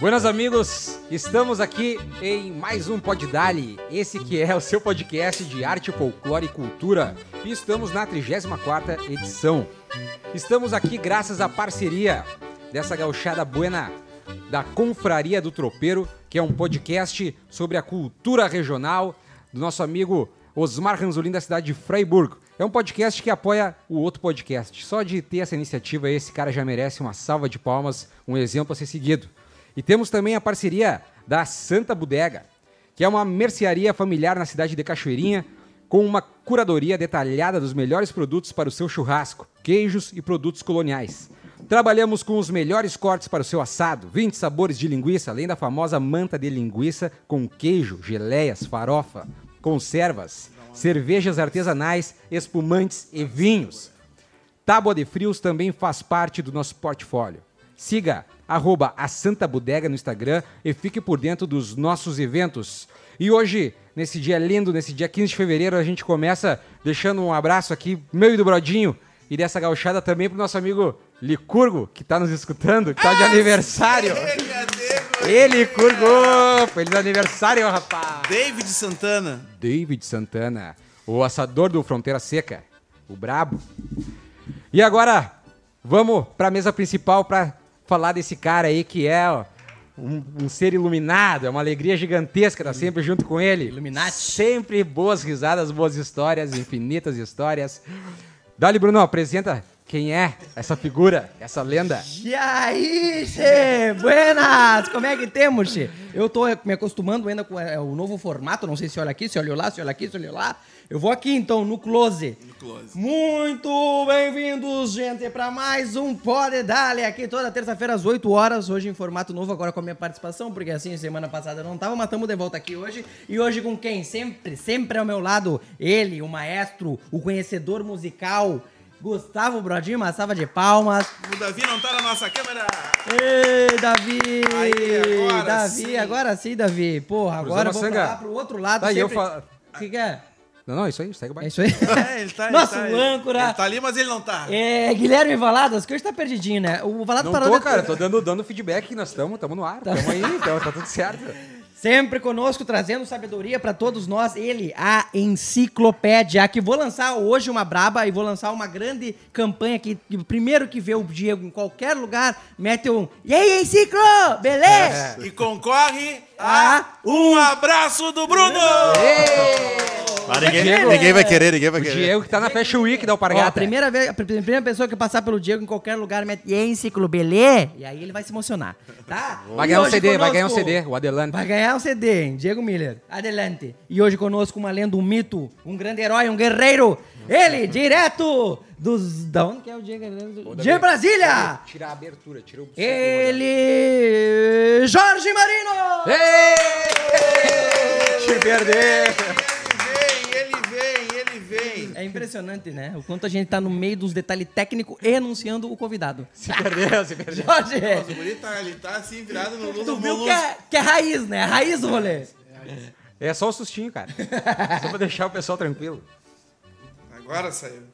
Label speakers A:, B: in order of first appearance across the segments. A: Buenas amigos, estamos aqui em mais um Poddali, esse que é o seu podcast de arte, folclore e cultura. E estamos na 34ª edição. Estamos aqui graças à parceria dessa gauchada buena da Confraria do Tropeiro, que é um podcast sobre a cultura regional do nosso amigo Osmar Ranzolin da cidade de Freiburg. É um podcast que apoia o outro podcast. Só de ter essa iniciativa, esse cara já merece uma salva de palmas, um exemplo a ser seguido. E temos também a parceria da Santa Bodega, que é uma mercearia familiar na cidade de Cachoeirinha, com uma curadoria detalhada dos melhores produtos para o seu churrasco, queijos e produtos coloniais. Trabalhamos com os melhores cortes para o seu assado, 20 sabores de linguiça, além da famosa manta de linguiça com queijo, geleias, farofa, conservas, cervejas artesanais, espumantes e vinhos. Tábua de Frios também faz parte do nosso portfólio. Siga arroba a Santa Bodega no Instagram e fique por dentro dos nossos eventos. E hoje, nesse dia lindo, nesse dia 15 de fevereiro, a gente começa deixando um abraço aqui, meu e do Brodinho, e dessa gauchada também pro nosso amigo Licurgo, que tá nos escutando, que tá de aniversário. Ei, Licurgo! Feliz aniversário, rapaz!
B: David Santana.
A: David Santana, o assador do Fronteira Seca, o brabo. E agora, vamos pra mesa principal pra falar desse cara aí que é ó, um, um ser iluminado, é uma alegria gigantesca estar sempre junto com ele.
C: Illuminati.
A: Sempre boas risadas, boas histórias, infinitas histórias. Dali, Bruno, apresenta quem é essa figura, essa lenda.
C: E aí, che? Buenas! Como é que temos, che? Eu tô me acostumando ainda com é, o novo formato, não sei se olha aqui, se olha lá, se olha aqui, se olha lá. Eu vou aqui então, no close. No
B: close.
C: Muito bem-vindos, gente, para mais um Pode Dali aqui toda terça-feira às 8 horas, hoje em formato novo, agora com a minha participação, porque assim, semana passada eu não tava, mas estamos de volta aqui hoje. E hoje com quem? Sempre, sempre ao meu lado, ele, o maestro, o conhecedor musical, Gustavo Brodinho, uma salva de palmas.
B: O Davi não tá na nossa câmera.
C: Ei, Davi!
B: Aí, agora
C: Davi,
B: sim.
C: agora sim, Davi. Porra, agora
A: Cruzamos
C: vamos
A: a sanga.
C: falar pro outro
B: Tá
C: lado.
A: Daí eu
C: sempre.
A: falo-
C: O que, que é?
A: Não, não, isso aí, segue o
C: É
A: baile.
C: isso aí?
B: É, ele tá, ele
C: Nosso
B: tá, ele-
C: âncora.
B: Ele tá ali, mas ele não tá.
C: É, Guilherme Valadas, que hoje tá perdidinho, né? O Valadas
A: Não
C: parou
A: tô,
C: de-
A: cara, tô dando, dando feedback que nós estamos, estamos no ar, estamos aí, então tá tudo certo.
C: Sempre conosco, trazendo sabedoria pra todos nós. Ele, a enciclopédia, que vou lançar hoje uma braba e vou lançar uma grande campanha que o primeiro que vê o Diego em qualquer lugar, mete um E aí, enciclo! Beleza?
B: E concorre a
C: Ah,
B: um abraço do Bruno.
D: Ah, ninguém,
A: Diego.
D: ninguém vai querer, ninguém vai
A: O
D: querer.
A: Diego que tá na Fashion Week da
C: Ó, a
A: Alpargata.
C: primeira, vez, a pri- primeira pessoa que passar pelo Diego em qualquer lugar mete "E aí, enciclobelê, e aí ele vai se emocionar, tá?
A: Vai
C: E
A: ganhar um
C: hoje
A: CD, vai ganhar um
C: conosco-
A: CD, o Adelante.
C: Vai ganhar um CD, hein? Diego Miller. Adelante. E hoje conosco uma lenda, um mito, um grande herói, um guerreiro. Ele, direto dos... Da onde que é o Diego? De Brasília!
A: Tira a abertura, tira o...
C: Ele... Jorge Marino!
A: Ei! Te perder!
B: Ele vem, ele vem, ele vem.
C: É impressionante, né? O quanto a gente tá no meio dos detalhes técnicos e anunciando o convidado.
A: Se perdeu, se perdeu.
C: Jorge!
B: Mas o guri tá, ele tá assim virado no luz
C: Tu
B: do
C: viu
B: Mulu.
C: que é, que é raiz, né? A raiz do rolê.
A: É só o sustinho, cara. Só pra deixar o pessoal tranquilo.
B: Agora saiu.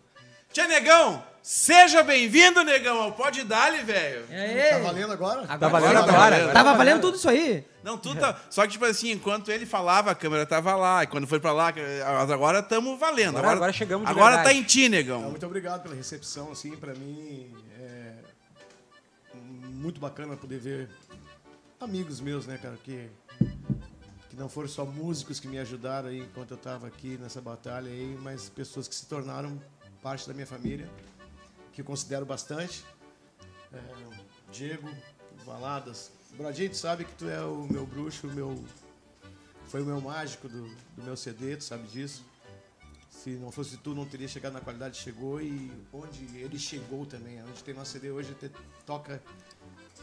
B: Tia Negão, seja bem-vindo, Negão, ao Pode Dali, velho.
D: Tá valendo agora?
A: Tá valendo
B: tá
A: agora.
B: valendo.
C: Tava valendo tudo isso aí.
B: Não, tudo tá... Só que, tipo assim, enquanto ele falava, a câmera tava lá. E quando foi pra lá, agora estamos valendo.
A: Agora- agora chegamos de
B: Agora
A: verdade.
B: tá em ti,
D: Então,
B: Negão.
D: muito obrigado pela recepção, assim, pra mim é muito bacana poder ver amigos meus, né, cara, que, que não foram só músicos que me ajudaram aí enquanto eu tava aqui nessa batalha aí, mas pessoas que se tornaram parte da minha família, que eu considero bastante. É, Diego, Valadas, Brodinho, tu sabe que tu é o meu bruxo, o meu... Foi o meu mágico do, do meu CD, tu sabe disso. Se não fosse tu, não teria chegado na qualidade que chegou e onde ele chegou também. Onde tem nosso CD hoje, te- toca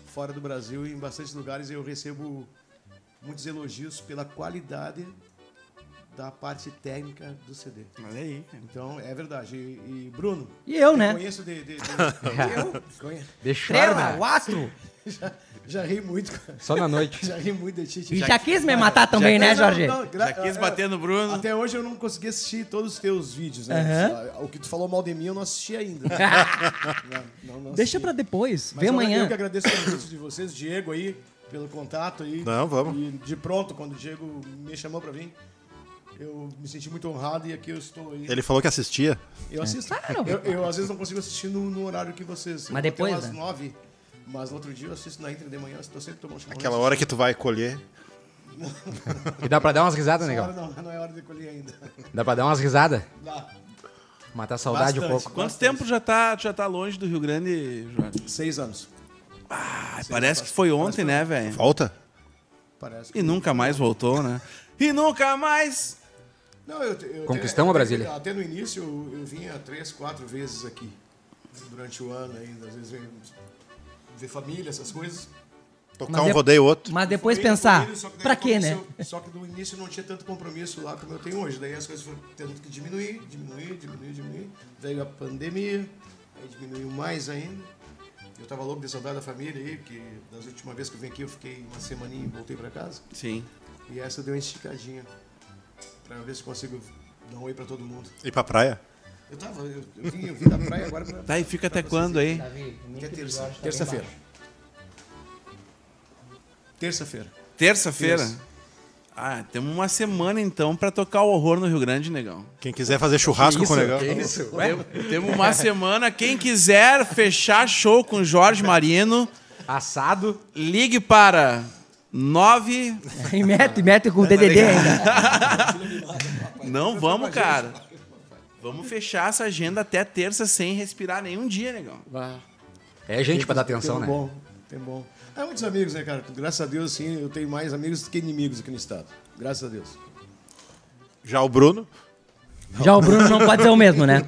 D: fora do Brasil e em bastantes lugares eu recebo muitos elogios pela qualidade da parte técnica do CD.
B: Olha aí, cara.
D: Então, é verdade. E, e, Bruno...
C: E eu, né?
D: Conheço de... de, de- Conhe-
A: Deixaram,
C: Trela,
A: né?
C: o astro.
D: já, já ri muito.
A: Só na noite.
D: Já ri muito de ti.
C: E
D: Já-
C: já quis me matar também, né,
D: Não, não,
C: Jorge?
D: não, gra-
B: Já quis
D: é-
B: bater no Bruno.
D: Até hoje eu não consegui assistir todos os teus vídeos, né? O que tu falou mal de mim eu não assisti ainda. não, não, não
C: Deixa
D: assisti.
C: pra depois,
D: Mas
C: vê
D: olha,
C: amanhã.
D: Eu que agradeço o convite de vocês, Diego aí, pelo contato aí.
E: Não, vamos.
D: E de pronto, quando o Diego me chamou pra vir, eu me senti muito honrado e aqui eu estou aí.
E: Ele falou que assistia.
D: Eu assisto.
C: É, Claro.
D: Eu, eu, às vezes não consigo assistir no, no horário que vocês.
C: Mas
D: eu
C: depois,
D: tenho às
C: né?
D: nove. Mas no outro dia eu assisto na Inter de manhã, eu estou sempre tomando chimarrão.
E: Aquela hora que tu vai colher.
A: E dá pra dar umas risadas,
D: Essa
A: negão?
D: hora não, não é hora de colher ainda.
A: Dá pra dar umas risadas?
D: Dá.
A: Matar a saudade um
D: Bastante.
A: pouco.
B: Quanto tempo já tá, já tá longe do Rio Grande, Jorge?
D: Seis anos.
B: Ah, parece que foi ontem, né, velho?
E: Volta?
D: Parece.
B: E nunca mais voltou, né? E nunca mais...
D: Não, eu, te- eu te-
A: Conquistamos
D: até-
A: Brasília.
D: Até no início eu, eu vinha três, quatro vezes aqui. Durante o ano ainda. Às vezes vem ver família, essas coisas.
E: Tocar
C: Mas
E: um
C: é-
E: rodeio outro.
C: Mas depois
D: Família,
C: pensar,
D: família, só que daí
C: pra
D: no
C: quê, né?
D: começo- Só que no início não tinha tanto compromisso lá como eu tenho hoje. Daí as coisas foram tendo que diminuir, diminuir, diminuir, diminuir. Veio a pandemia, aí diminuiu mais ainda. Eu tava louco de saudade da família aí, porque das últimas vezes que eu vim aqui eu fiquei uma semaninha e voltei pra casa.
B: Sim.
D: E essa deu uma esticadinha. Pra ver se consigo dar um oi pra todo mundo.
E: Ir pra praia.
D: Eu tava, eu, eu vim, eu vim da praia agora pra.
B: Tá, e fica até quando aí?
D: Até terça. Terça-feira. Terça-feira.
B: Terça-feira? Ah, temos uma semana então pra tocar o horror no Rio Grande, negão.
E: Quem quiser fazer churrasco com o negão.
B: Tem- Temos uma semana. Quem quiser fechar show com Jorge Marino,
A: Assado.
B: ligue para 9.
C: E mete, mete com o DDD ainda.
B: Não vamos, cara. Vamos fechar essa agenda até terça sem respirar nenhum dia, negão.
A: É gente pra dar atenção, né?
D: tem um Bom, tem bom. É muitos amigos, né, cara? Graças a Deus, assim, eu tenho mais amigos do que inimigos aqui no estado. Graças a Deus.
E: Já o Bruno.
C: Já o Bruno não pode ser o mesmo, né?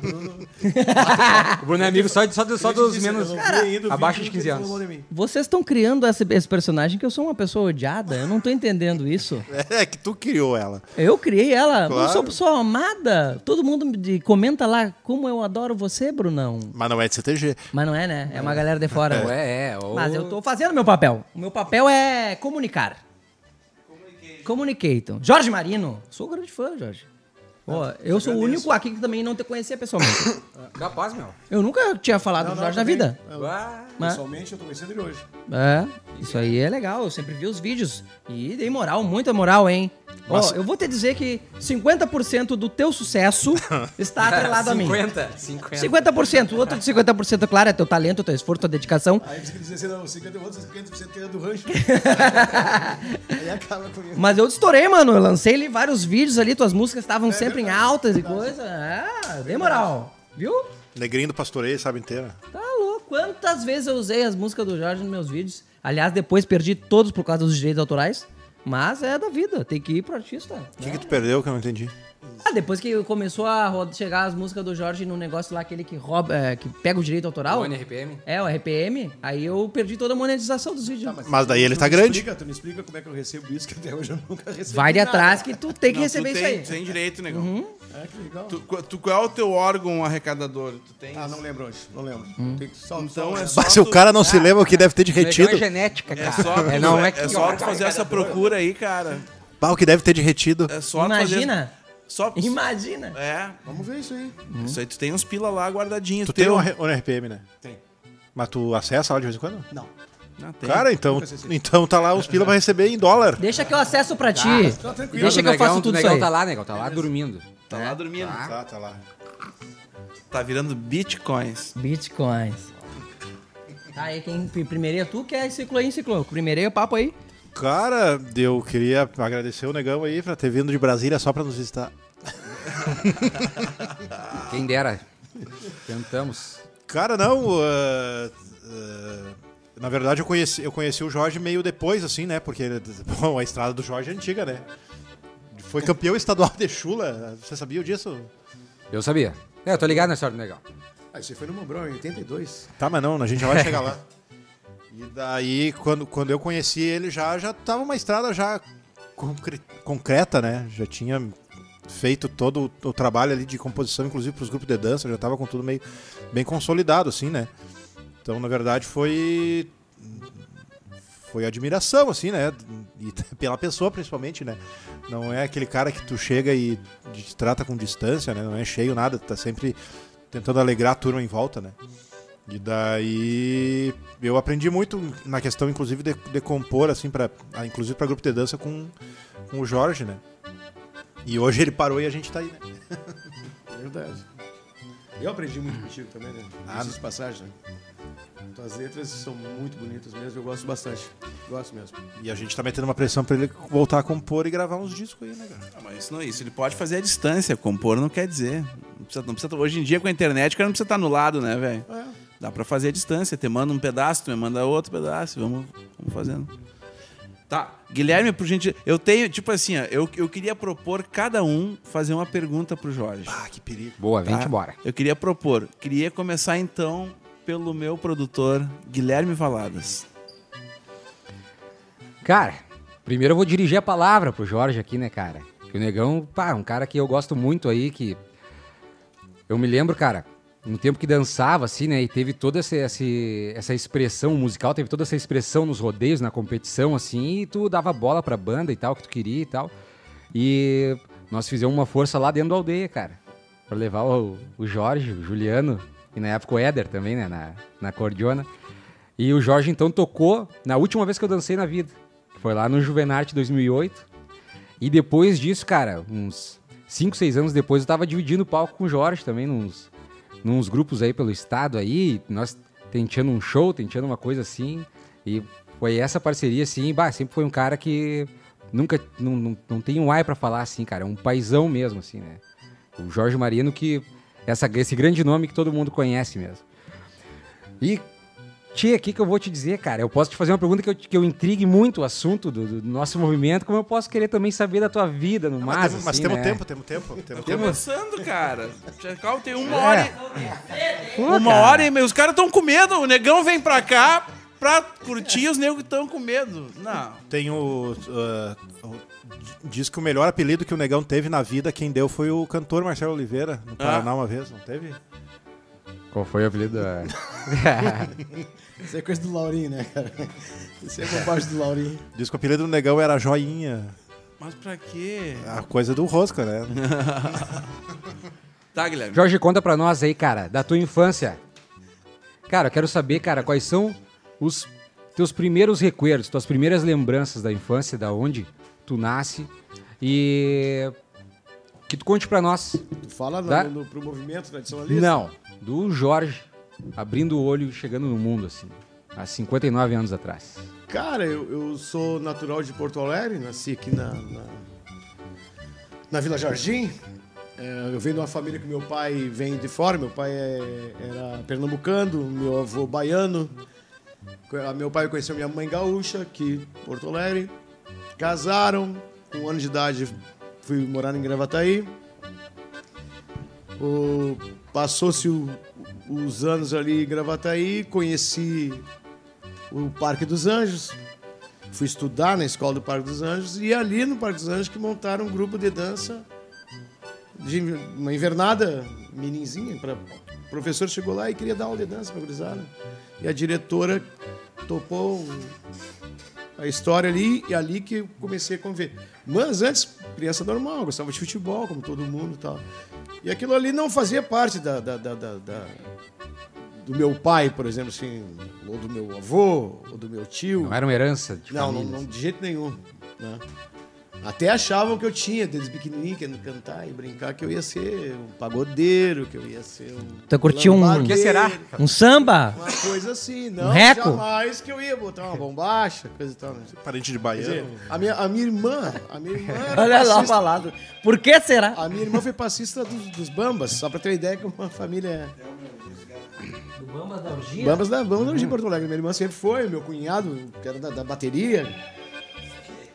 A: O Bruno é amigo só, de, só, de- só dos
D: Disse,
A: menos.
D: eu não vi ainda o
A: abaixo
D: vídeo
A: de 15
D: que ele falou
A: anos.
D: de mim.
C: Vocês estão criando esse, esse personagem que eu sou uma pessoa odiada. Eu não tô entendendo isso.
E: É que tu criou ela.
C: Eu criei ela. Eu sou
E: Claro.
C: uma pessoa amada. Todo mundo me di- comenta lá como eu adoro você, Brunão.
E: Mas não é de CTG.
C: Mas não é, né? É uma galera de fora. né?
A: É, é. ô.
C: Mas eu tô fazendo meu papel. O meu papel é comunicar. Communication. Jorge Marino. Sou grande fã, Jorge. Pô, eu sou o único aqui que também não te conhecia pessoalmente.
A: Capaz, meu.
C: Eu nunca tinha falado
A: Tá
D: Não,
C: do
D: não,
C: Jorge na
D: também. É,
C: vida.
A: Bah.
C: Mas-
D: Pessoalmente, eu tô conhecendo ele hoje.
C: É, isso aí é legal. Eu sempre vi os vídeos. E dei moral, muita moral, hein? Ó, eu vou te dizer que 50% do teu sucesso está atrelado a mim.
A: 50, 50.
C: 50%. O outro de 50%, é claro, é teu talento, teu esforço, tua dedicação.
D: Aí você dizia assim, não, 50 outros, 50% é do rancho. Aí acaba comigo.
C: Mas eu estourei, mano. Eu lancei ali vários vídeos ali, tuas músicas estavam sempre em altas e coisa. Ah, dei moral. Viu?
E: Negrinho do pastoreio, sabe inteira.
C: Tá louco. Quantas vezes eu usei as músicas do Jorge nos meus vídeos? Aliás, depois perdi todos por causa dos direitos autorais. Mas é da vida, tem que ir pro artista.
E: O que, que tu perdeu que eu não entendi?
C: Ah, depois que começou a ro- chegar as músicas do Jorge no negócio lá, aquele que rouba, é, que pega o direito autoral.
A: One RPM.
C: É, o RPM. Aí eu perdi toda a monetização dos vídeos.
E: Mas daí ele
D: Tu
E: tá
D: me
E: grande.
D: Explica, tu me explica como é que eu recebo isso, que até hoje eu nunca recebi.
C: Vai de
D: nada.
C: atrás que tu tem que
B: Não,
C: receber
B: tu
C: isso
B: tem,
C: aí.
B: tu tem direito, negão.
D: É, que legal.
B: Uhum. Tu, qu- tu- qual é o teu órgão arrecadador? Tu tem.
D: Ah, não lembro hoje, não lembro.
A: Hum.
D: Tem que só, um
B: Então
D: só-
B: é só.
E: Bah, se o
B: tu-
E: cara não se lembra o que deve ter de
A: Negão
E: retido.
A: é genética, cara.
B: É só, tu-
A: É, não, é, que
B: é só tu fazer essa procura aí, cara.
E: Bah, o que deve ter de retido.
B: É só tu fazer-
C: Imagina.
B: Só,
C: Imagina.
B: É,
D: Vamos ver isso aí.
B: Isso aí tu tem uns pila lá guardadinho.
E: Tu tem
B: teu.
E: um R- um RPM, né?
D: Tem.
E: Mas tu acessa lá de vez em quando?
D: Não.
B: Ah, tem.
E: Cara, então, então tá lá os pila pra receber em dólar.
C: Deixa que eu acesso pra ti.
D: tranquilo.
C: Deixa
A: Do
C: que eu faço
A: negão, do
C: tudo isso
A: negão
C: aí.
A: tá lá, negão. Tá lá dormindo.
B: tá lá dormindo.
E: Tá, tá lá.
B: Tá virando bitcoins.
C: Bitcoins. Tá aí, quem pri- primeiro é tu, que é enciclou aí, enciclou. Primeiro é o papo aí.
E: Cara, eu queria agradecer o Negão aí pra ter vindo de Brasília só pra nos visitar.
A: Quem dera. Tentamos.
E: Cara, não. ah, ah, na verdade, eu conheci, eu conheci o Jorge meio depois, assim, né? Porque ele- bom, a estrada do Jorge é antiga, né? Foi campeão estadual de chula. Você sabia disso?
A: Eu sabia. É, eu tô ligado na história do negão.
D: Ah, isso aí foi no Mombrão, em 82.
E: Tá, mas não, a gente já vai chegar lá. E daí, quando, quando eu conheci ele, já, já tava uma estrada já concre- concreta, né? Já tinha feito todo o, o trabalho ali de composição, inclusive pros grupos de dança, já tava com tudo meio bem consolidado, assim, né? Então, na verdade, foi. Foi admiração, assim, né? E pela pessoa, principalmente, né? Não é aquele cara que tu chega e te trata com distância, né? Não é cheio nada, tu tá sempre tentando alegrar a turma em volta, né? E daí eu aprendi muito na questão, inclusive, de, de compor, assim, pra, ah, inclusive para grupo de dança com, com o Jorge, né? E hoje ele parou e a gente tá aí, né?
D: Verdade. Eu aprendi muito contigo também, né? Essas passagens, né? Tuas letras são muito bonitas mesmo, eu gosto bastante. Gosto mesmo.
E: E a gente tá metendo uma pressão pra ele voltar a compor e gravar uns discos aí, né, cara?
F: Ah, mas isso não é isso. Ele pode fazer à distância. Compor não quer dizer. Não precisa, não precisa- hoje em dia, com a internet, o cara não precisa estar no lado, né, velho? Dá pra fazer à distância. Te manda um pedaço, tu me manda outro pedaço. Vamos, vamos fazendo. Tá. Guilherme, por gente. Eu tenho, tipo assim, ó, eu, eu queria propor cada um fazer uma pergunta pro Jorge.
E: Ah, que perigo.
A: Boa,
F: tá?
A: vem embora.
F: Eu queria propor. Queria começar, então, pelo meu produtor, Guilherme Valadas.
A: Cara, primeiro eu vou dirigir a palavra pro Jorge aqui, né, cara? Que o Negão, pá, um cara que eu gosto muito aí, que. Eu me lembro, cara, no tempo que dançava, assim, né? E teve toda essa, essa, essa expressão musical, teve toda essa expressão nos rodeios, na competição, assim, e tu dava bola pra banda e tal, que tu queria e tal. E nós fizemos uma força lá dentro da aldeia, cara. Pra levar o, o Jorge, o Juliano, e na época o Éder também, né? Na, na cordiona. E o Jorge então tocou na última vez que eu dancei na vida. que Foi lá no Juvenarte 2008. E depois disso, cara, uns 5, 6 anos depois, eu tava dividindo o palco com o Jorge também, nos, nos grupos aí pelo estado aí. Nós tentando um show, tentando uma coisa assim. E foi essa parceria assim. Bah, sempre foi um cara que nunca. Não, não, não tem um ai pra falar assim, cara. É um paizão mesmo, assim, né? O Jorge Mariano, que. Essa, esse grande nome que todo mundo conhece mesmo. E, Tia, o que, que eu vou te dizer, cara? Eu posso te fazer uma pergunta que eu, que eu intrigue muito o assunto do, do nosso movimento, como eu posso querer também saber da tua vida no
E: Mas,
A: mais.
E: temos- mas
A: assim,
E: temos
A: né?
E: tempo, temos tempo, temos tempo.
F: Começando, cara. Chacal tem uma
A: hora e- Pô,
F: Uma
A: cara.
F: hora e meia. Os caras estão com medo. O negão vem pra cá pra curtir, os negros estão com medo. Não.
E: Tem o, ah, o- Diz que o melhor apelido que o Negão teve na vida, quem deu foi o cantor Marcelo Oliveira,
A: Ah.
E: no Paraná uma vez, não teve?
A: Qual foi o apelido? da-
D: Isso é coisa do Laurinho, né, cara? Isso é bobagem do Laurinho.
E: Diz que o apelido do Negão era Joinha.
F: Mas pra quê?
E: A coisa do Rosca, né?
F: Tá, Guilherme.
A: Jorge, conta pra nós aí, cara, da tua infância. Cara, eu quero saber, cara, quais são os teus primeiros recuerdos, tuas primeiras lembranças da infância, da onde tu nasce e que tu conte pra nós.
D: Tu fala no,
A: Tá.
D: no- pro movimento da edição ali?
A: Não, do Jorge abrindo o olho e chegando no mundo assim, há 59 anos atrás.
D: Cara, eu, eu sou natural de Porto Alegre, nasci aqui na, na, na Vila Jardim. É, eu venho de uma família que meu pai vem de fora, meu pai é- era pernambucano, meu avô baiano. Co- Meu pai conheceu minha mãe gaúcha aqui em Porto Alegre. Casaram, com um ano de idade fui morar em Gravataí. O- Passou-se o- os anos ali em Gravataí, conheci o Parque dos Anjos. Fui estudar na escola do Parque dos Anjos e ali no Parque dos Anjos que montaram um grupo de dança de inver- uma invernada meninzinha. Pra... O professor chegou lá e queria dar aula de dança para gurizada. E a diretora topou a história ali e é ali que eu comecei a conviver. Mas antes, criança normal, gostava de futebol, como todo mundo e tal. E aquilo ali não fazia parte da- da- da- da- da, do meu pai, por exemplo, assim, ou do meu avô, ou do meu tio.
A: Não é era uma herança de
D: Não, não,
A: família. assim.
D: não, de jeito nenhum. né? Até achavam que eu tinha, desde pequenininho, querendo cantar e brincar, que eu ia ser um pagodeiro, que eu ia ser um.
C: Tu curtiu um-
D: lambadeiro,
A: O que será?
C: Um samba?
D: Uma coisa assim, não.
C: reco?
D: Jamais que eu ia botar uma bombacha, coisa e tal. né?
E: Parente de
D: Quer dizer,
E: baiano.
D: a minha, a minha irmã. A minha irmã era
C: Olha lá
D: passista-
C: falado. Por que será?
D: A minha irmã foi passista dos, dos Bambas, só pra ter uma ideia que uma família
C: Do Bambas da Orgia?
D: Bambas da
E: hum.
D: Bambas de Porto Alegre. Minha irmã sempre foi, meu cunhado, que era da, da bateria.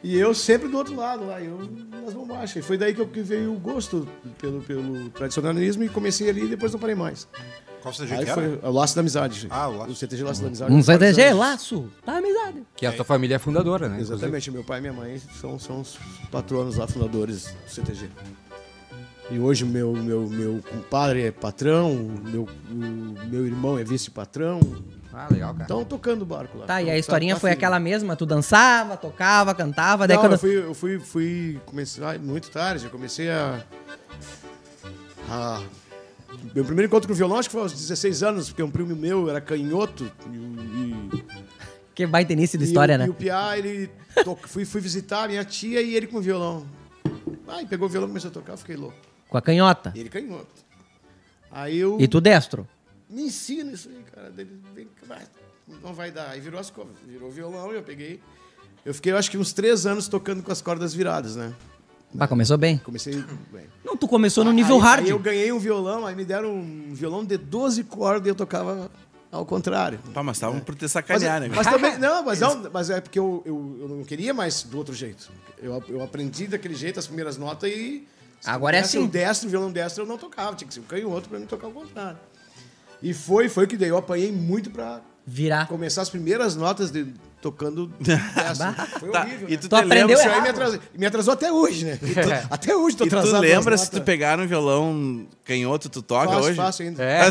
D: E eu sempre do outro lado lá, eu nas bombachas. E foi daí que, eu, que veio o gosto pelo, pelo tradicionalismo e comecei ali e depois não parei mais.
E: Qual você
D: Aí
E: que
D: foi
E: era?
D: o Laço da Amizade.
E: Ah, o Laço.
D: CTG Laço da Amizade.
C: Um CDG,
D: Vários anos.
C: laço. Tá amizade.
A: Que a tua família é fundadora, né? inclusive.
D: Exatamente, meu pai e minha mãe são, são os patronos lá, fundadores do CTG. E hoje meu, meu, meu compadre é patrão, meu, o meu irmão é vice-patrão.
A: Ah, legal, cara.
D: Então tocando o barco lá.
C: Tá, e
D: Então,
C: a historinha
D: tá
C: foi
D: firme.
C: aquela mesma? Tu dançava, tocava, cantava, daí
D: Não,
C: quando...
D: eu fui, eu fui, fui começar muito tarde. Eu comecei a, a Meu primeiro encontro com o violão acho que foi aos 16 anos, porque um primo meu era canhoto e, o- e
C: Que baitenista de história,
D: e, o-
C: né?
D: E o Piá, ele. to- fui, fui visitar a minha tia e ele com violão. Aí pegou o violão e começou a tocar, eu fiquei louco.
C: Com a canhota.
D: E ele canhoto. Aí eu.
C: E tu destro.
D: Me ensina isso aí, cara. Dele, vem, vai, não vai dar. Aí virou as cordas, virou violão e eu peguei. Eu fiquei, eu acho que uns três anos tocando com as cordas viradas, né?
C: Bah, começou bem.
D: Comecei. Bem.
C: Não, tu começou no nível
D: Aí-
C: hard.
D: Aí eu ganhei um violão, aí me deram um violão de 12 cordas e eu tocava ao contrário.
F: Pá, Tá, mas estavam por ter
D: Mas,
F: sacaneado, né?
D: mas também, não, mas, é um- mas é porque eu, eu, eu não queria mais do outro jeito. Eu, eu aprendi daquele jeito as primeiras notas e. se
C: Agora é
D: tivesse
C: assim.
D: Um destro, um violão destro, eu não tocava. Tinha que ser um canhoto pra mim tocar ao contrário. E foi, foi que daí eu apanhei muito pra
C: Virar.
D: começar as primeiras notas de, tocando destro. Foi
F: Tá,
D: horrível.
F: e
D: né?
F: tu,
C: Tu
F: te
C: aprendeu
F: lembra,
D: Isso aí
C: errado.
D: me atrasou, me atrasou até hoje, né? Até hoje tô
F: e tu
D: atrasado. nas
F: lembra se tu
D: notas.
F: pegaram um violão canhoto, tu toca
D: Faço,
F: hoje?
D: faço ainda.
A: É,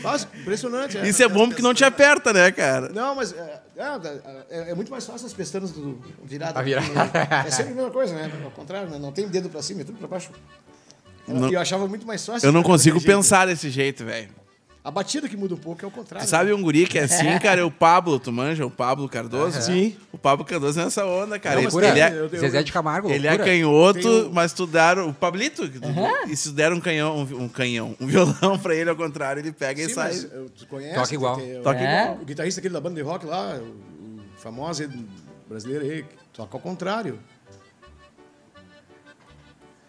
D: Faço, impressionante.
F: Isso é bom porque não te aperta, né, cara?
D: Não, mas é, é- é- é muito mais fácil as pestanas do virado.
A: A virada.
D: É sempre a mesma coisa, né? Ao contrário, né? não tem dedo pra cima, é tudo pra baixo. E
F: Não-
D: eu achava muito mais fácil.
F: Eu não
D: daquele
F: consigo
D: jeito.
F: pensar desse jeito, velho.
D: A batida que muda um pouco é o contrário.
F: Tu sabe um guri que é assim, cara? É o Pablo, tu manja? O Pablo Cardoso? Sim. O Pablo Cardoso é nessa onda, cara.
D: Não,
F: Ele-
D: mas
A: loucura.
F: ele é,
D: eu- eu-
A: Zezé de Camargo,
F: Ele é
A: loucura.
F: canhoto,
D: Tem um-
F: mas tu deram. O Pablito, e se deram um canhão, um, um canhão, um violão pra ele ao contrário, ele pega e
D: Sim,
F: sai.
D: mas, eu- tu conhece?
A: Toca
D: tem-
A: igual.
D: tem-
F: Toca
C: É?
F: igual.
D: O guitarrista aquele da banda de rock lá, o, o famoso aí, brasileiro aí, que toca ao contrário.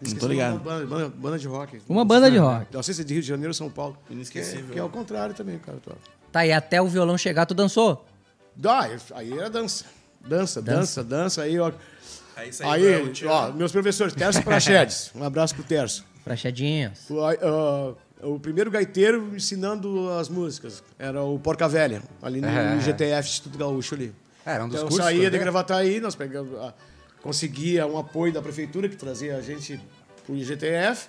D: Esqueci o nome
F: ligado.
D: da Banda, banda- banda de rock.
C: Uma banda de rock.
D: Não sei se é de Rio de Janeiro ou São Paulo.
F: Inesquecível.
D: Que, que é ao contrário também, cara. Toca.
C: Tá, e até o violão chegar, tu dançou.
D: Dá, aí era dança. Dança, dança, dança. Aí, ó.
F: Aí saiu
D: Aí,
F: pra- o tiro.
D: ó, meus professores, Terço Praxedes. Um abraço pro Terço.
C: Prachadinhas.
D: O, aí, ó, o primeiro gaiteiro me ensinando as músicas. Era o Porca Velha, ali no
A: É.
D: IGTF, Instituto Gaúcho ali.
A: É, era um dos
D: então, eu
A: cursos
D: saía de
A: também.
D: Gravataí, nós pegamos, ah, conseguia um apoio da prefeitura que trazia a gente pro IGTF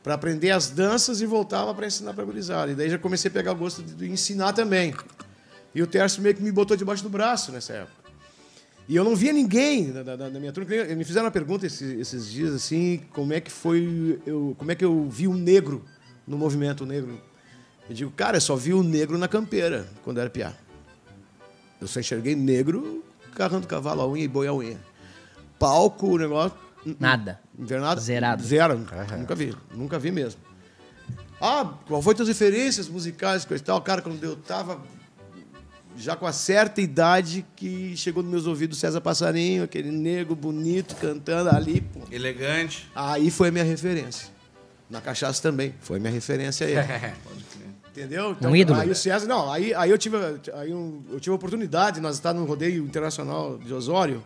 D: para aprender as danças e voltava para ensinar para gurizada. E daí já comecei a pegar o gosto de, de ensinar também. E o Tércio meio que me botou debaixo do braço nessa época. E eu não via ninguém da, da- da- da minha turma. que nem- Me fizeram uma pergunta esse- esses, dias assim, como é que foi, eu, como é que eu vi o negro no movimento negro. Eu digo, cara, eu só vi o negro na campeira quando era piá. Eu só enxerguei negro carrando cavalo a unha e boi a unha. Palco, o negócio. n-
C: Nada.
D: Invernado?
C: Zerado.
D: Zero. Nunca vi. Nunca vi mesmo. Ah, qual foi tuas referências musicais, coisa e tal? Cara, quando eu tava já com a certa idade que chegou nos meus ouvidos César Passarinho, aquele negro bonito cantando ali, pô.
F: Elegante.
D: Aí foi a minha referência. Na cachaça também, foi a minha referência aí. Entendeu? Então,
C: Um ídolo.
D: Aí o César, não, aí, aí eu tive, aí um- eu tive a oportunidade, nós estávamos no rodeio internacional de Osório,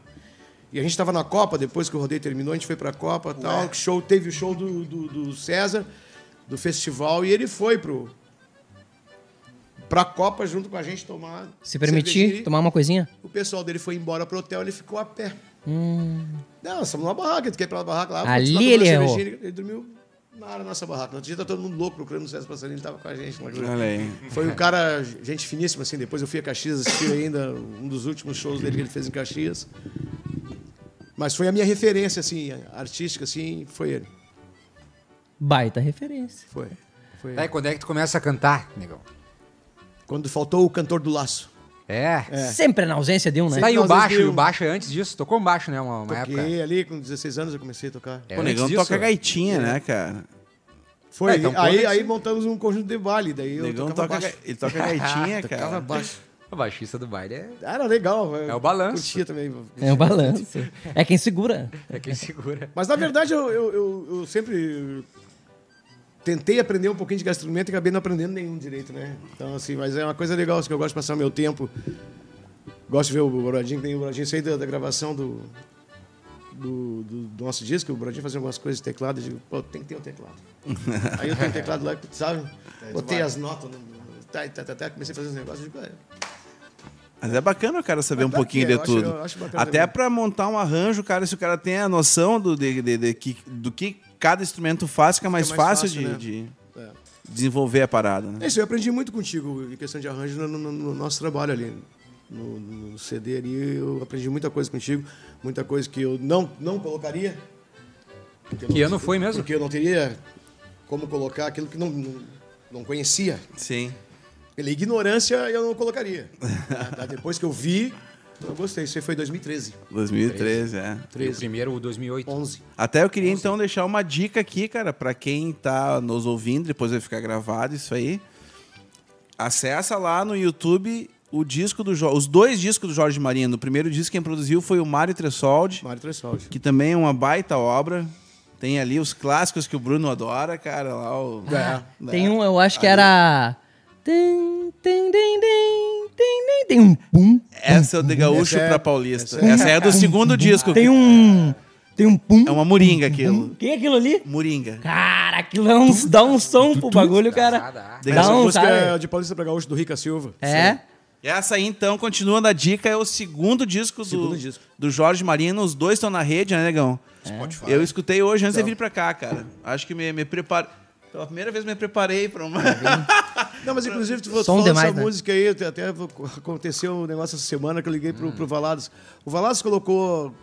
D: e a gente estava na Copa, depois que o rodeio terminou, a gente foi pra Copa e tal, show, teve o show do, do, do César, do festival, e ele foi pro, pra Copa junto com a gente tomar...
C: Se permitir
D: cervejinha.
C: tomar uma coisinha?
D: O pessoal dele foi embora pro hotel, ele ficou a pé. Não, nós estamos numa barraca, ele quer ir pra barraca lá.
C: Ali
D: continuar
C: ele
D: tomando
C: errou.
D: cervejinha, Ele, ele dormiu na área da nossa barraca. No outro dia tá todo mundo louco procurando o César Passarinho, ele tava com a gente. lá.
F: Olha aí.
D: Foi um cara, gente finíssima, assim. Depois eu fui a Caxias assistir ainda um dos últimos shows dele que ele fez em Caxias. Mas foi a minha referência, assim, artística, assim, foi ele.
C: Baita referência.
D: Foi. foi ele.
A: Daí quando é que tu começa a cantar, negão?
D: Quando faltou o cantor do laço.
A: É.
C: Sempre na ausência de um, né?
A: Daí o
D: Nós dois
A: baixo, e
D: mil.
A: o baixo é antes disso. Tocou um baixo, né? Uma, uma época.
D: Toquei ali, com 16 anos eu comecei a tocar.
A: É,
F: o
A: antes
F: negão
A: disso.
F: toca gaitinha, né, cara?
D: Foi,
A: É, então,
D: aí,
A: pode-
D: aí montamos um conjunto de baile, daí
F: O
D: eu
F: negão
D: tocava
F: toca,
D: baixo.
F: ga- ele toca gaitinha,
D: Tocava
F: cara.
D: baixo.
A: O baixista do baile é,
D: Era legal.
A: É o balanço.
D: Curtia também.
C: É o balanço. É quem segura.
A: é quem segura.
D: Mas, na verdade, eu, eu, eu- eu sempre tentei aprender um pouquinho de gastronomia e acabei não aprendendo nenhum direito, né? Então, assim, mas é uma coisa legal, assim, que eu gosto de passar o meu tempo. Gosto de ver o Brodinho, que nem o Brodinho. Saí da, da gravação do, do, do- do nosso disco, o Brodinho fazia algumas coisas de teclado. Eu digo, pô, tem que ter o teclado. Aí eu tenho o teclado lá, sabe? Botei as notas, no- no- tá, tá, tá, tá, comecei a fazer os negócios. Eu digo, "Ah,
F: Mas é bacana o cara saber
D: Mas
F: um
D: bacana,
F: pouquinho
D: eu
F: de
D: acho-
F: tudo.
D: eu acho bacana
F: Até
D: também.
F: pra montar um arranjo, cara, se o cara tem a noção do, de, de- de- que, do que cada instrumento faz, fica mais,
D: mais
F: fácil,
D: fácil,
F: de,
D: né?
F: de
D: É.
F: desenvolver a parada, né?
D: É isso, eu aprendi muito contigo em questão de arranjo no, no- no nosso trabalho ali. No, no CD ali, eu aprendi muita coisa contigo, muita coisa que eu não, não colocaria,
A: Que ano foi mesmo?
D: porque eu não teria como colocar aquilo que não, não, não conhecia.
F: Sim.
D: Pela ignorância, eu não colocaria. Tá? Depois que eu vi, eu gostei. Isso aí foi em 2013.
F: 2013, é.
A: E o primeiro, o 2008.
D: 11.
F: Até eu queria então deixar uma dica aqui, cara, pra quem tá nos ouvindo, depois vai ficar gravado isso aí. Acessa lá no YouTube o disco do Jo- os dois discos do Jorge Marinho. No primeiro disco quem produziu foi o Mário Tressoldi,
D: Mário Tressoldi.
F: que também é uma baita obra. Tem ali os clássicos que o Bruno adora, cara, lá o né?
C: Tem um, eu acho que era. Tem, tem, tem, tem, tem, tem, tem um pum.
F: Essa é o de gaúcho
D: Essa é-
F: pra paulista. Essa é do segundo disco.
C: um- Tem um. Tem um pum.
F: É uma moringa aquilo.
C: Tem aquilo ali?
F: Moringa.
C: Cara, aquilo é uns, dá um som pro bagulho, cara.
A: Engraçada.
C: Dá
D: Essa
C: um,
D: música é
C: sabe?
D: de Paulista pra Gaúcho, do Rica Silva.
C: É.
F: Essa aí, então, continua na dica, é o segundo disco, do, do Jorge Marino. Os dois estão na rede, né, negão?
C: É.
E: Spotify.
F: Eu escutei hoje antes
D: Então.
F: de vir pra cá, cara. Acho que me, me preparo. Pela primeira vez me preparei pra uma.
D: Uhum. Não, mas inclusive tu, tu
C: Som
D: falou
C: demais,
D: essa
C: né?
D: música aí, até- até aconteceu um negócio essa semana que eu liguei
C: Hum.
D: pro, pro Valados. O Valados colocou.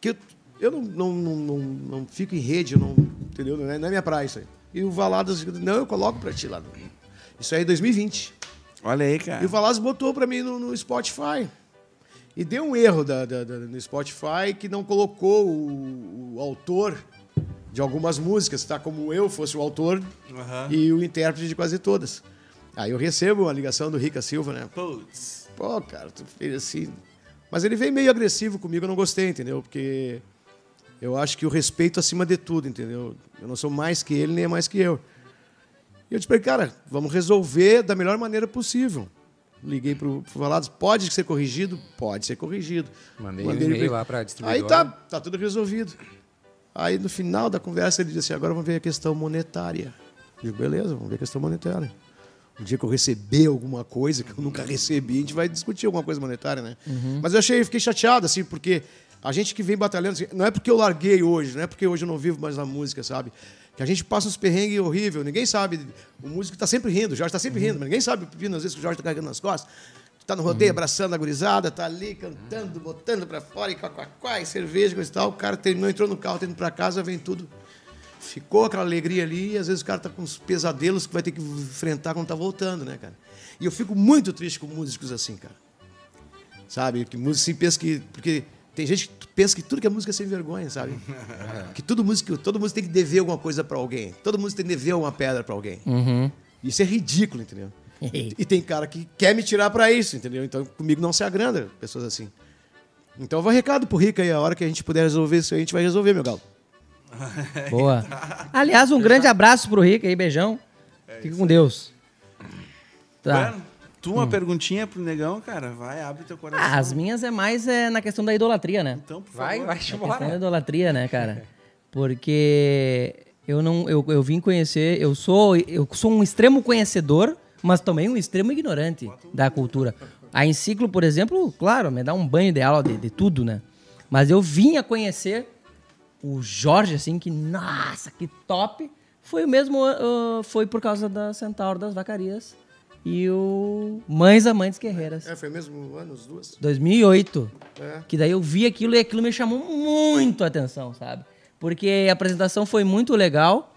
D: Que eu eu não, não, não, não, não fico em rede, eu não, entendeu? Não é, não é minha praia isso aí. E o Valados, não, eu coloco pra ti lá. Isso aí é 2020.
F: Olha aí,
D: E
F: cara.
D: o Valaz botou pra mim no, no Spotify. E deu um erro da- da- da- no Spotify que não colocou o, o autor de algumas músicas, tá? Como eu fosse o autor e o intérprete de quase todas. Aí eu recebo uma ligação do Rica Silva, né?
F: Putz.
D: Pô, cara, tu fez assim. Mas ele veio meio agressivo comigo, eu não gostei, entendeu? Porque eu acho que o respeito acima de tudo, entendeu? Eu não sou mais que ele, nem é mais que eu. E eu disse pra ele, cara, vamos resolver da melhor maneira possível. Liguei pro, pro Valados, pode ser corrigido? Pode ser corrigido.
A: Mandei um e-mail
D: ele-
A: lá pra
D: Aí
A: distribuidora.
D: tá, tá tudo resolvido. Aí no final da conversa ele disse assim, agora vamos ver a questão monetária. Eu digo, beleza, vamos ver a questão monetária. Um dia que eu receber alguma coisa que eu nunca recebi, a gente vai discutir alguma coisa monetária, né? Mas eu achei, fiquei chateado, assim, porque a gente que vem batalhando, assim, não é porque eu larguei hoje, não é porque hoje eu não vivo mais na música, sabe? Que a gente passa uns perrengues horríveis, ninguém sabe. O músico tá sempre rindo, o Jorge tá sempre rindo, mas ninguém sabe o pepino, às vezes que o Jorge tá carregando nas costas. Tá no rodeio abraçando a gurizada, tá ali cantando, botando pra fora, e quacuacá, e cerveja, coisa e tal. O cara terminou, entrou no carro, tá indo pra casa, vem tudo. Ficou aquela alegria ali, e às vezes o cara tá com uns pesadelos que vai ter que enfrentar quando tá voltando, né, cara? E eu fico muito triste com músicos assim, cara. Sabe? Que música assim pensa que. Porque tem gente que pensa que tudo que é música é sem vergonha, sabe? que tudo músico, todo músico tem que dever alguma coisa pra alguém. Todo músico tem que dever uma pedra pra alguém. Isso é ridículo, entendeu? e tem cara que quer me tirar pra isso, entendeu? Então comigo não se agranda pessoas assim. Então vai recado pro Rica aí, a hora que a gente puder resolver isso aí, a gente vai resolver, meu galo.
C: Boa. Aliás, um grande abraço pro Rick aí, beijão.
F: É
C: Fica com Deus. Tá.
F: Bueno, tu
D: Hum.
F: uma perguntinha pro negão, cara. Vai, abre teu coração.
C: Ah, as minhas é mais é, na questão da idolatria, né?
F: Então, por
A: Vai,
F: favor.
A: vai,
C: A questão da
A: embora.
C: idolatria, né, cara? Porque eu não eu, eu vim conhecer, eu sou eu sou um extremo conhecedor, mas também um extremo ignorante da cultura. A enciclo, por exemplo, claro, me dá um banho de aula de, de tudo, né? Mas eu vim a conhecer o Jorge assim que nossa, que top. Foi o mesmo ah, foi por causa da Centauro das Vacarias e o Mães Amantes Guerreiras.
D: foi mesmo anos, duas?
C: 2008.
D: É.
C: Que daí eu vi aquilo e aquilo me chamou muito a atenção, sabe? Porque a apresentação foi muito legal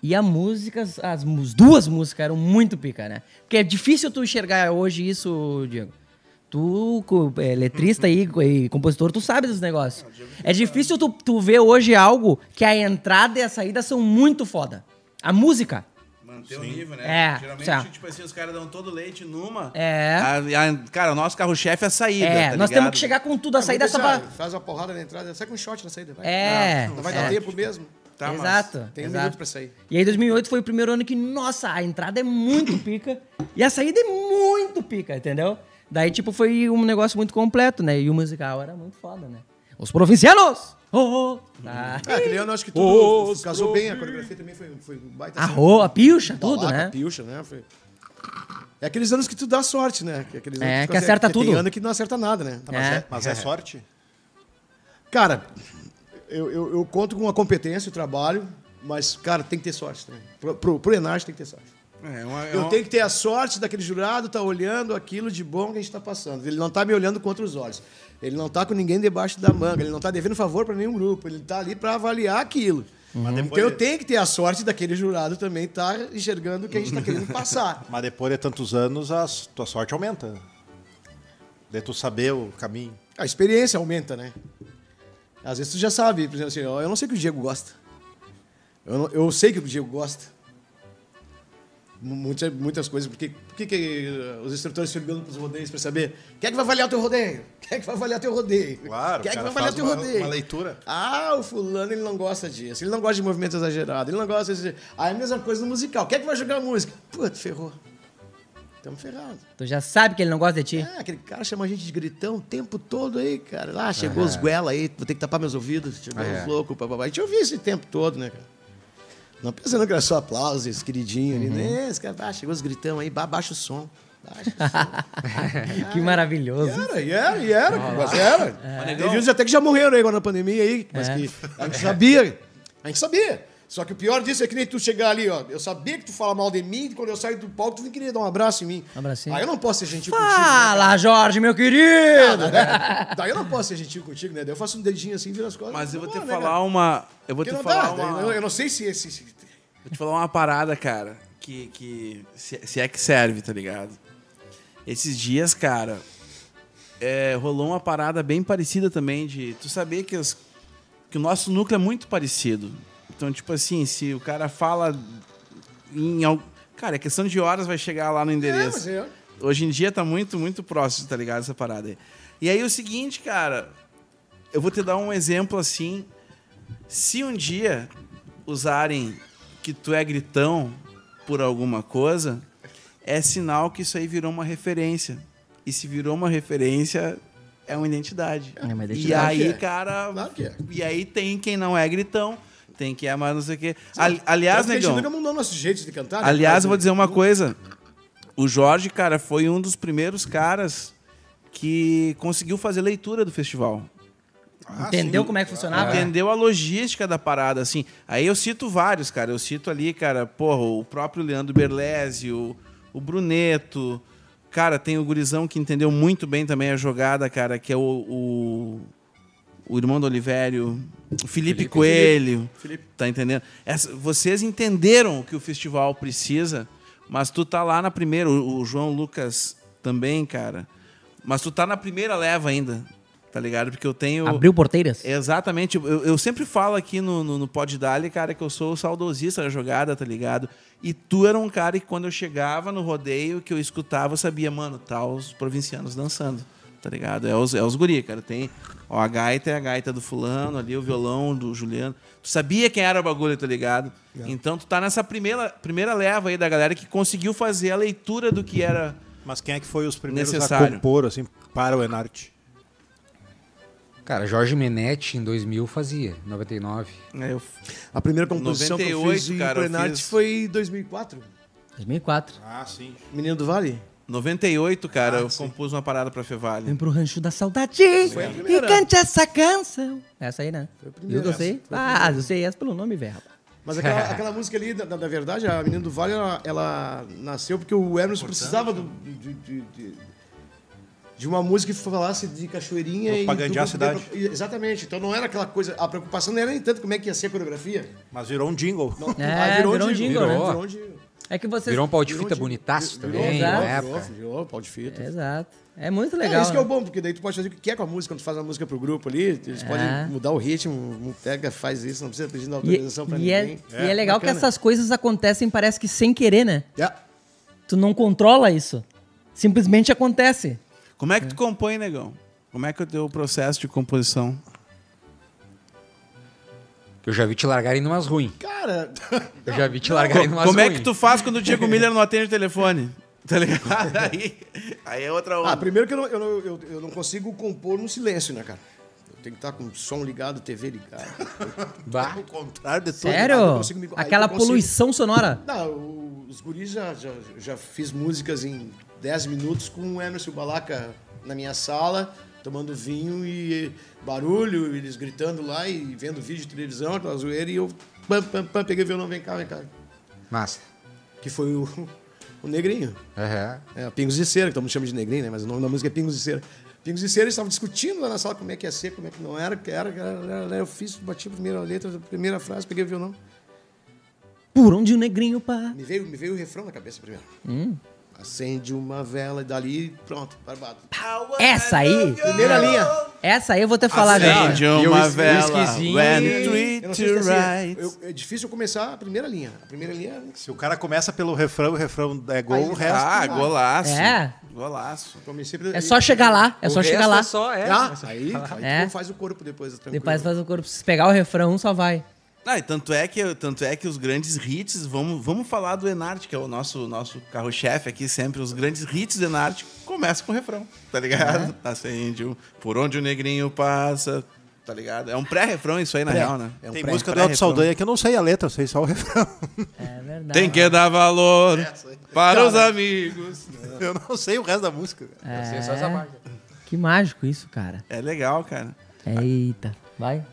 C: e a música, as mus- duas músicas eram muito pica, né? Porque é difícil tu enxergar hoje isso, Diego. Tu, co- é, letrista e, co- e compositor, tu sabe dos negócios. É difícil tu, tu ver hoje algo que a entrada e a saída são muito foda. A música.
F: Manter o nível, né?
C: né? É, Geralmente,
F: Geralmente,
C: certo.
F: tipo assim, os caras dão todo leite numa.
C: É.
F: cara, o nosso carro-chefe é a saída.
C: é,
F: tá
C: nós
F: ligado?
C: temos que chegar com tudo. A saída é só pra...
D: Faz uma porrada na entrada, sai com um shot na saída. Vai.
C: É,
D: Não vai
C: é.
D: dar tempo mesmo.
F: Tá, mas-
C: exato.
D: Tem um
C: exato.
D: minuto pra sair.
C: E aí 2008 foi o primeiro ano que, nossa, a entrada é muito pica e a saída é muito pica, entendeu? Daí, tipo, foi um negócio muito completo, né? E o musical era muito foda, né? Os provincianos! Oh, oh. Tá.
D: É, aquele ano eu acho que tudo casou bem, a coreografia também foi, foi um baita.
C: A roa, a piocha,
D: Balaca,
C: tudo, né?
D: Pilcha, né? Foi- É aqueles anos que tu dá sorte, né? Que aqueles
C: É,
D: anos tu
C: que acerta
D: porque Tem
C: tudo.
D: ano que não acerta nada, né?
C: É.
E: Mas é sorte?
D: Cara, eu, eu, eu conto com a competência, o trabalho, mas, cara, tem que ter sorte também. Pro, pro, pro Enage tem que ter sorte.
F: É, uma- é
D: Eu
F: uma-
D: tenho que ter a sorte daquele jurado tá olhando aquilo de bom que a gente tá passando. Ele não tá me olhando contra os olhos. Ele não tá com ninguém debaixo da manga. Ele não tá devendo favor para nenhum grupo. Ele tá ali para avaliar aquilo.
E: Mas depois,
D: Então eu tenho que ter a sorte daquele jurado também estar enxergando o que a gente está querendo passar.
E: mas depois de tantos anos, a s- tua sorte aumenta. De tu saber o caminho.
D: A experiência aumenta, né? Às vezes tu já sabe, por exemplo, assim, ó, eu não sei o que o Diego gosta. Eu, não- eu sei que o Diego gosta. Mu- Muitas, muitas coisas, porque por que que, eh, os instrutores perguntam para os rodeios para saber quem é que vai avaliar o teu rodeio? Quem é que vai avaliar teu rodeio?
E: Claro,
D: quem é que
E: o
D: vai avaliar
E: cara faz
D: teu
E: uma-
D: rodeio?
E: uma leitura.
D: Ah, o fulano ele não gosta disso, ele não gosta de movimento exagerado, ele não gosta de. Aí a mesma coisa no musical. Quem é que vai jogar a música? Putz, ferrou. Estamos ferrados.
C: Tu já sabe que ele não gosta de ti.
D: Ah, aquele cara chama a gente de gritão o tempo todo aí, cara. Lá chegou os guela aí, vou ter que tapar meus ouvidos, chegou
A: É.
D: os loucos, papapá. A gente ouvia esse tempo todo, né, cara? Não pensando que era só aplauso, esse queridinho ali, né? Esse cara, ah, chegou os gritão aí, ba- baixa o som. Baixa o som.
C: que maravilhoso.
D: Era, e era, e era, mas era. Teve uns até que já morreram aí agora na pandemia aí, mas
C: É.
D: que a gente sabia. A gente sabia. Só que o pior disso é que nem tu chegar ali, ó. Eu sabia que tu fala mal de mim, e quando eu saio do palco, tu vem querer dar um abraço em mim.
C: Um abracinho.
D: Aí eu não posso ser gentil contigo. né, cara?
C: Fala, Jorge, meu querido!
D: né? Daí eu não posso ser gentil contigo, né? Daí eu faço um dedinho assim, viro as costas.
F: Mas eu vou te
D: Vambora, né,
F: falar uma. Eu vou
D: cara? Porque
F: te
D: não
F: falar
D: dá. daí
F: uma.
D: Eu, eu não sei se esse. se-
F: Vou te falar uma parada, cara, que, que se, se é que serve, tá ligado? Esses dias, cara, é, rolou uma parada bem parecida também de tu saber que, as- que o nosso núcleo é muito parecido. Então, tipo assim, se o cara fala em al- Cara, é questão de horas vai chegar lá no
D: É,
F: endereço.
D: mas eu-
F: Hoje em dia tá muito, muito próximo, tá ligado? Essa parada aí. E aí o seguinte, cara, eu vou te dar um exemplo assim. Se um dia usarem que tu é gritão por alguma coisa, é sinal que isso aí virou uma referência. E se virou uma referência, é uma identidade.
C: É uma
F: E
C: identidade.
F: aí,
D: Claro que é.
F: cara.
D: Claro que é.
F: E aí tem quem não é gritão, tem quem é mais não sei o quê. Ali- aliás,
D: Tanto que A
F: negão.
D: gente nunca mudou nossos jeitos de cantar. né?
F: Aliás,
D: Mas,
F: eu vou dizer uma coisa. O Jorge, cara, foi um dos primeiros caras que conseguiu fazer leitura do festival.
D: Ah,
C: Entendeu como é que
F: Ah.
C: funcionava?
F: Entendeu a logística da parada, assim. Aí eu cito vários, cara. Eu cito ali, cara, porra, o próprio Leandro Berlese, o, o Bruneto. Cara, tem o gurizão que entendeu muito bem também a jogada, cara, que é o, o, o irmão do Olivério, o Felipe, Coelho. Tá entendendo? Essa- vocês entenderam o que o festival precisa, mas tu tá lá na primeira. O, o João Lucas também, cara. Mas tu tá na primeira leva ainda, tá ligado? Porque eu tenho...
C: Abriu porteiras?
F: Exatamente. Eu, eu sempre falo aqui no, no, no Pod Dali, cara, que eu sou o saudosista da jogada, tá ligado? E tu era um cara que quando eu chegava no rodeio, que eu escutava, eu sabia, mano, tá os provincianos dançando, tá ligado? É os, é os guri, cara. Tem ó, a gaita é a gaita do fulano, ali o violão do Juliano. Tu sabia quem era o bagulho, tá ligado? Então tu tá nessa primeira, primeira leva aí da galera que conseguiu fazer a leitura do que era...
E: Mas quem é que foi os primeiros a
F: Necessário.
E: compor, assim, para o Enarte?
A: Cara, Jorge Menetti em 2000 fazia, 99.
F: É, eu-
D: A primeira composição que eu
F: 98,
D: fiz em
F: cara, eu
D: Plenarte
F: fiz-
D: foi em 2004.
C: 2004.
E: Ah, sim.
D: Menino do Vale.
F: 98, cara, eu compus uma parada pra Fevale.
C: Vem pro rancho da saudade e cante essa canção. Essa aí, né? Viu que eu sei? Ah, eu sei essa pelo nome, velho.
D: Mas aquela, aquela música ali, na, na verdade, a Menino do Vale, ela, ela nasceu porque o Hermes precisava
E: né?
D: do- de, de- de- de uma música que falasse de cachoeirinha
E: Propagandear
D: do-
E: a cidade.
D: Exatamente. Então não era aquela coisa... A preocupação não era nem tanto como é que ia ser a coreografia. Ah,
E: Mas virou um jingle.
C: É, virou um jingle, né?
A: Virou.
D: Virou um jingle.
C: É que vocês.
A: Virou um pau de fita bonitaço também,
C: virou,
A: na
D: Virou,
A: época.
D: virou, pau de fita.
C: Exato. É muito
D: É,
C: legal.
D: isso que é o
C: né?
D: bom, porque daí tu pode fazer o que quer com a música, quando tu faz a música pro grupo ali, eles
C: É.
D: podem mudar o ritmo, um pega, faz isso, não precisa pedir
C: E,
D: autorização pra
C: e, é,
D: ninguém.
C: e é legal que
D: Bacana.
C: essas coisas acontecem, parece que sem querer, né?
D: Yeah.
C: Tu não controla isso. Simplesmente acontece.
F: Como é que tu compõe, negão? Como é que é o teu processo de composição?
A: Eu já vi te largarem numas ruins.
D: Cara,
A: Eu já vi te largarem numas
F: Como é
A: ruins.
F: que tu faz quando o Diego Miller não atende o telefone? Tá ligado? Aí, aí é outra
D: ah,
F: onda.
D: primeiro que eu não, eu, não, eu, eu não consigo compor no silêncio, né, cara? Eu tenho que estar com o som ligado, TV ligado.
A: Bah.
E: Ao contrário de tudo.
C: Sério?
D: eu consigo me- aí
C: Aquela
D: eu consigo.
C: poluição sonora.
D: Não, o- os guris já, já, já fiz músicas em 10 minutos com o Emerson Balaca na minha sala, tomando vinho e barulho, eles gritando lá e vendo vídeo de televisão, aquela zoeira, e eu pam, pam, pam, peguei o violão, vem cá, vem cá.
A: Massa.
D: Que foi o, o Negrinho.
A: Aham.
D: É, Pingos de Cera, que todo mundo chama de Negrinho, né? Mas o nome da música é Pingos de Cera. Pingos e Ceres estavam discutindo lá na sala como é que ia ser, como é que não era, que era, que era, era, eu fiz, bati a primeira letra, a primeira frase, peguei o violão.
C: Por onde o negrinho pá.
D: Me veio, me veio o refrão na cabeça primeiro.
C: Hum.
D: Acende uma vela e dali, pronto, barbado.
C: Essa aí,
D: Primeira linha.
C: essa aí eu vou ter
D: Ah,
C: falar,
F: Acende
C: velho.
A: E o
F: uma
A: whis-
F: vela.
A: whiskyzinho
F: When
A: e-
F: treat
D: Eu não sei se
F: to
D: tá assim,
F: right.
D: eu- é difícil eu começar a primeira linha. A primeira linha
E: Se o cara começa pelo refrão, o refrão é gol, o resto.
F: Ah, golaço.
C: É.
F: Golaço.
D: comecei
C: É só chegar lá, é
A: O
C: só chegar
A: resto
C: lá.
A: é só, é.
D: Ah, aí, aí
C: É.
D: tu faz o corpo depois, tranquilo.
C: Depois faz o corpo. Se pegar o refrão, um só vai.
F: Ah, e tanto é que, tanto é que os grandes hits, vamos, vamos falar do Enart, que é o nosso, nosso carro-chefe aqui sempre, os grandes hits do Enart começam com o refrão, tá ligado? Acende o por onde o negrinho passa, tá ligado? É um pré-refrão isso aí, na real, né?
D: é um
E: Tem música do Alto Saldanha que eu não sei a letra, eu sei só o refrão.
C: É verdade.
F: Tem que dar
C: É,
F: valor para os amigos.
E: Eu não sei o resto da música.
D: É.
E: velho.
A: Eu sei É só
C: É.
A: essa parte.
C: Que mágico isso, cara.
F: É legal, cara.
C: Eita. Vai.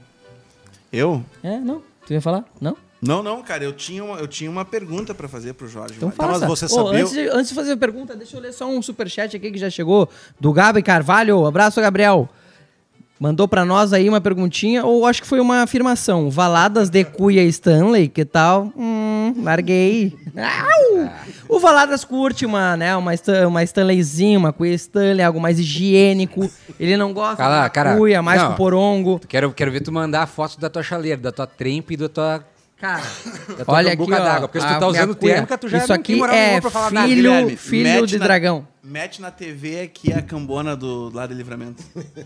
F: Eu?
C: É, não. Tu ia falar? Não?
F: Não, não, cara, eu tinha uma, eu tinha uma pergunta pra fazer pro Jorge.
C: Então
F: Vale.
C: fala.
E: mas você sabia-
C: antes, de, antes de fazer a pergunta, deixa eu ler só um superchat aqui que já chegou do Gabi Carvalho. Abraço, Gabriel. Mandou pra nós aí uma perguntinha, ou acho que foi uma afirmação. Valadas de cuia Stanley, que tal? Hum, larguei. Au! O Valadas curte uma, né, uma, Stan- uma Stanleyzinha, uma cuia Stanley, algo mais higiênico. Ele não gosta
A: Cala,
C: da
A: cara,
C: cuia, mais
A: não.
C: com porongo.
A: Quero, quero ver tu mandar a foto da tua chaleira, da tua trempe e da tua.
C: Cara,
A: Eu tô
C: olha
A: com
C: aqui,
A: boca
C: ó,
A: d'água, porque se tu
C: a
A: tá usando
C: minha cuia.
A: térmica, tu já
C: Isso
A: não
C: aqui
A: tem moral
C: é
A: nenhuma pra falar nada,
C: filho,
A: Guilherme.
C: filho
F: Mete
C: de
F: na-
C: dragão.
F: Mete na TV aqui é a cambona do lado de livramento.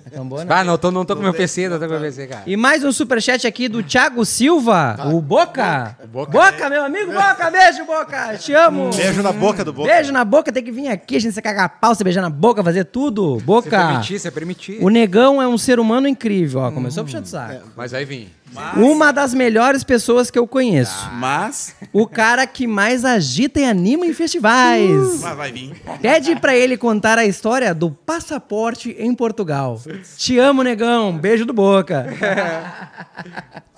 C: A cambona.
A: Ah, não, tô, não tô com meu PC, não tô com meu PC, cara.
C: E mais um superchat aqui do Thiago Silva,
E: Tá.
C: o Boca. Boca, meu amigo Boca, beijo, Boca, te amo.
E: É. Beijo na boca do Boca.
C: Beijo na boca, tem que vir aqui, a gente se cagar a pau, se beijar na boca, fazer tudo.
A: Se
C: Boca,
A: permitir, se permitir.
C: o negão é um ser humano incrível, ó, começou a puxar
E: Hum,
C: de saco.
A: Mas aí vim.
E: é.
C: Uma das melhores pessoas que eu conheço.
F: Mas,
E: Tá.
C: O cara que mais agita e anima em
E: Hum.
C: festivais.
F: mas vai vir.
C: Pede pra ele contar a história do passaporte em Portugal. Te amo, negão. Beijo do Boca.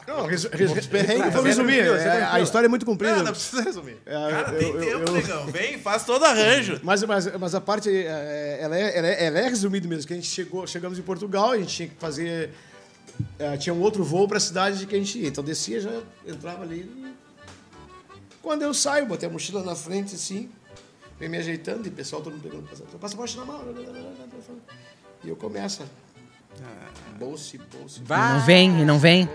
D: Não, resu- resu- vamos resumir. é, a história é muito comprida.
E: Não, não precisa resumir.
D: É,
F: Cara,
D: eu-
F: tem
D: eu-
F: tempo, né,
D: eu-
F: negão. Vem, faz todo arranjo.
D: Mas, mas, mas a parte, é, ela é, ela é, ela é resumida mesmo, que a gente chegou, chegamos em Portugal, a gente tinha que fazer, é, tinha um outro voo para a cidade que a gente ia, então descia, já entrava ali. Quando eu saio, botei a mochila na frente, assim, vem me ajeitando, e o pessoal todo mundo pegando o passaporte, passaporte na mão, e eu começo, bolsa, bolsa,
C: E não vem, e não vem.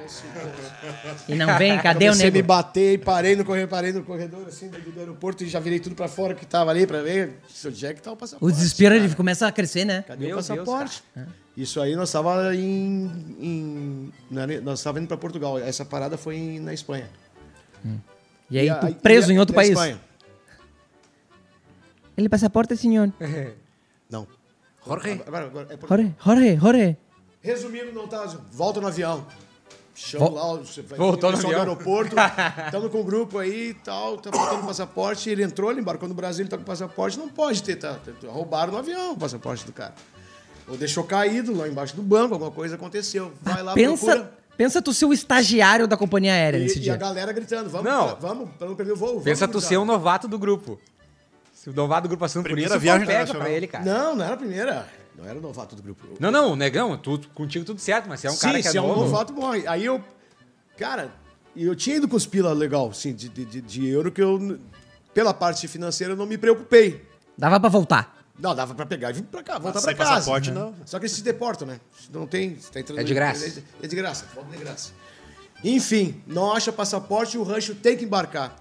C: E não vem, cadê o
D: Comecei a me
C: nego?
D: bater e parei no corredor, parei no corredor assim do, do aeroporto e já virei tudo pra fora que tava ali pra ver onde é que tá o
C: O
D: passaporte.
C: desespero ele começa a crescer, né?
D: Cadê
A: Meu
D: o
A: Deus,
D: passaporte?
C: É.
D: Isso aí nós tava em, em- não era- nós tava indo pra Portugal. Essa parada foi em- na Espanha.
C: E aí,
D: a-
C: tu preso
D: e a-
C: em outro
D: e a
C: país.
D: Espanha?
C: Ele passaporte, senhor.
D: Não.
A: Jorge.
D: Agora, agora é Portugal.
C: Jorge, Jorge, Jorge.
D: Resumindo, não tá. Volta no avião. Chama
C: Vol-
D: lá, o- você vai
A: Voltou no
D: pessoal do
A: avião.
D: aeroporto. Estamos com o grupo aí e tal, tá faltando passaporte. Ele entrou, ele embarcou no Brasil, ele tá com passaporte. Não pode ter, tá? Roubaram no avião o passaporte do cara. Ou deixou caído lá embaixo do banco, alguma coisa aconteceu. Vai lá,
C: Pensa,
D: procura.
C: pensa tu ser o estagiário da companhia aérea nesse
D: E, e
C: dia.
D: a galera gritando, vamos,
A: Não.
D: pra- vamos, pra não perder o voo.
A: Pensa tu
D: vamos,
A: ser um
D: gurizada.
A: novato do grupo. Se o novato do grupo passando
E: Primeira
A: por isso,
E: viagem
A: pô, pega
E: internacional.
A: pra ele, cara.
D: Não, não era a primeira. Não era o novato do grupo.
A: Não, não, negão, tu, contigo tudo certo, mas se é um
D: Sim,
A: cara que é
D: se é um
A: novo...
D: novato, morre. Aí eu. Cara, eu tinha ido com os pila legal, sim, de, de, de- de euro, que eu, n- pela parte financeira, eu não me preocupei.
C: Dava pra voltar.
D: Não, dava pra pegar e vir pra cá, voltar
E: Mas
D: pra
E: sem
D: casa. né?
E: passaporte, não.
D: Só que eles se deportam, né? Não tem. Tá entrando
A: É de graça.
D: É de graça, volta de graça. Enfim, não acha passaporte e o rancho tem que embarcar.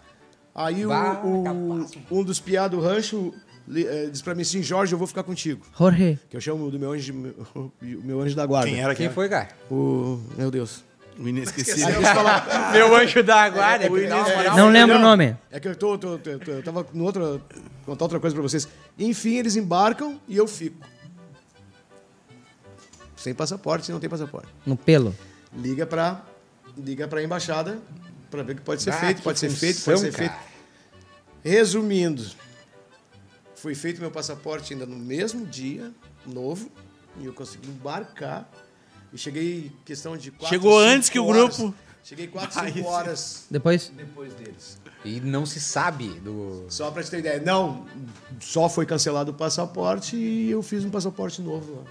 D: Aí o,
A: Vai,
D: o-
A: capaz.
D: um dos piados do rancho li- eh, disse pra mim assim: Jorge, eu vou ficar contigo.
C: Jorge.
D: Que eu chamo do meu anjo, de- o meu anjo da guarda.
E: Quem era
A: Quem
E: quem?
A: foi, cara?
D: O, meu Deus.
F: O inesquecível.
A: Meu anjo da guarda. é que dá uma
F: é.
A: moral.
C: Não lembro o nome.
D: É que eu, tô, tô- tô- tô- eu tava no outro. contar outra coisa pra vocês. Enfim, eles embarcam e eu fico. Sem passaporte, se não tem passaporte.
C: No pelo.
D: Liga pra. Liga pra embaixada pra ver o que pode ser
A: Ah,
D: feito,
A: que
D: pode ser
A: função,
D: feito, pode ser
A: cara.
D: feito. Resumindo, foi feito meu passaporte ainda no mesmo dia, novo, e eu consegui embarcar. E cheguei questão de quatro,
F: Chegou
D: cinco
F: antes que o
D: horas.
F: grupo.
D: Cheguei 4, 5 horas
C: Depois?
D: depois deles.
A: E não se sabe do...
D: Só pra te ter ideia. Não, só foi cancelado o passaporte e eu fiz um passaporte novo lá.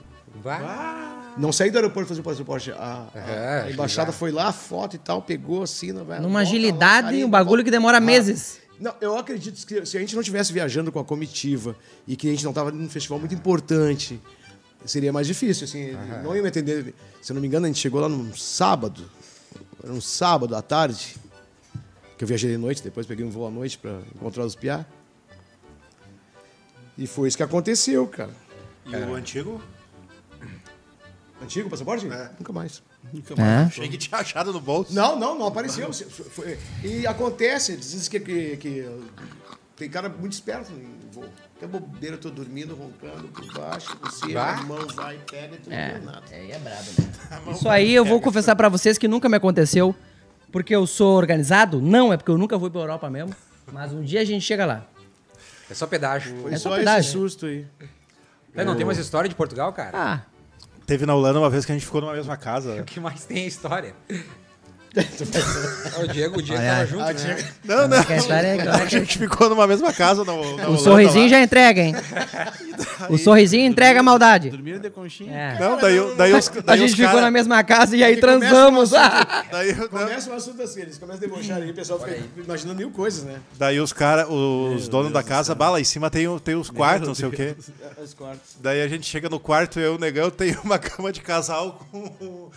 A: Vá.
D: Não saí do aeroporto fazer o passaporte. A, a-
A: É,
D: a embaixada foi lá, a foto e tal, pegou assim. Né,
C: Numa
D: velho? Volta lá,
C: agilidade,
D: carinho,
C: um bagulho
D: volta.
C: que demora meses.
D: Ah, Não, eu acredito que se a gente não estivesse viajando com a comitiva e que a gente não estava num festival muito importante, seria mais difícil, assim, não ia me atender. Se eu não me engano, a gente chegou lá num sábado, era um sábado à tarde, que eu viajei de noite, depois peguei um voo à noite para encontrar os piá. E foi isso que aconteceu, cara.
E: E o antigo?
D: Antigo passaporte? Nunca mais.
C: É?
E: Achei que tinha achado no bolso.
D: Não, não, não apareceu. Se- foi- E acontece, diz que, que, que tem cara muito esperto em voo. Até bobeira, eu tô dormindo, roncando por baixo, você,
A: Bah.
D: a mão vai, pega, tu não vê nada.
C: É, é brabo, né? Isso aí eu vou confessar pra vocês que nunca me aconteceu. Porque eu sou organizado? Não, é porque eu nunca fui pra Europa mesmo. Mas um dia a gente chega lá.
A: É só pedágio.
D: Foi
C: É
D: só
C: propriedade,
D: esse
C: né?
D: susto aí.
A: Tá, não tem mais história de Portugal, cara?
C: Ah,
E: Teve na Holanda uma vez que a gente ficou numa mesma casa.
A: O que mais tem é história. Ah, o Diego, o Diego tava junto, né?
E: Não, não.
C: que a história é que-
E: A gente ficou numa mesma casa na, na Holanda.
C: o Um sorrisinho
E: Tá lá.
C: já entrega, hein? O sorrisinho entrega a maldade.
F: Dormiram de conchinha.
C: É.
E: Não, daí, eu- daí os,
C: A
E: daí os
C: gente ficou
E: cara-
C: na é? mesma casa e aí
D: que começa
C: transamos.
D: um
E: Daí, eu- não,
D: Começa um assunto assim, eles começam a debochar aí, o pessoal fica imaginando mil coisas, né?
E: daí os caras, os donos da casa, bala, em cima tem, o- tem os quartos, não sei o quê.
D: Os quartos.
E: Daí a gente chega no quarto, eu e o negão, tem uma cama de casal com um-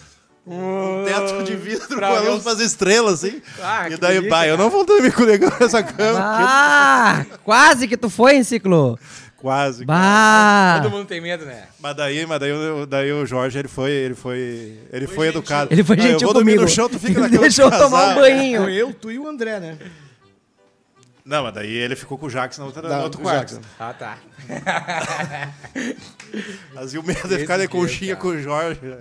E: um teto de vidro
A: pra ver
E: com
A: os-
E: umas estrelas, assim.
A: Ah,
E: e
A: que
E: daí,
A: delícia,
E: bah, eu não vou dormir com o negão nessa cama.
C: Ah, quase que tu foi em ciclo.
E: Quase.
C: Bah.
A: Todo mundo tem medo, né?
E: Mas daí, mas daí, o- daí o Jorge, ele foi, ele foi, ele foi, educado.
C: Ele foi
E: Não,
C: gentil
E: eu vou dormir
C: comigo.
E: no chão, tu fica na
C: Ele
E: cama de
C: deixou eu tomar um
E: casal.
C: banhinho.
D: Eu, eu, tu e o André, né?
E: Não, mas daí ele ficou com o Jax na outra, no
D: Da-
E: outro
D: o
E: quarto.
D: Jackson.
A: Ah, tá.
E: Mas e o medo de ficar de
A: dia,
E: conchinha
A: cara.
E: com o Jorge. né?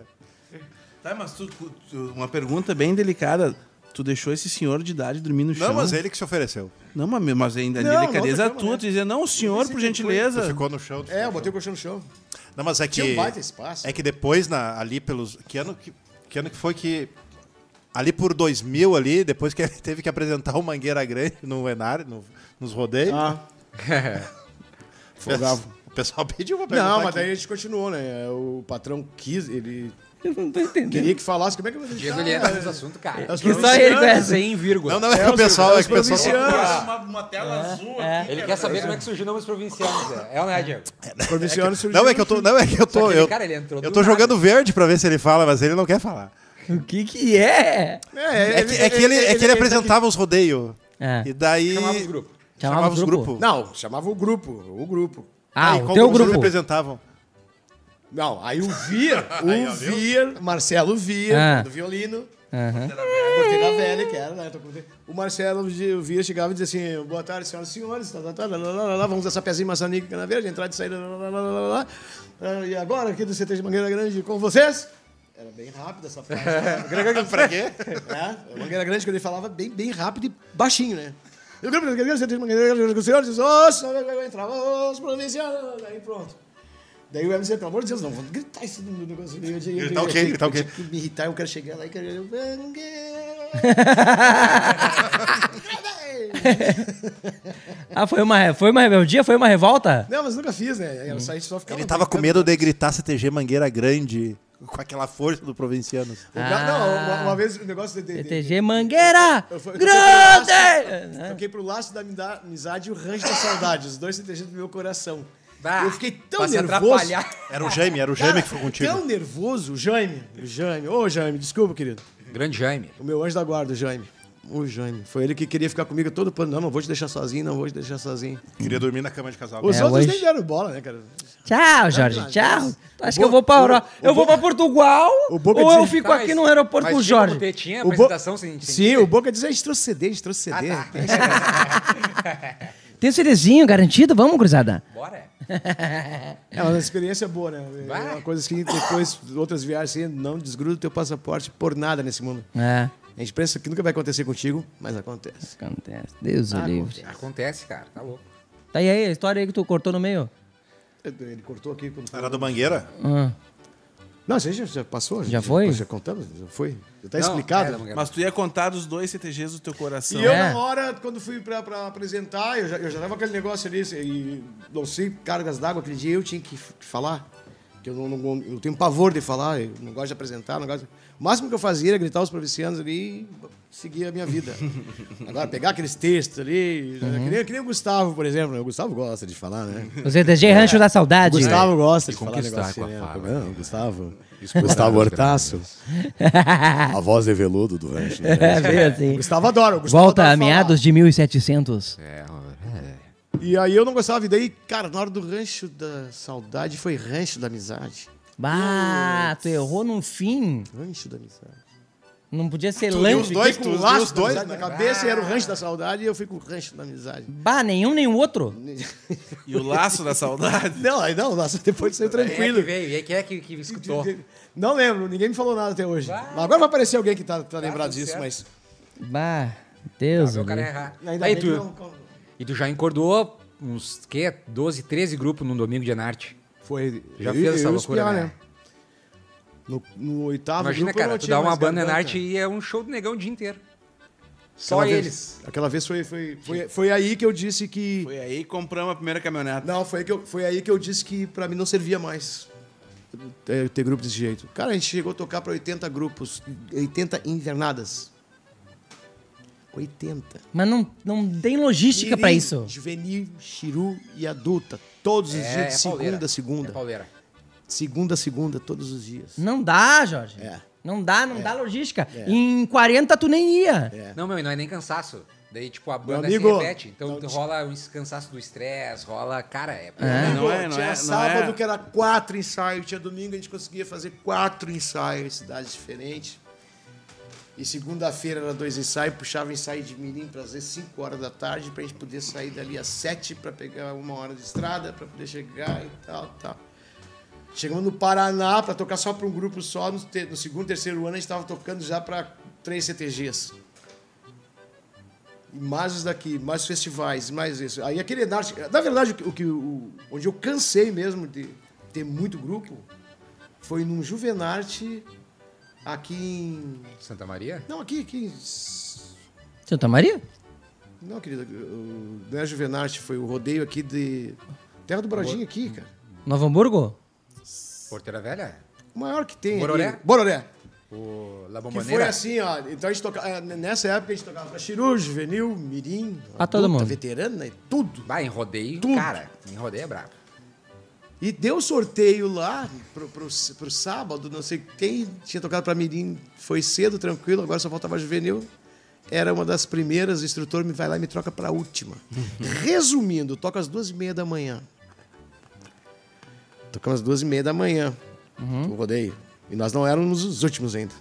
F: Tá, mas tu, tu- uma pergunta bem delicada. Tu deixou esse senhor de idade dormir no chão?
E: Não, mas ele que se ofereceu.
F: é- Não, mas, mas ainda
D: Não,
F: delicadeza
D: não, não,
F: tua.
D: né?
F: Tu dizer, não, senhor, por
E: Tu
F: gentileza.
E: ficou no chão. tu
D: É, eu
E: ficou-
D: botei o colchão no chão.
E: Não, mas é que.
D: Tinha um baita espaço.
E: É que depois, na- ali pelos. Que ano que, que ano que foi que. Ali por 2000, ali, depois que ele teve que apresentar o Mangueira Grande no Enário, no- nos rodeios.
D: Ah,
E: o pe-
D: folgava.
E: O pessoal pediu pra perguntar
D: Não, mas
E: aqui.
D: daí a gente continuou, né? O patrão quis, ele
C: Eu não tô entendendo.
D: queria que falasse como é que eu vou deixar.
A: Diego, ele entra nos assuntos, cara.
D: As
C: Que só
D: províncias-
C: ele conhece.
A: Sem vírgula.
E: Não, não, é, o pessoal. É que o pessoal
F: Uma, tela azul
A: Ele quer saber como é que surgiu o nome dos provincianos, é. É ou não é, Diego?
D: Provincianos surgiram.
E: não, é que eu tô. Não, é que eu
A: Só
E: tô.
A: que ele,
E: eu,
A: cara, ele entrou
E: eu
A: do
E: tô
A: nada.
E: jogando verde pra ver se ele fala, mas ele não quer falar.
C: O que que é?
E: É que, é que ele, é que ele apresentava os rodeios.
C: É.
E: E daí.
A: Chamava os grupos.
C: Chamava os grupos.
D: Não, chamava o grupo, o grupo.
C: Ah,
E: Aí,
C: o
E: qual
C: teu
E: vocês
C: grupo.
E: representavam?
D: Não, aí o Via, o Via, Marcelo Via,
C: Ah.
D: do violino,
C: Aham.
D: cortei da velha, que era, né? tô cortei. O Marcelo de- o Via chegava e dizia assim, boa tarde, senhoras e senhores, tá, tá, tá, lá, lá, lá, lá, vamos essa pezinha maçanica na verde, entrada e saída, lá, lá, lá, lá, lá, lá. e agora aqui do CT de Mangueira Grande com vocês... Era bem rápida essa frase. pra quê? É, Mangueira Grande, quando ele falava, bem, bem rápido e baixinho, né? Eu quero que você tenha Mangueira Grande com os senhores, diz, "Ô, senhor", eu entrava, "Ô, os provincianos, aí pronto. Daí o Emerson, pelo amor de Deus, não, vamos gritar esse negócio. Eu, eu, eu,
E: Gritar o quê?
D: eu-
E: Gritar o quê?
D: Eu, tinha que me irritar, eu quero chegar lá e quero... Mangueira!
C: Ah, foi uma, foi uma rebeldia? Foi uma revolta?
D: Não, mas nunca fiz, né? Eu só, a gente só ficava...
E: Ele tava com medo de gritar CTG Mangueira Grande com aquela força do provinciano.
D: O cara- Não, uma, uma vez o negócio... De, de, de,
C: TTG Mangueira!
D: Eu fui- eu
C: Grande! É, né?
D: Toquei pro laço da amida- amizade e o rancho da saudade. Os dois se deixando no meu coração.
A: Bah,
D: eu fiquei tão
A: pra se
D: nervoso.
A: atrapalhar.
E: Era o Jaime, era o
D: Cara,
E: Jaime que foi contigo.
D: Tão nervoso, o Jaime. O Jaime. Ô, Jaime, desculpa, querido.
A: Grande Jaime.
D: O meu anjo da guarda, o Jaime. O Jaime. Foi ele que queria ficar comigo todo pano. Não, não vou te deixar sozinho, não vou te deixar sozinho.
E: Queria dormir na cama de casal.
D: Os
C: É,
D: outros
C: hoje-
D: nem deram bola, né, cara?
C: Tchau, Jorge, tchau. Tu acha que eu
D: Bo-
C: vou pra
D: o-
C: Europa?
D: o
C: Eu vou
D: Boca-
C: pra Portugal
D: o Boca
C: ou eu
D: dizia-
C: fico
A: Tá,
C: aqui
A: mas-
C: no aeroporto
A: mas
C: com o
A: tinha
C: Jorge?
A: como ter- Tinha
D: O Bo-
A: apresentação sem Ah, tá. sem-
D: Sim, o Boca diz, a gente trouxe CD, a gente trouxe CD.
C: Tem um CDzinho garantido? Vamos, cruzada.
A: Bora.
D: É uma experiência boa, né? É
A: Vai.
D: uma coisa que depois, outras viagens, assim, não desgruda o teu passaporte por nada nesse mundo.
C: É,
D: A gente pensa que nunca vai acontecer contigo, mas acontece.
C: acontece. Deus
D: Tá
C: o livre.
A: Acontece, cara. Tá louco.
C: Tá e aí, a história aí que tu cortou no meio?
D: Ele cortou aqui quando
E: Era do Mangueira?
D: Hum.
C: Ah,
D: Não, você já, já passou?
C: Já foi?
D: Já contamos? Já foi? Já tá
A: Não,
D: explicado?
A: é,
F: Mas tu ia contar dos dois CTGs do teu coração.
D: E eu,
C: É.
D: na hora, quando fui pra, pra apresentar, assim, eu já, eu já tava com aquele negócio ali, e não sei, cargas d'água, aquele dia eu tinha que f- falar Porque eu, não, não- eu tenho pavor de falar, eu não gosto de apresentar, não gosto de- O máximo que eu fazia era gritar os provincianos ali e seguir a minha vida. Agora, pegar aqueles textos ali, já- que, nem, que nem o Gustavo, por exemplo. né? O Gustavo gosta de falar, né?
C: é
G: Os EDG Rancho da
D: O
G: Saudade.
D: Gustavo gosta de falar
A: conquistar
D: negócio,
A: com a
D: né?
A: fala.
D: Não, o Gustavo. Gustavo Hortaço. a voz de veludo do rancho. né?
G: É, veio assim.
D: Gustavo tá É. adora. o Gustavo
G: Volta
D: adora
G: a
D: falar.
G: meados de 1700.
D: E aí eu não gostava. E daí, cara, na hora do rancho da saudade, foi rancho da amizade.
G: Bah, tu errou num fim.
D: Rancho da amizade.
G: Não podia ser
E: Tu viu
G: lanche.
E: os dois, tu
D: Com o
E: viu os
D: laço da
E: dois,
D: amizade
E: né?
D: na cabeça e era o rancho da saudade e eu fui com o rancho da amizade.
G: Bah, nenhum, nem o outro.
F: E o laço da saudade.
D: Não, aí não, nossa, depois saiu
A: Quem é que
D: tranquilo.
A: veio? E aí, quem é que, que escutou?
D: Não lembro, ninguém me falou nada até hoje. Agora vai aparecer alguém que tá, tá lembrado disso, mas.
G: Bah,
D: Ah,
G: Deus.
A: Meu cara é
G: me livre.
A: errar.
D: Ainda
A: Aí
D: bem que
A: tu,
D: não-
A: e tu já encordou uns que é 12, 13 grupos num domingo de anarte.
D: Foi.
A: Já
D: eu-
A: fez
D: eu
A: essa
D: ia
A: loucura,
D: espiar,
A: né?
D: No, no oitavo
A: Imagina,
D: grupo eu
A: cara,
D: não
A: tu
D: tinha
A: dá uma
D: mais
A: banda
D: garganta.
A: anarte e é um show do negão o dia inteiro. Só
D: Aquela vez-
A: eles.
D: Aquela vez foi, foi, foi, foi aí que eu disse que.
F: Foi aí que compramos a primeira caminhonete.
D: Não, foi aí que eu, foi aí que eu disse que pra mim não servia mais ter, ter grupo desse jeito. Cara, a gente chegou a tocar pra 80 grupos, 80 invernadas. 80.
G: Mas não, não tem logística pra
D: Mirim,
G: isso.
D: Juvenil, chiru e adulta. Todos os dias, de segunda a
A: É
D: segunda.
A: pauleira.
D: segunda a segunda, todos os dias.
G: Não dá, Jorge.
D: É.
G: Não dá, não dá logística. Em 40 tu nem ia.
D: É.
A: Não, meu, e não é nem cansaço. Daí, tipo, a banda se
D: amigo,
A: repete. Então
D: não
A: tu
D: te-
A: rola um cansaço do estresse, rola. Cara, é.
F: Não é, não
D: Né? tinha
F: é, não
D: sábado
F: é.
D: que era quatro ensaios, tinha domingo a gente conseguia fazer quatro ensaios em cidades diferentes. E segunda-feira era dois ensaios, puxava ensaio de mirim para fazer 5 horas da tarde, pra gente poder sair dali às 7 para pegar uma hora de estrada, para poder chegar e tal, tal. Chegamos no Paraná para tocar só para um grupo só, no, te- no segundo, terceiro ano a gente tava tocando já para três CTGs. E mais os daqui, mais os festivais, mais isso. Aí aquele Enarte, na verdade, o que- o que o- onde eu cansei mesmo de ter muito grupo foi num Juvenarte aqui em
A: Santa Maria?
D: não, aqui, aqui em S-
G: Santa Maria?
D: não, querida, o- não é Juvenarte, foi o rodeio aqui de Terra do Brodinho aqui, cara.
G: Novo Hamburgo?
A: Porteira Velha?
D: O maior que tem. ali.
A: Bororé?
D: Bororé.
A: O La
D: Que
A: Bomboneira?
D: foi assim, ó. Então a gente tocava. é, Nessa época a gente tocava pra Chiru, Juvenil, Mirim,
G: Pra todo mundo.
D: veterana, e tudo.
A: Bah, enrodei.
D: Tudo.
A: Cara, enrodei é brabo.
D: E deu um sorteio lá pro, pro, pro sábado, não sei quem tinha tocado pra Mirim, foi cedo, tranquilo, agora só faltava juvenil. Era uma das primeiras, o instrutor me vai lá e me troca pra última. Resumindo, toca às duas e meia da manhã. Tocamos às duas e meia da manhã. O rodeio. E nós não éramos os últimos ainda.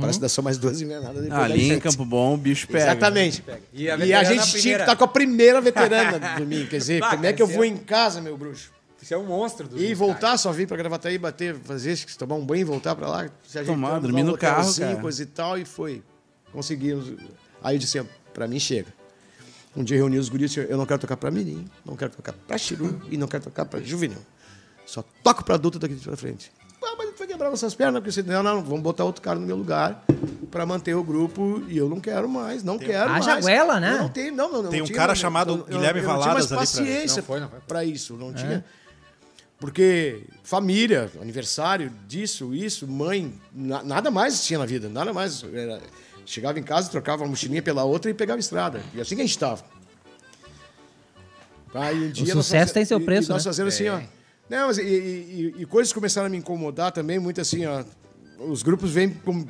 D: Parece que dá só mais duas e meia nada depois das
F: Ah, Ali em
D: sete.
F: Campo Bom, o bicho pega.
D: Exatamente.
A: E
D: E
A: a
D: a,
A: veterana
D: gente
A: a
D: tinha
A: primeira.
D: que estar com a primeira veterana do domingo. Quer dizer,
A: Bah,
D: como é que eu
A: cara,
D: vou em casa, meu bruxo?
A: Isso é um monstro do
D: E voltar, só vir pra Gravataí, bater, fazer, tomar um banho e voltar pra lá. Se ajeitamos
F: Tomar,
D: lá,
F: dormir no carro,
D: hotelzinho,
F: cara.
D: coisa e tal, e foi. Conseguimos. Aí eu disse, "Ah, pra mim chega. Um dia eu reuni os guris e disse, eu não quero tocar pra Mirim, não quero tocar pra Chiru e não quero tocar pra Juvenil. Só toco pra adulto daqui pra frente. Ah, mas tu vai quebrar nossas pernas, porque você... Não, não, vamos botar outro cara no meu lugar pra manter o grupo e eu não quero mais, não quero mais.
G: Haja goela, né?
D: Eu não tenho, não, não, não
E: Tem um
D: tinha-
E: cara
D: não-
E: chamado
D: eu não- eu
E: Guilherme
D: não tinha
E: Valadas ali pra-
D: mais paciência
A: Não foi, não foi.
D: pra isso,
F: É.
D: não tinha... Porque família, aniversário, disso, isso, mãe, na- nada mais tinha na vida, nada mais. Era- chegava em casa, trocava uma mochilinha pela outra e pegava a estrada. E assim que a gente Tá, estava. um
G: sucesso tem seu preço,
D: E, nós
G: né?
D: fazendo assim, ó. Não, mas e, e- e- e coisas começaram a me incomodar também, muito assim, ó. Os grupos vêm com.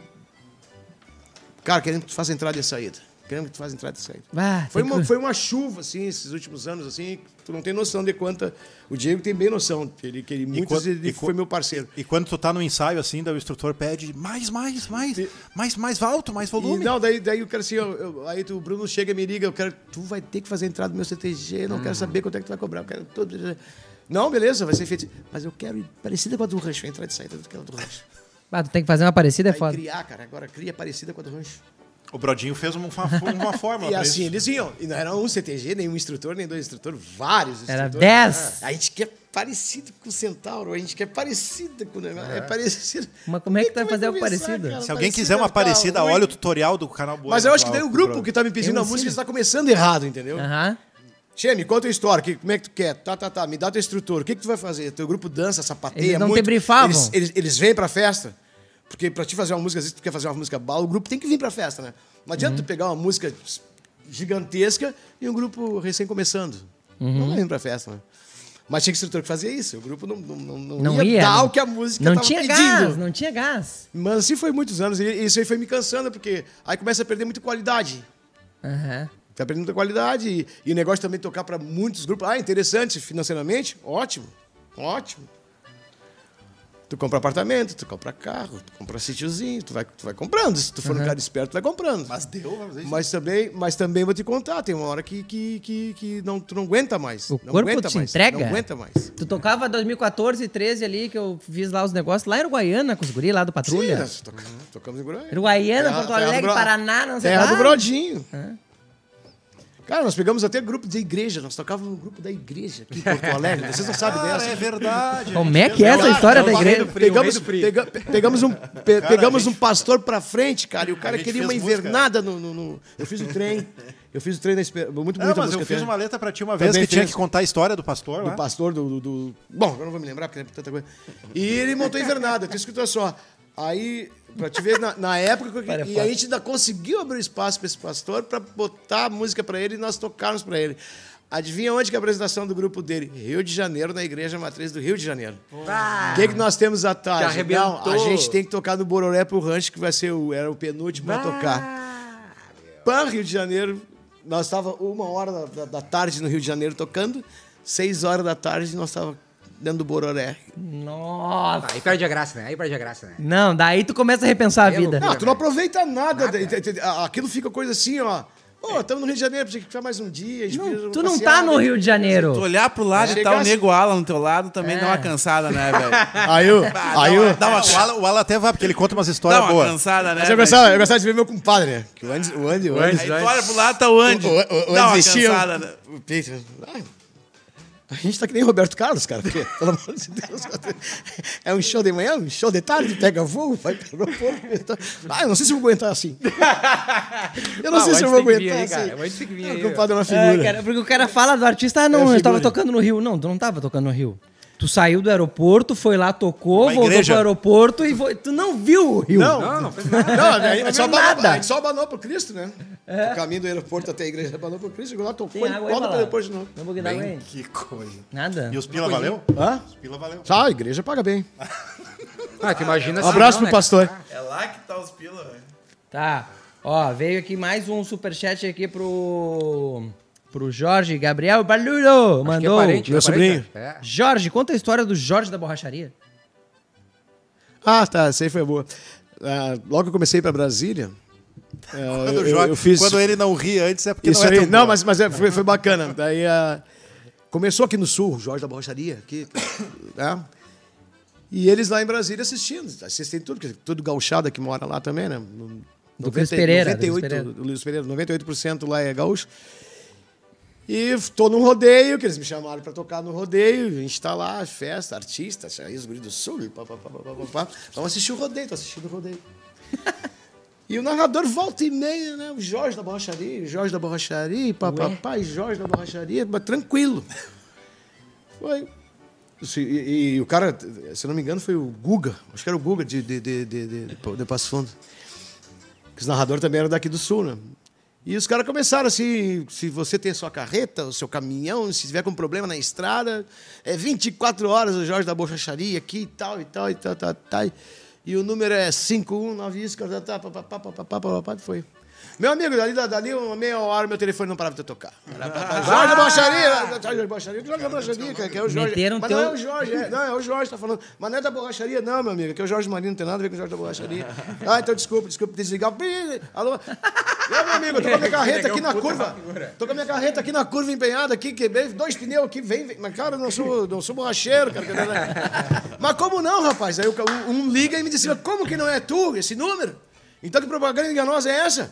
D: Cara, querendo que tu faça entrada e saída. Querendo que tu faça entrada e saída.
G: Ah,
D: Foi
G: tem
D: uma,
G: que-
D: foi uma chuva, assim, esses últimos anos, assim, que tu não tem noção de quanta. O Diego tem bem noção, que ele, que ele muitas
E: quan-
D: ele
E: e
D: foi
E: quan-
D: meu parceiro.
E: E quando tu tá no ensaio assim, daí o instrutor pede mais, mais, mais, mais, mais alto, mais
D: E,
E: volume.
D: não, daí, daí eu quero assim, eu- eu- aí tu, o Bruno chega e me liga, eu quero, tu vai ter que fazer a entrada do meu CTG, não quero saber quanto é que tu vai cobrar, eu quero todo. Não, beleza, vai ser feito. Mas eu quero ir parecida com a do rancho, entrar e saída daquela do rancho.
G: Ah, tu tem que fazer uma parecida, é
D: Aí
G: foda.
D: criar, cara, agora cria parecida com a do rancho.
E: O Brodinho fez uma, uma fórmula.
D: E
E: pra
D: assim,
E: isso.
D: eles iam. E não era um CTG, nem um instrutor, nem dois instrutores, vários
G: Era
D: instrutores.
G: 10.
D: Ah, A gente quer parecido com o Centauro, a gente quer parecido com o negócio. É, parecido.
G: Mas como é que tu vai fazer algo
D: o
G: parecido?
E: Se alguém quiser uma parecida, olha o tutorial do canal Bueno.
D: é Mas eu acho que
E: lá,
D: daí o
E: pro
D: grupo
E: Bro-
D: que tá me pedindo
G: Eu É.
D: a música
G: ensino.
D: um está começando errado, entendeu?
G: Aham.
D: Tchê, me conta a história, que, como é que tu quer? Tá, tá, tá, me dá teu instrutor, o que, que tu vai fazer? Teu grupo dança, sapateia,
G: Eles não te
D: muito.
G: brifavam?
D: Eles, eles, eles vêm pra festa, porque pra te fazer uma música, às vezes tu quer fazer uma música bala, o grupo tem que vir pra festa, né? Não adianta
G: Uhum.
D: tu pegar uma música gigantesca e um grupo recém começando.
G: Uhum.
D: Não vai vir pra festa, né? Mas tinha que instrutor que fazia isso, o grupo não, não, não, não,
G: Não ia,
D: um dar
G: não-
D: o que a música
G: Não
D: tava
G: tinha
D: pedindo.
G: gás, né? não tinha gás.
D: Mas assim foi muitos anos, e isso aí foi me cansando, porque aí começa a perder muita qualidade.
G: Aham.
D: Tá perdendo muita qualidade. E, e o negócio também de tocar para muitos grupos. Ah, interessante financeiramente? Ótimo. Ótimo. Tu compra apartamento, tu compra carro, tu compra sítiozinho, tu vai, tu vai comprando. Se tu for um cara esperto, tu vai comprando. Mas deu, mas também, mas também vou te contar, tem uma hora que, que, que, que não, tu não aguenta mais.
G: O
D: não
G: corpo
D: aguenta
G: te
D: mais,
G: entrega?
D: Não aguenta mais.
G: Tu tocava 2014, 13 ali, que eu fiz lá os negócios, lá em Uruguaiana, com os guri lá do Patrulha.
D: Sim, nós toca- tocamos em Goiânia.
G: Uruguaiana,
D: Terra-
G: Porto
D: terra do
G: Alegre,
D: Bro-
G: Paraná, não sei
D: Terra
G: lá.
D: do Brodinho.
G: É.
D: Cara, nós pegamos até grupo de igreja, nós tocávamos no grupo da igreja aqui em Porto Alegre. Vocês não sabem dessa.
E: é verdade.
G: Como é que é essa história da igreja?
D: Pegamos, pega- pe- pegamos, um, pe- pegamos um pastor pra frente, cara, e o cara
E: gente
D: queria uma
E: fez música.
D: invernada no, no- no- Eu fiz o trem. Eu fiz o trem da Esper- Muito bonita
E: É,
D: a
E: mas
D: música.
E: eu fiz
D: até,
E: uma letra pra ti uma vez
D: Também
E: que tinha
D: fiz.
E: que contar a história do pastor né?
D: Do
E: lá.
D: pastor, do, do- do- Bom, eu não vou me lembrar, porque é tanta coisa. E ele montou invernada, tem escrito só. Aí, pra te ver, na, na época. que- e a gente ainda conseguiu abrir espaço pra esse pastor pra botar a música pra ele e nós tocarmos pra ele. Adivinha onde que é a apresentação do grupo dele? Rio de Janeiro, na Igreja Matriz do Rio de Janeiro. O que, que nós temos à
A: Que
D: tarde?
A: arrebentou.
D: a gente tem que tocar no Bororé pro Rancho, que vai ser o, era o penúltimo a tocar.
A: Ah.
D: Pan Rio de Janeiro, nós estava uma hora da, da- da tarde no Rio de Janeiro tocando, seis horas da tarde nós estava dentro do Bororé.
G: Nossa.
A: Aí perde a graça, né? Aí perde a graça, né?
G: Não, daí tu começa a repensar a vida.
D: Não, Ah, tu não aproveita nada. de- de- de- a- Aquilo fica coisa assim, ó. Ô, estamos no Rio de Janeiro, tinha que ficar mais um dia. a gente precisa
G: tu É. não
D: passear,
G: tá no
D: né?
G: Rio de Janeiro.
F: Tu olhar pro lado
D: É.
F: e tá o
D: Chegasse-
F: nego Alan no teu lado também dá uma cansada, né, velho?
D: Aí, o- aí, o-
E: Dá uma- o, Alan, o Alan até vai, porque ele conta umas
F: Dá
E: histórias
F: uma
E: boas.
F: cansada, né?
D: mas eu
F: velho?
D: gostava, eu gostava de ver meu compadre, né? Que o Andy, o Andy, o Andy,
F: Aí tu olha pro lado, tá o Andy.
D: O, o, um-
F: dá
D: o
F: uma
D: Andy Vestia,
F: cansada, né?
D: o Peter. Ah, a gente tá que nem Roberto Carlos, cara. Porque, pelo amor de Deus. É um show de manhã, um show de tarde, pega voo, vai pro aeroporto. Ah, eu não sei se eu vou aguentar assim. Eu não
A: Ah,
D: sei
A: o
D: se eu
A: Andy tem
D: vou
A: que vir
D: aguentar
A: aí, cara.
D: assim.
A: O Andy tem que vir
D: Ah,
A: aí,
D: O compadre é uma
G: É,
D: figura.
G: cara, porque o cara fala do artista, ah, não,
D: É
G: eu tava
D: figura.
G: tocando no Rio. Não, tu não tava tocando no Rio. Tu saiu do aeroporto, foi lá, tocou,
E: Uma
G: voltou
E: igreja.
G: pro aeroporto e foi... tu não viu o Rio.
D: Não,
A: Não, não fez nada.
D: Não, a gente só
G: Não é
D: abanou,
G: nada.
D: a gente só abanou pro Cristo, né? O caminho do aeroporto até a igreja abanou pro Cristo, chegou lá,
G: Tem
D: tocou e
G: água aí,
D: volta pro
G: Balada?
D: aeroporto de novo.
G: Não vou guinar bem.
E: Que coisa.
G: Nada.
E: E os pila valeu?
D: Hã?
E: Os pila valeu.
D: Ah, a igreja paga bem.
A: Ah, tu imagina
D: Um abraço
A: não,
D: pro pastor.
F: É lá que tá os pila, velho.
G: Tá. Ó, veio aqui mais um superchat aqui pro. Pro Jorge Gabriel Barulho.
A: Acho que
G: Mandou.
A: é parente,
D: meu
A: é parente,
D: sobrinho.
A: cara. É.
G: Jorge, conta a história do Jorge da borracharia.
D: Ah, tá, essa aí foi boa. Ah, logo que eu comecei para Brasília. ah,
E: Quando,
D: eu,
E: o Jorge-
D: eu fiz
E: quando ele não ri antes é porque
D: isso
E: não é
D: aí.
E: tão
D: Não,
E: bom.
D: mas, mas é, foi, foi bacana. Daí ah, começou aqui no Sul, o Jorge da Borracharia, aqui, né? E eles lá em Brasília assistindo, assistem tudo, porque todo gauchada que mora lá também, né? No-
G: Do Cris Pereira, do Cris
D: 98,
G: Pereira.
D: do Luiz Pereira, 98% lá é gaúcho. E tô num rodeio, que eles me chamaram pra tocar no rodeio. A gente tá lá, festa, artista, Chaves Guri do Sul, pá, pá, pá, pá, pá, pá, pá. Vamos assistir o rodeio, tô assistindo o rodeio. E o narrador volta e meia, né? O Jorge da borracharia, o Jorge da borracharia, papai, Jorge da borracharia, mas tranquilo. Foi. E, e- e o cara, se eu não me engano, foi o Guga, acho que era o Guga de, de, de, de, de, de Passo Fundo. Que os narradores também eram daqui do sul, né? E os caras começaram assim: se você tem a sua carreta, o seu caminhão, se tiver com problema na estrada, é 24 horas o Jorge da Borracharia aqui e tal, e tal, e tal, tal, tal. E o número é 519, isso, tá, tá, pá, pá, pá, pá, pá, pá, pá, pá, foi. Meu amigo, dali, dali uma meia hora meu telefone não parava de tocar. Era pra- pra- Jorge da Borracharia, Jorge da Borracharia, Jorge da Borracharia, que- que é o Jorge.
G: Meteram
D: Mas
G: teu-
D: não é o Jorge, é, não, é o Jorge que tá falando. Mas não é da borracharia, não, meu amigo. Aqui é o Jorge Marinho, não tem nada a ver com o Jorge da borracharia. Ah, então desculpa, desculpa desligar. Ih, Alô? Não, meu amigo, eu tô com a minha carreta aqui na curva. Tô com a minha carreta aqui na curva empenhada, aqui, quebrei dois pneus aqui, vem, vem. Mas, cara, eu não sou, não sou borracheiro, cara. né? Mas como não, rapaz? Aí o ca- um liga e me diz, "Mas como que não é tu, esse número? Então que propaganda enganosa é essa?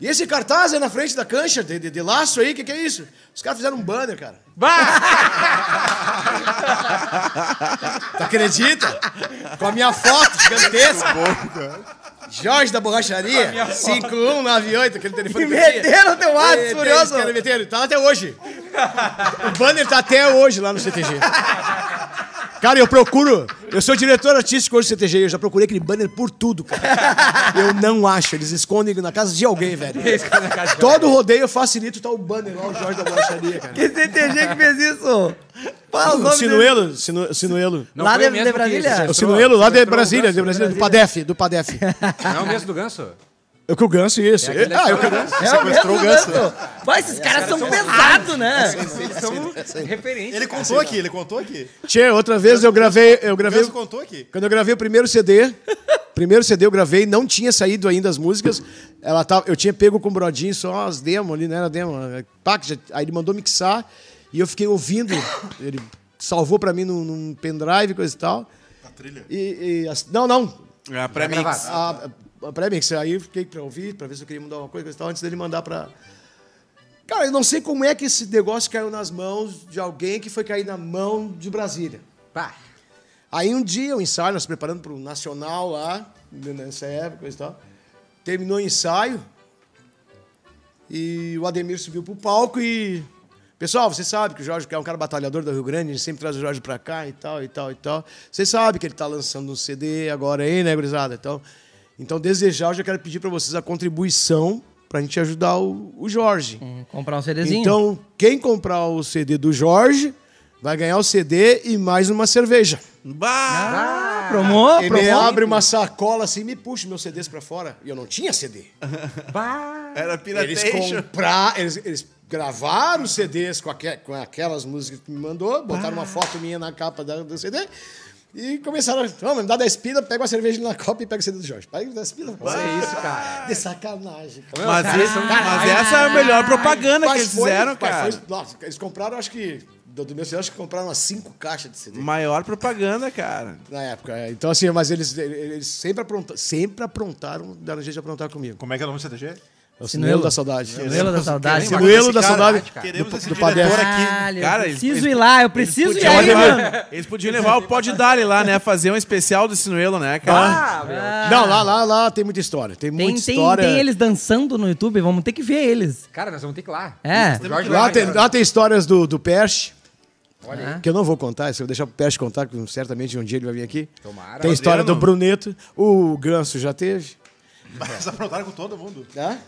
D: E esse cartaz aí na frente da cancha, de, de- de laço aí, o que, que é isso? Os caras fizeram um banner, cara. Tu acredita? Com a minha foto gigantesca. Jorge da Borracharia, 5198, aquele telefone. que eu tinha.
C: Meteram teu
D: Eles-
C: ato,
D: eles
C: Ah, furioso.
D: querem meter, ele tá lá até hoje. O banner tá até hoje lá no CTG. Cara, eu procuro. Eu sou diretor artístico hoje do CTG. Eu já procurei aquele banner por tudo, cara. Eu não acho. Eles escondem na casa de alguém, velho. Todo rodeio eu facilito, tá o banner lá, o Jorge da Borracharia, cara.
C: Que CTG que fez isso? Fala Tá o
E: Hum,
C: nome dele.
D: Sinuelo, sinu, Sinuelo.
A: Não é
C: Lá
A: foi
C: de-
A: mesmo
C: de
A: que
C: Brasília?
A: sequestrou-
D: O Sinuelo lá de
A: sequestrou o
D: Brasília, de
A: Ganso?
D: Brasília, do Padef, do Padef.
A: Não né? é o mesmo do Ganso?
D: É o que o Ganso, isso.
A: aquele
D: ah,
A: da
D: é o que o
A: história.
D: Ganso.
C: É o mesmo Ganso. Vai, esses caras são pesados, né?
A: Eles são
D: né?
A: referentes.
E: Ele contou aqui, ele contou aqui.
D: Tchê, outra vez eu gravei, eu
E: O
D: gravei,
E: Ganso contou aqui.
D: quando eu gravei o primeiro CD, primeiro CD eu gravei, não tinha saído ainda as músicas, ela tava, eu tinha pego com o Brodinho só as demos ali, não era demo, é, pá, que já- aí ele mandou mixar e eu fiquei ouvindo, ele salvou pra mim num, num pendrive coisa e tal. A trilha? E, e as- não, não,
F: É,
D: Tá
F: pra mim.
D: a, a pré-mix, aí eu fiquei pra ouvir, pra ver se eu queria mudar uma coisa coisa e tal, antes dele mandar pra. Cara, eu não sei como é que esse negócio caiu nas mãos de alguém que foi cair na mão de Brasília.
A: Pá.
D: Aí um dia, o ensaio, nós preparando para o Nacional lá, né, nessa época coisa e tal. Terminou o ensaio e o Ademir subiu pro palco e... Pessoal, você sabe que o Jorge é um cara batalhador do Rio Grande, ele sempre traz o Jorge pra cá e tal, e tal, e tal. Você sabe que ele tá lançando um CD agora aí, né, gurizada? Então, então desde já, eu já quero pedir para vocês a contribuição pra gente ajudar o, o Jorge.
C: Comprar um CDzinho.
D: Então, quem comprar o CD do Jorge vai ganhar o CD e mais uma cerveja.
F: Bah!
C: ah, promou,
D: Ele
C: promou.
D: abre uma sacola assim e me puxa meus CDs pra fora. E eu não tinha CD. Ah,
F: Era
D: Eles compraram, eles, eles gravaram os CDs com, aque- com aquelas músicas que me mandou, botaram
F: Ah.
D: uma foto minha na capa da- do CD e começaram a. Vamos, me dá 10 pila, pega uma cerveja na copa e pega o CD do Jorge. Pega 10 pila.
A: É isso, cara.
D: De sacanagem, cara.
F: Mas, esse- mas essa é a melhor propaganda que
D: Mas
F: eles
D: foi-
F: fizeram,
D: mas
F: cara.
D: foi- nossa, eles compraram, acho que. Do, do meu CD, acho que compraram umas 5 caixas de CD.
F: Maior propaganda, cara.
D: Na época. é. Então, assim, mas eles, eles sempre aprontaram, sempre aprontaram, deram jeito de aprontar comigo.
E: Como é que é o nome do CTG?
D: É
C: Sinuelo.
D: o Sinuelo da Saudade.
C: Sinuelo da saudade.
D: Sinuelo da saudade
E: Queremos
D: do-
E: esse
D: do
E: diretor
D: Padef.
E: aqui.
C: Caralho,
F: Cara,
C: eu
F: eles-
C: preciso
F: eles-
C: ir lá, eu preciso ir
F: Podiam
C: aí,
F: levar-
C: mano.
F: Eles podiam levar o Pod Dali lá, né? Fazer um especial do Sinuelo, né, cara?
A: Ah, meu.
D: Não, lá, lá, lá tem muita história. Tem,
C: Tem,
D: muita
C: tem,
D: história.
C: tem eles dançando no YouTube, vamos ter que ver eles.
A: Cara, nós vamos ter que ir lá.
C: É.
A: O Jorge
D: Lá
A: vai
D: tem,
A: lá.
D: lá tem histórias do, do Perche. Que eu não vou contar, isso eu vou deixar pro Perche contar, que certamente um dia ele vai vir aqui.
A: Tomara.
D: Tem história do Bruneto. O Ganso já teve.
E: Mas aprontaram com todo mundo.
D: Né?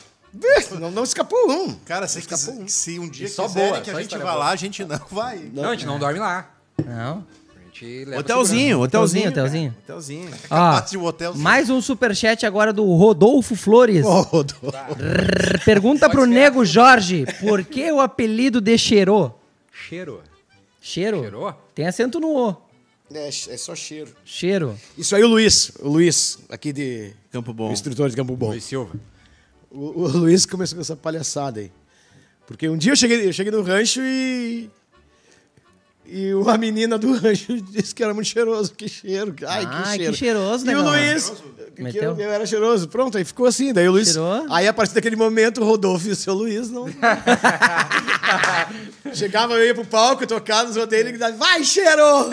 D: Não, não escapou um.
E: Cara, se, quis- se um dia
A: E só
E: quiserem
A: boa,
E: que
A: só
E: a gente
A: história
E: vá
A: boa.
E: lá, a gente não vai.
A: Não, a gente
D: É.
A: não dorme lá.
C: Não.
A: A gente leva
F: Hotelzinho, hotelzinho.
C: Hotelzinho,
F: cara. Hotelzinho.
D: Ah,
C: Ó,
E: Bate o hotel.
C: mais um superchat agora do Rodolfo Flores.
E: Tá.
C: Rrr, Pergunta pro Nego Jorge, por que o apelido de Cheiro?
A: segurança. Cheiro.
C: Cheiro?
A: Cheiro?
C: Tem acento no O.
D: É, é só cheiro.
C: Cheiro.
D: Isso aí, o Luiz. O Luiz, aqui de.
F: Campo Bom.
D: O instrutor de Campo Bom.
A: Luiz Silva.
D: O, o Luiz começou com essa palhaçada aí. Porque um dia eu cheguei, eu cheguei no rancho e. E uma menina do rancho disse que era muito cheiroso. Que cheiro. Ai, que
C: Ai, que
D: cheiro.
C: cheiroso,
D: E o
C: negão.
D: Luiz. Que
C: Meteu?
D: eu, eu era cheiroso. Pronto, aí ficou assim. Daí o Luiz.
C: Cheirou?
D: Aí a partir daquele momento, o Rodolfo e o seu Luiz não. Chegava, eu ia pro palco, tocar nos rodeios e ele dava. Vai, cheiro!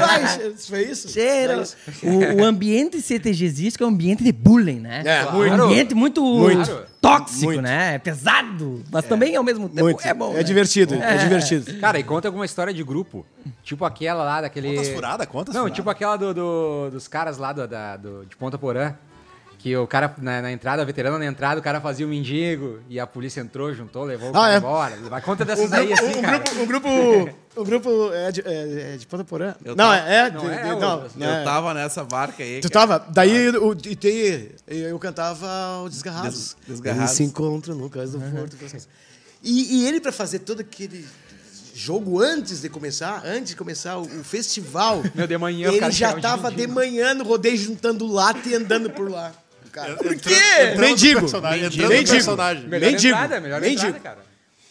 D: Vai, cheiro! Isso Foi isso? Foi
C: Cheiro.
D: isso.
C: O, o ambiente CTGzístico é um ambiente de bullying, né?
D: É,
C: Um
A: muito.
C: ambiente muito,
A: Muito.
C: tóxico,
D: Muito.
C: né? É pesado, mas também ao mesmo tempo
D: Muito.
C: é bom. né?
D: divertido, é divertido.
A: Cara, e conta alguma história de grupo. Tipo aquela lá daquele.
E: Contas furadas, contas
A: Não,
E: furadas.
A: tipo aquela do, do- dos caras lá do, da- do- de Ponta Porã. Que o cara, na, na entrada, a veterana na entrada, o cara fazia o mendigo e a polícia entrou, juntou, levou o
D: Ah,
A: cara
D: é?
A: embora. Vai conta dessas
D: Um
A: aí,
D: grupo-
A: assim,
D: um
A: cara.
D: grupo, um grupo, um grupo é de, é, é de Ponta Porã.
F: Eu
D: não,
F: tava-
D: é, é,
A: não
D: de-
A: é
D: de-
A: o-
D: não, não é.
F: Eu tava Ah. nessa barca aí.
D: Tu
F: cara.
D: tava? Daí o, e tem- eu cantava o Desgarrados.
F: Des- Desgarrados.
D: Eles se encontram no cais do Porto. assim. E, e ele, pra fazer todo aquele jogo antes de começar, antes de começar o, o festival,
A: Meu, de manhã o
D: ele
A: cara
D: já
A: chegava de
D: tava de
A: mendigo.
D: manhã no rodeio juntando lata e andando por lá. Cara. Por quê?
E: Nem
D: Mendigo.
E: digo. Entrando
D: Mendigo.
E: no personagem.
A: Melhor
D: mendigo,
A: entrada, melhor
D: mendigo.
A: entrada, cara.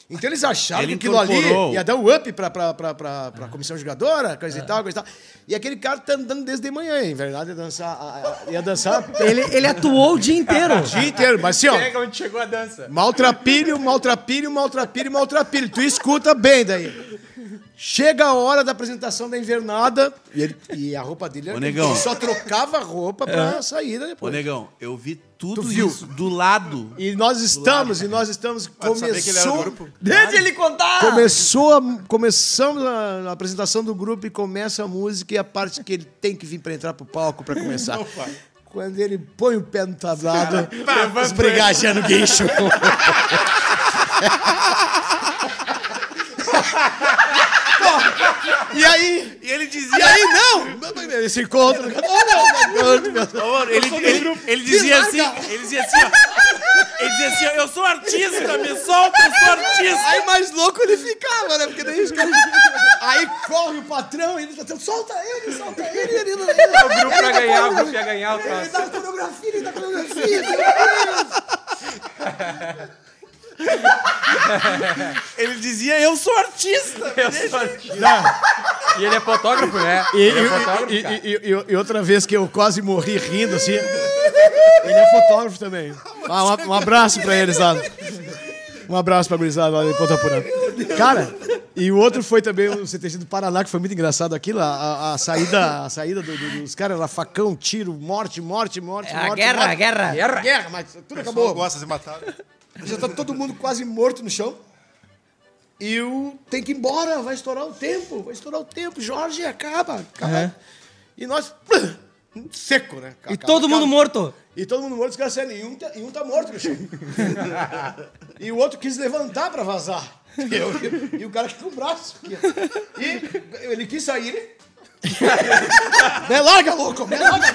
D: Então eles acharam
F: Ele
D: que aquilo
F: incorporou.
D: ali ia dar um up pra, pra, pra, pra, pra comissão jogadora, coisa e tal, coisa e tal. E aquele cara tá andando desde de manhã, em verdade, ia dançar, a- a- ia dançar o
C: Ele, ele atuou o dia inteiro.
D: dia inteiro, mas assim, ó,
A: onde chegou a dança.
D: maltrapilho, maltrapilho, maltrapilho, maltrapilho. Tu escuta bem daí. Chega a hora da apresentação da invernada e, ele- e a roupa dele era.
H: Ô, negão.
D: Ele só trocava a roupa pra saída
H: Ô,
D: depois.
H: negão, eu vi tudo
D: Tu viu?
H: isso do lado.
D: E nós estamos, e nós estamos.
E: saber que ele era do
D: Começou,
E: grupo?
I: Deixa ele contar!
D: começou a- começamos a, a apresentação do grupo e começa a música e a parte que ele tem que vir pra entrar pro palco pra começar. Quando ele põe o pé no tablado, os brigadeiros no guincho. e aí?
F: E ele
D: E
F: dizia,
D: aí, não! Esse encontro. Oh, não, meu Deus.
F: ele, ele, ele dizia assim, ele dizia assim, ó, ele dizia assim, ó, eu sou artista, me solta, eu sou artista.
D: Aí mais louco ele ficava, né? Porque daí os caras. Aí corre o patrão e ele tá tentando. Solta ele, solta ele, ele. ele, ele
A: O grupo ia
D: Tá
A: ganhar, o grupo ia ganhar o
D: Ele
A: troço.
D: dá coreografia, ele dá coreografia.
F: Ele dizia, eu sou artista.
A: Eu sou artista. E ele é fotógrafo, né?
D: E,
A: ele é fotógrafo,
D: e-
A: cara.
D: e- e- e- e outra vez que eu quase morri rindo assim. Ele é fotógrafo também. Ah, um, um abraço pra eles lá. Um abraço pra gurizada lá de Ponta Porã. Cara, e o outro foi também o CTG do Paraná, que foi muito engraçado aquilo. A, a- a saída, a saída do- do- dos caras lá, facão, tiro, morte, morte, morte,
C: É A
D: É morte,
C: guerra,
D: morte.
C: a guerra.
A: Guerra.
D: Guerra, mas tudo
E: Pô,
D: acabou.
E: gosta de matar.
D: Já tá todo mundo quase morto no chão. E o tem que ir embora, vai estourar o tempo, vai estourar o tempo. Jorge, acaba, acaba. E nós. Seco, né?
C: E todo mundo morto.
D: E todo mundo morto, os caras saindo. E um, tá, e um tá morto no chão. e o outro quis levantar pra vazar. E, eu- e o cara com o braço. aqui, ó. E ele quis sair. né? me larga, louco! Me larga!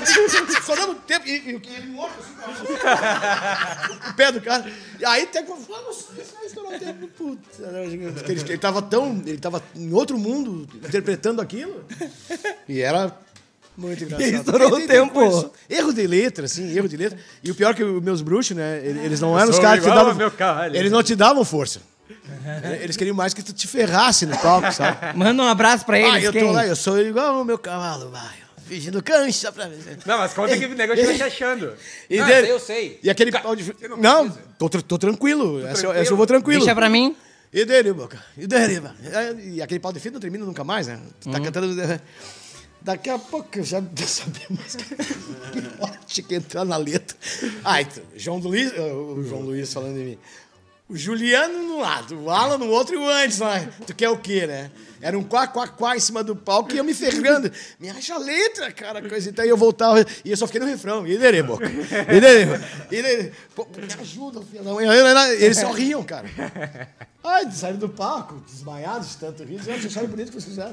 D: Só dando tempo. E, e, e ele morto assim, tá com a o pé do cara. E aí até que eu falei, não sei se vai estourar o tempo. Puta, né? porque ele, ele tava tão. Ele tava em outro mundo interpretando aquilo. E era muito engraçado.
C: Ele estourou
D: Tem-
C: o
D: tem- tem
C: tempo.
D: coisa- Erro de letra, assim, erro de letra. E o pior é que os meus bruxos, né? ele- Eles não eram os
A: sou
D: caras que te
A: igual ao
D: davam.
A: meu caralho.
D: Eles não te davam força. Eles queriam mais que tu te ferrasse no palco, sabe?
C: Manda um abraço pra eles,
D: ah, eu
C: quem?
D: tô lá, eu sou igual ao meu cavalo, vai. Fingindo cancha pra mim.
A: Não, mas conta que o negócio tá te achando.
D: E
A: Ah,
D: dele-
A: eu sei.
D: E aquele pau de. Não, tô, tr- tô tranquilo. Essa, eu- essa eu vou tranquilo.
C: Deixa pra mim.
D: E dele, boca. E dele, mano. E e aquele pau de fita não termina nunca mais, né? Tu tá cantando. Daqui a pouco eu já não sabia mais que tinha que entrar na letra. Ai, tu- João Luiz, eh, o João Luiz falando de mim. O Juliano num lado, o Alan no outro e o antes lá. Tu quer o quê, né? Era um quá, quá, quá em cima do palco e eu me ferrando. Me acha a letra, cara, coisa. Então eu voltava e eu só fiquei no refrão. E dele, boca. E dele, boca. E dele. Pô, me ajuda, filho. da mãe. Eles só riam, cara. Ai, eles saíram do palco, desmaiados de tanto rir. Eles acharam bonito o que vocês fizeram.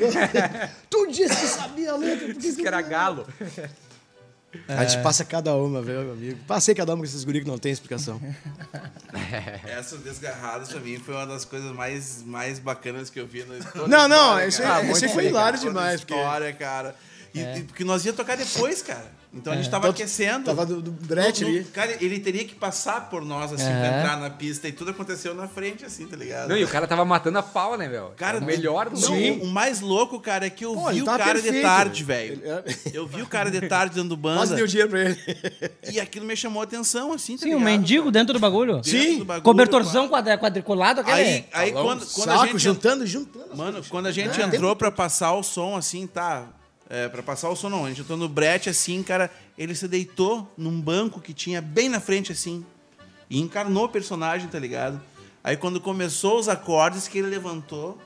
D: tu disse que sabia a letra. por
A: Diz que era galo.
D: A
C: É.
D: gente passa cada uma, velho, meu amigo. Passei cada uma com esses guri que não tem explicação.
F: Essa desgarrada pra mim foi uma das coisas mais, mais bacanas que eu vi na toda a
D: Não, não,
F: história,
D: esse,
F: cara.
D: esse foi hilário demais.
F: Toda
D: Porque
F: a história, cara. E,
A: É.
F: e porque nós ia tocar depois, cara. Então a gente tava aquecendo.
D: tava do, do brete
F: No- no-
D: ali.
F: Cara, ele teria que passar por nós, assim, pra entrar na pista. E tudo aconteceu na frente, assim, tá ligado?
A: É. Não, e o assim. cara tava matando a pau, né, meu?
F: Cara,
A: o melhor
F: não,
A: sim.
F: o mais louco, cara, é que eu
D: Pô,
F: vi
D: ele
F: o
D: tava
F: cara de
D: perfeito.
F: tarde, velho.
D: Ele era-
F: Eu vi o cara de tarde dando
D: Quase
F: banda
D: deu dinheiro pra ele.
F: e aquilo me chamou a atenção, assim, tá
C: Sim,
F: ligado?
C: um mendigo dentro do bagulho.
F: Dentro do bagulho,
C: Cobertorzão quadra- quadriculado, aquele.
F: Aí, aí quando, quando a
D: Tá Saco,
F: gente
D: juntando,
C: Tá
D: juntando.
F: Mano, quando a gente entrou pra passar o som, assim, tá. É, pra passar o som, não. A gente entrou no brete, assim, cara. Ele se deitou num banco que tinha bem na frente, assim. E encarnou o personagem, tá ligado? Aí quando começou os acordes, que ele levantou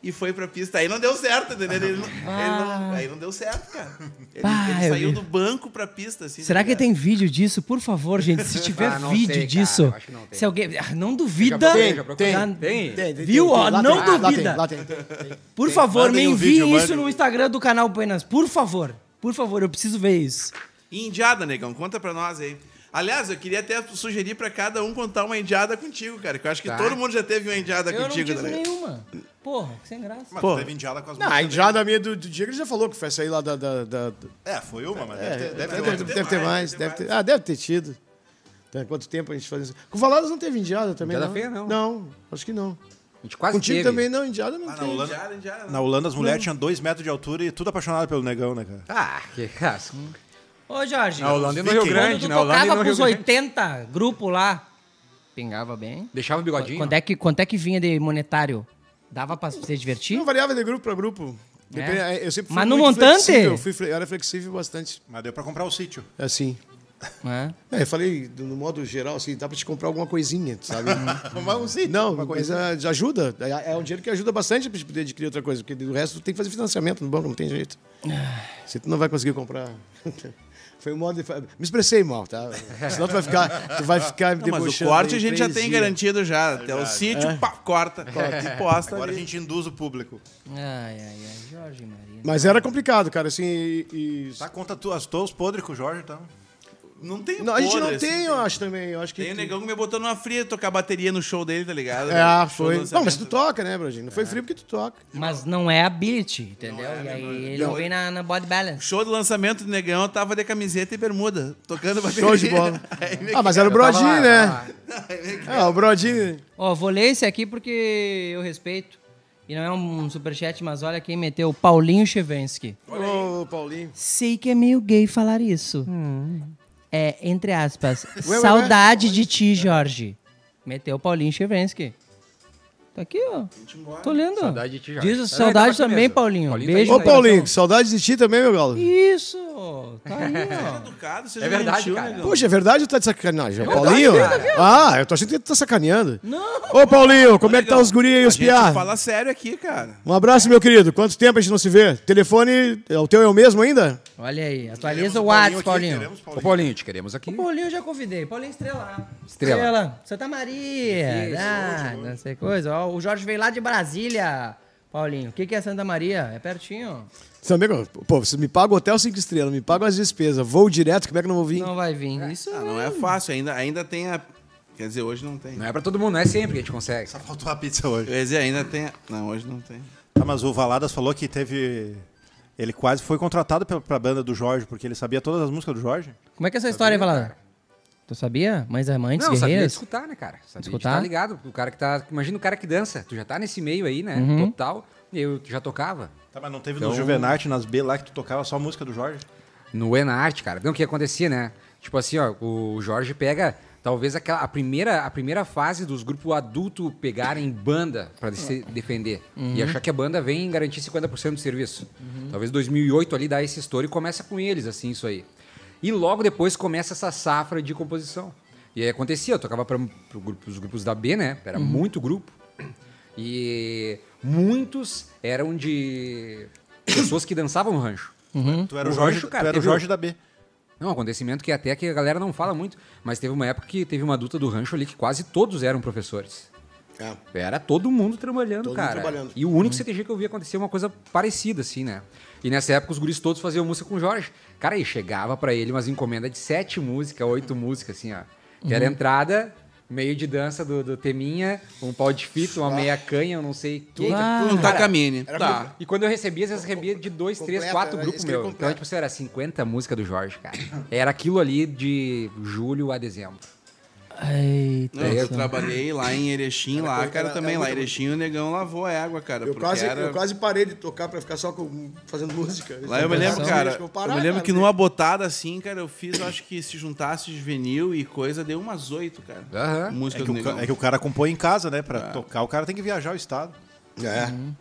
F: e foi pra pista. Aí não deu certo, entendeu? Ele não- ele não- aí não deu certo, cara. Ele,
C: Ah,
F: ele
C: eu
F: saiu
C: vi.
F: do banco pra pista, assim.
C: Será
F: tá
C: que
F: ligado?
C: tem vídeo disso? Por favor, gente, se tiver
A: Ah, não
C: vídeo
A: sei, cara,
C: disso.
A: eu acho que não tem.
C: Se alguém. Ah, não duvida.
A: Tem, tem,
C: Dá-
A: tem.
C: Viu? Ó,
D: Lá
C: não
D: tem, lá
C: duvida.
D: tem, lá tem, tem.
C: Por favor, me
E: Mandem um
C: envie
E: vídeo,
C: isso
E: mandem.
C: no Instagram do canal Buenas. Por favor. Por favor, eu preciso ver isso.
F: E Indiada, negão, conta pra nós aí. Aliás, eu queria até sugerir pra cada um contar uma indiada contigo, cara. Que eu acho
C: Tá.
F: que todo mundo já teve uma indiada
C: Eu não
F: contigo,
C: tive
F: né?
C: nenhuma. Porra, que sem graça.
E: Mas tu teve indiada com as
D: Não,
E: músicas
D: a indiada minha do, do Diego ele já falou que foi essa aí lá da. da, da-
E: dele. É, foi uma, mas deve ter- deve
D: deve,
E: ter outra.
D: deve ter mais, deve ter. Ah, deve ter tido. Então, quanto tempo a gente fazia isso? Com Valadas não teve indiada também,
A: Indiada
D: não?
A: feia, não.
D: Não, acho que não.
A: A gente quase
D: Contigo
A: teve.
D: também não, indiada não
E: Ah, na
D: tem.
E: Holanda,
F: Indiada, indiada.
E: na Holanda as mulheres tinham dois metros de altura e tudo apaixonado pelo negão, né, cara?
A: Ah, que casco.
C: Ô, Jorge.
A: Na Holanda e no Rio
E: Viking.
A: Grande,
C: quando tu
A: na Holanda e no
C: tocava
A: Rio
C: pros
A: Grande.
C: 80 grupo lá, pingava bem.
A: Deixava o bigodinho.
C: é Quando é, que, quanto é que vinha de monetário? Dava pra se divertir?
D: Não variava de grupo pra grupo. Depende-
C: É.
D: Eu sempre fui
C: Mas no
D: muito
C: montante?
D: flexível, Eu, fui, fle- eu era flexível bastante.
E: Mas deu pra comprar o sítio.
D: Assim.
C: É.
D: É, eu falei, do- no modo geral, assim, dá pra te comprar alguma coisinha, tu sabe?
F: Uhum. um
D: Não, uma coisa de ajuda. É é um dinheiro que ajuda bastante pra te poder adquirir outra coisa, porque do resto tu tem que fazer financiamento no banco, não tem jeito.
C: Ah.
D: Se tu não vai conseguir comprar. Foi um modo. de- Me expressei mal, tá? Senão tu vai ficar. Tu vai ficar me
F: Não, mas o
D: debochando
F: corte
D: aí
F: a gente já
D: três
F: tem
D: dias.
F: garantido já. Até o sítio,
D: É.
F: pá, corta. E posta.
E: Agora a
F: ali.
E: gente induz o público.
C: Ai, ai, ai. Jorge Maria.
D: Mas era complicado, cara, assim. E, e-
E: Tá, conta tu, as tuas podres com o Jorge, tá?
F: Não tem
D: Não, a gente
F: podre,
D: não
F: assim,
D: tem, né? eu acho também. Eu acho que
F: Tem o
D: tu-
F: negão que me botou numa fria tocar bateria no show dele, tá ligado?
D: É,
F: Show
D: foi.
F: do
D: Não, mas tu
F: lançamento.
D: toca, né, Bradinho?
F: É.
D: Não foi frio porque tu toca.
C: Mas não é ability, entendeu? e aí ele não vem na, na body balance.
F: Show de lançamento do negão, eu tava de camiseta e bermuda, tocando bateria.
D: Show de bola. ah, mas era o
A: tava
D: Brodinho,
A: lá,
D: né? É, o Brodinho.
C: Ó, vou ler esse aqui porque eu respeito. E não é um superchat, mas olha quem meteu. Paulinho Chevensky.
D: Ô, Paulinho.
C: Sei que é meio gay falar isso. É, entre aspas,
D: ué, ué.
C: saudade de ti, Jorge. Meteu Paulinho Chevensky. Tá aqui, ó. Tô lendo.
A: Saudade de ti, Jorge.
C: Diz
A: Tá
C: saudade
A: na tua
C: também,
A: mesa.
C: Paulinho.
A: Paulinho tá
C: Beijo.
D: Ô,
C: no coração.
D: Paulinho, que saudade de ti também, meu galo.
C: Isso! Tá aí, ó.
F: Educado, seja
A: É verdade,
F: gentil,
A: cara.
F: negão.
D: Poxa, é verdade ou tá de sacanagem? Paulinho? Ah, eu tô achando que tu tá sacaneando.
C: Não!
D: Ô, Paulinho, como é que tá os guri aí,
F: A
D: os
F: gente
D: piá?
F: fala sério aqui, cara.
D: Um abraço, meu querido. Quanto tempo a gente não se vê? Telefone, é, o teu é o mesmo ainda?
C: Olha aí, atualiza
E: Queremos
C: o WhatsApp,
E: um aqui,
C: Paulinho.
E: queremos o
A: Ô
E: Paulinho.
A: Paulinho, te queremos aqui.
C: O Paulinho eu já convidei. Paulinho Estrela.
A: Estrela.
C: Santa Maria. Ah, não sei coisa. Ó, o Jorge veio lá de Brasília. Paulinho, o que, que é Santa Maria? É pertinho.
D: Também, pô, você me paga o hotel cinco estrelas, me paga as despesas, vou direto, como é que eu não vou vir?
C: Não vai vir. Isso
F: Ah, não é fácil, ainda, ainda tem a. Quer dizer, hoje não tem.
A: Não é pra todo mundo, não é sempre que a gente consegue.
E: Só Tá, faltou a pizza hoje.
F: Eu ia dizer, ainda tem. a- Não, hoje não tem.
E: Tá, mas o Valadas falou que teve... Ele quase foi contratado pra, pra banda do Jorge, porque ele sabia todas as músicas do Jorge.
C: Como é que é essa história aí, Valada? Tu sabia? Mães amantes,
A: Não, sabia de
C: guerreiras?
A: escutar, né, cara? Sabia
C: Escutar?
A: de tá ligado. O cara que tá. Imagina o cara que dança. Tu já tá nesse meio aí, né?
C: Uhum.
A: Total. Eu já tocava.
E: Tá, mas não teve
A: Então-
E: no Juvenarte, nas B lá, que tu tocava só a música do Jorge?
A: No Enarte, cara. Não, o que acontecia, né? Tipo assim, ó, o Jorge pega talvez aquela, a, primeira, a primeira fase dos grupos adulto pegarem banda pra se defender. E achar que a banda vem garantir 50% do serviço. Talvez 2008 ali dá esse estouro e começa com eles, assim, isso aí. E logo depois começa essa safra de composição. E aí acontecia, eu tocava para os grupos da B, né? Era muito grupo. E muitos eram de pessoas que dançavam no rancho.
E: Tu era o,
A: O
E: Jorge,
A: Jorge,
E: tu
A: cara,
E: era o
A: teve
E: Jorge
A: o-
E: da B.
A: Não, um acontecimento que até que a galera não fala muito, mas teve uma época que teve uma adulta do rancho ali que quase todos eram professores. Era todo mundo trabalhando,
D: É. Todo mundo
A: cara.
D: trabalhando. Uhum.
A: E o único CTG que eu vi acontecer é uma coisa parecida, assim, né? E nessa época os guris todos faziam música com o Jorge. Cara, e chegava pra ele umas encomendas de sete músicas, oito
D: Uhum.
A: músicas, assim, ó. Que era a entrada, meio de dança do, do Teminha, um pau de fita,
D: Ah.
A: uma meia canha, eu não sei o que.
C: Ah.
F: Tu não tá
A: Cara,
F: caminho. Tá.
A: e quando eu recebia, às vezes recebia de dois, três,
D: Completa,
A: quatro
D: né?
A: grupos
D: Isso que eu ia
A: meu. Então,
D: completar.
A: tipo, assim, era 50 músicas do Jorge, cara. Era aquilo ali de julho a dezembro.
C: Eita.
F: Não, eu trabalhei lá em Erechim, lá,
D: coisa-
F: cara,
D: era-
F: também.
D: era
F: Lá,
D: muito-
F: Erechim, o negão lavou a égua, cara.
D: Eu
F: porque
D: quase,
F: era-
D: eu quase parei de tocar pra ficar só com- fazendo música. é
F: Lá eu me lembro, cara.
D: Ficou parado,
F: eu me lembro
D: cara.
F: que numa botada assim, cara, eu fiz, eu acho que se juntasse de vinil e coisa, deu umas oito, cara.
A: Aham.
F: Música
E: É
F: do
E: que, o, ca-
F: negão.
E: é que o cara compõe em casa, né? Pra tocar, o cara tem que viajar o estado.
D: É.
C: Uhum.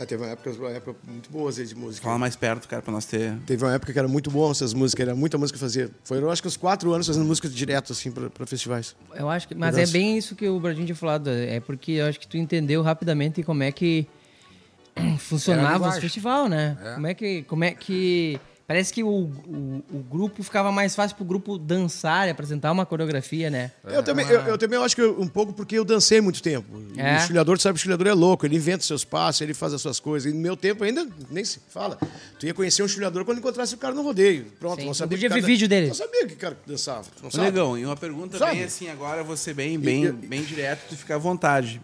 D: Ah, teve uma época, uma época muito boa assim, de música.
F: Fala mais perto, cara, pra nós ter.
D: Teve uma época que era muito bom essas músicas, era muita música que eu fazia. Foram, acho que, uns quatro anos fazendo música direto, assim, pra, pra festivais.
C: Eu acho que, mas é bem isso que o Bradinho tinha falado. É porque eu acho que tu entendeu rapidamente como é que
A: Era a
C: funcionava o
A: linguagem.
C: festival, né?
A: É.
C: Como é que, como é que parece que o, o, o grupo ficava mais fácil pro grupo dançar e apresentar uma coreografia, né?
D: Eu, também, eu, eu também acho que eu- um pouco porque eu dancei muito tempo. E
C: É.
D: O estilhador, tu sabe, que o estilhador é louco, ele inventa os seus passos, ele faz as suas coisas. E no meu tempo ainda, nem se fala. Tu ia conhecer um estilhador quando encontrasse o cara no rodeio. Pronto,
C: Sim,
D: não
C: tu
D: sabia.
C: podia
D: que
C: ver
D: cara-
C: vídeo dele.
D: Não sabia que cara dançava. tu Não
F: Ô,
D: sabe.
F: Negão, e uma pergunta
D: Sabe?
F: bem assim, agora você bem, bem,
D: e-
F: bem direto, tu fica à vontade.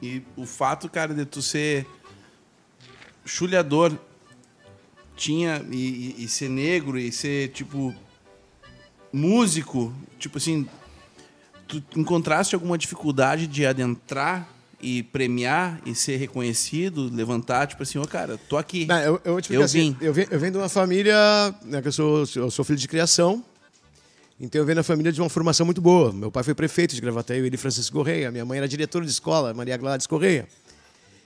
F: E o fato, cara, de tu ser chulhador, tinha e, e- e ser negro e ser tipo músico, tipo assim, tu encontraste alguma dificuldade de adentrar e premiar e ser reconhecido, levantar, tipo assim, ô cara, tô aqui.
D: Não, eu, eu vou te
F: Eu
D: explicar assim,
F: vim.
D: eu, vim. eu venho de uma família, né, que eu sou, eu sou filho de criação, Então eu venho na família de uma formação muito boa. Meu pai foi prefeito de Gravataí, ele Francisco Correia. Minha mãe era diretora de escola, Maria Gladys Correia.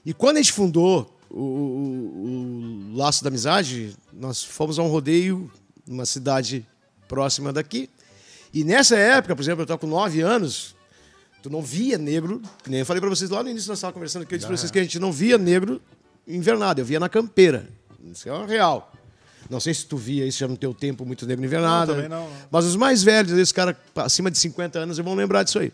D: E quando a gente fundou o, o- o Laço da Amizade, nós fomos a um rodeio numa cidade próxima daqui. E nessa época, por exemplo, eu estava com nove anos, tu não via negro, que nem eu falei para vocês lá no início, nós estávamos conversando aqui, eu disse para vocês que a gente não via negro invernado, eu via na campeira. Isso é uma real. Não sei se tu via isso já no teu tempo, muito negro invernado. né?
E: Não, também não, não.
D: Mas os mais velhos, esses caras acima de 50 anos, vão lembrar disso aí.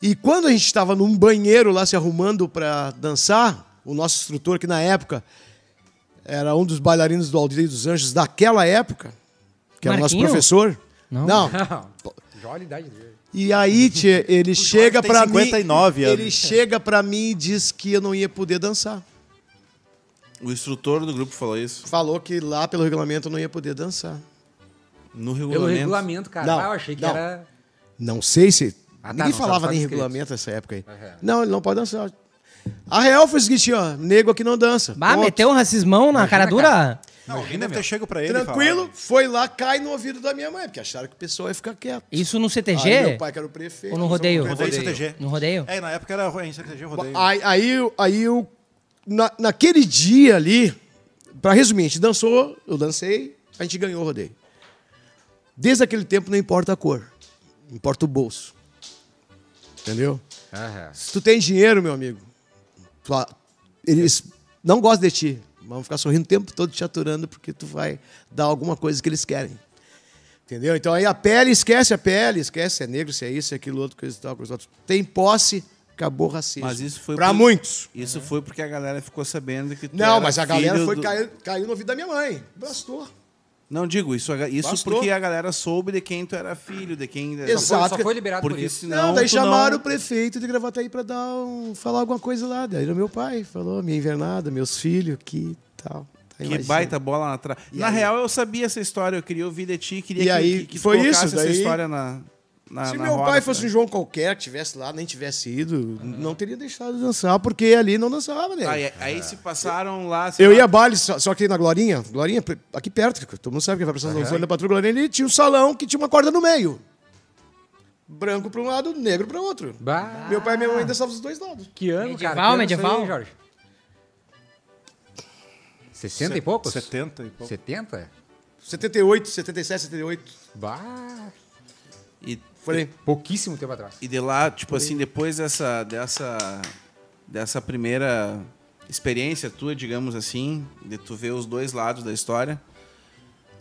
D: E quando a gente estava num banheiro lá se arrumando para dançar, o nosso instrutor, que na época era um dos bailarinos do Aldeia dos Anjos daquela época, que era o nosso
G: Marquinho?
D: professor.
G: Não.
D: Não,
A: Já olha a idade dele.
D: e aí, tchê, ele chega
E: tem
D: pra mim.
E: 59 anos.
D: Ele chega pra mim e diz que eu não ia poder dançar.
B: O instrutor do grupo falou isso.
D: Falou que lá pelo regulamento eu não ia poder dançar.
B: No
A: Pelo
B: regulamento.
A: regulamento, cara.
D: Não,
A: Ah, eu achei que
D: não.
A: era.
D: Não sei se.
A: Ah, tá,
D: ninguém
A: não,
D: falava
A: tá- tá
D: nem
A: escrito.
D: regulamento nessa época aí.
A: Aham.
D: Não, ele não pode dançar. A real foi o seguinte, ó. Nego aqui não dança.
G: Bah,
D: Ponto.
G: meteu um racismão na cara dura.
E: Não, alguém
J: é
E: deve ter chego pra ele. e
D: Tranquilo, foi lá, cai no ouvido da minha mãe, porque acharam que o pessoal ia ficar quieto.
G: Isso no
D: Aí meu
G: CTG?
D: pai é que era o prefeito.
G: Ou no rodeio?
E: falar, Rodeio CTG.
G: No rodeio?
E: É, na época era em CTG rodeio.
J: Ah,
D: Aí, aí, eu- aí eu. na- naquele dia ali, pra resumir, a gente dançou, eu dancei, a gente ganhou o rodeio. Desde aquele tempo não importa a cor, importa o bolso. Entendeu?
A: Aham.
D: Se tu tem dinheiro, meu amigo, tu a- eles não gostam de ti. Vão ficar sorrindo o tempo todo te aturando porque tu vai dar alguma coisa que eles querem. Entendeu? Então aí a pele, esquece a pele, esquece se é negro, se é isso, se é aquilo, outro, coisa e tal, coisa e tal. Tem posse, acabou o racismo.
B: Mas isso foi
D: Pra
B: por-
D: muitos.
B: Isso foi porque a galera ficou sabendo que tu
D: Não,
B: era
D: mas a galera
B: filho
D: foi,
B: do-
D: caiu, caiu no ouvido da minha mãe. Bastou.
B: Não digo isso, a- isso
D: Bastou.
B: porque a galera soube de quem tu era filho, de quem
D: Exato.
A: Só foi liberado por
B: Porque
A: isso.
B: senão
D: não, daí
B: tu
D: chamaram
B: não-
D: o prefeito de Gravataí pra dar um, falar alguma coisa lá. Daí era meu pai, falou minha invernada, meus filhos, que tal. Tá Aí
B: Que
D: imagina.
B: baita bola na trave. Na real, eu sabia essa história, eu queria ouvir de ti, queria
D: E
B: que,
D: aí,
B: que, que tu
D: foi
B: colocasse
D: isso,
B: essa
D: daí-
B: história na, na
D: Se
B: Ah, na
D: meu
B: roda,
D: pai fosse um
B: cara. Uhum.
D: João qualquer, que tivesse lá, nem tivesse ido, não teria deixado de dançar, porque ali não dançava, né?
B: Aí, aí se passaram lá... sei
D: Eu
B: lá,
D: ia a baile, só, só que na Glorinha, Glorinha, aqui perto, que todo mundo sabe que vai pra São João da Patrulha Glorinha, ali tinha um salão que tinha uma corda no meio. Branco pra um lado, negro pra outro.
A: Bah,
D: Meu pai e minha
B: Ah.
D: mãe dançavam dos dois lados.
A: que ano,
G: Medieval,
A: cara? Que ano
G: medieval?
A: isso aí, Jorge? 60 e poucos?
E: 70 e pouco.
A: 70?
D: 78, 77, 78.
A: Bah,
B: E,
D: Falei,
A: pouquíssimo tempo atrás.
B: e de lá, tipo assim, depois dessa, dessa, dessa primeira experiência tua, digamos assim, de tu ver os dois lados da história,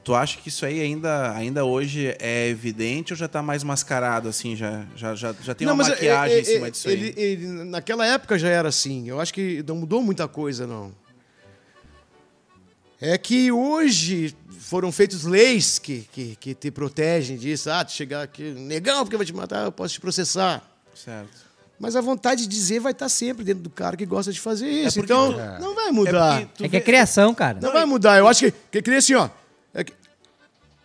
B: tu acha que isso aí ainda, ainda hoje é evidente ou já tá mais mascarado, assim, já, já, já, já tem uma
D: mas, é,
B: maquiagem
D: é,
B: em cima
D: é,
B: disso
D: ele,
B: aí?
D: ele- naquela época já era assim. Eu acho que não mudou muita coisa, não. É que hoje foram feitas leis que, que, que te protegem disso. Ah, tu chegar aqui, negão, porque eu vou te matar, eu posso te processar.
B: Certo.
D: Mas a vontade de dizer vai estar sempre dentro do cara que gosta de fazer isso.
B: É porque
D: então,
B: tu-
D: não vai mudar.
B: porque tu
G: É que
B: vê-
G: é criação, cara.
D: Não vai mudar. Eu acho que, que, que nem assim, ó. É que,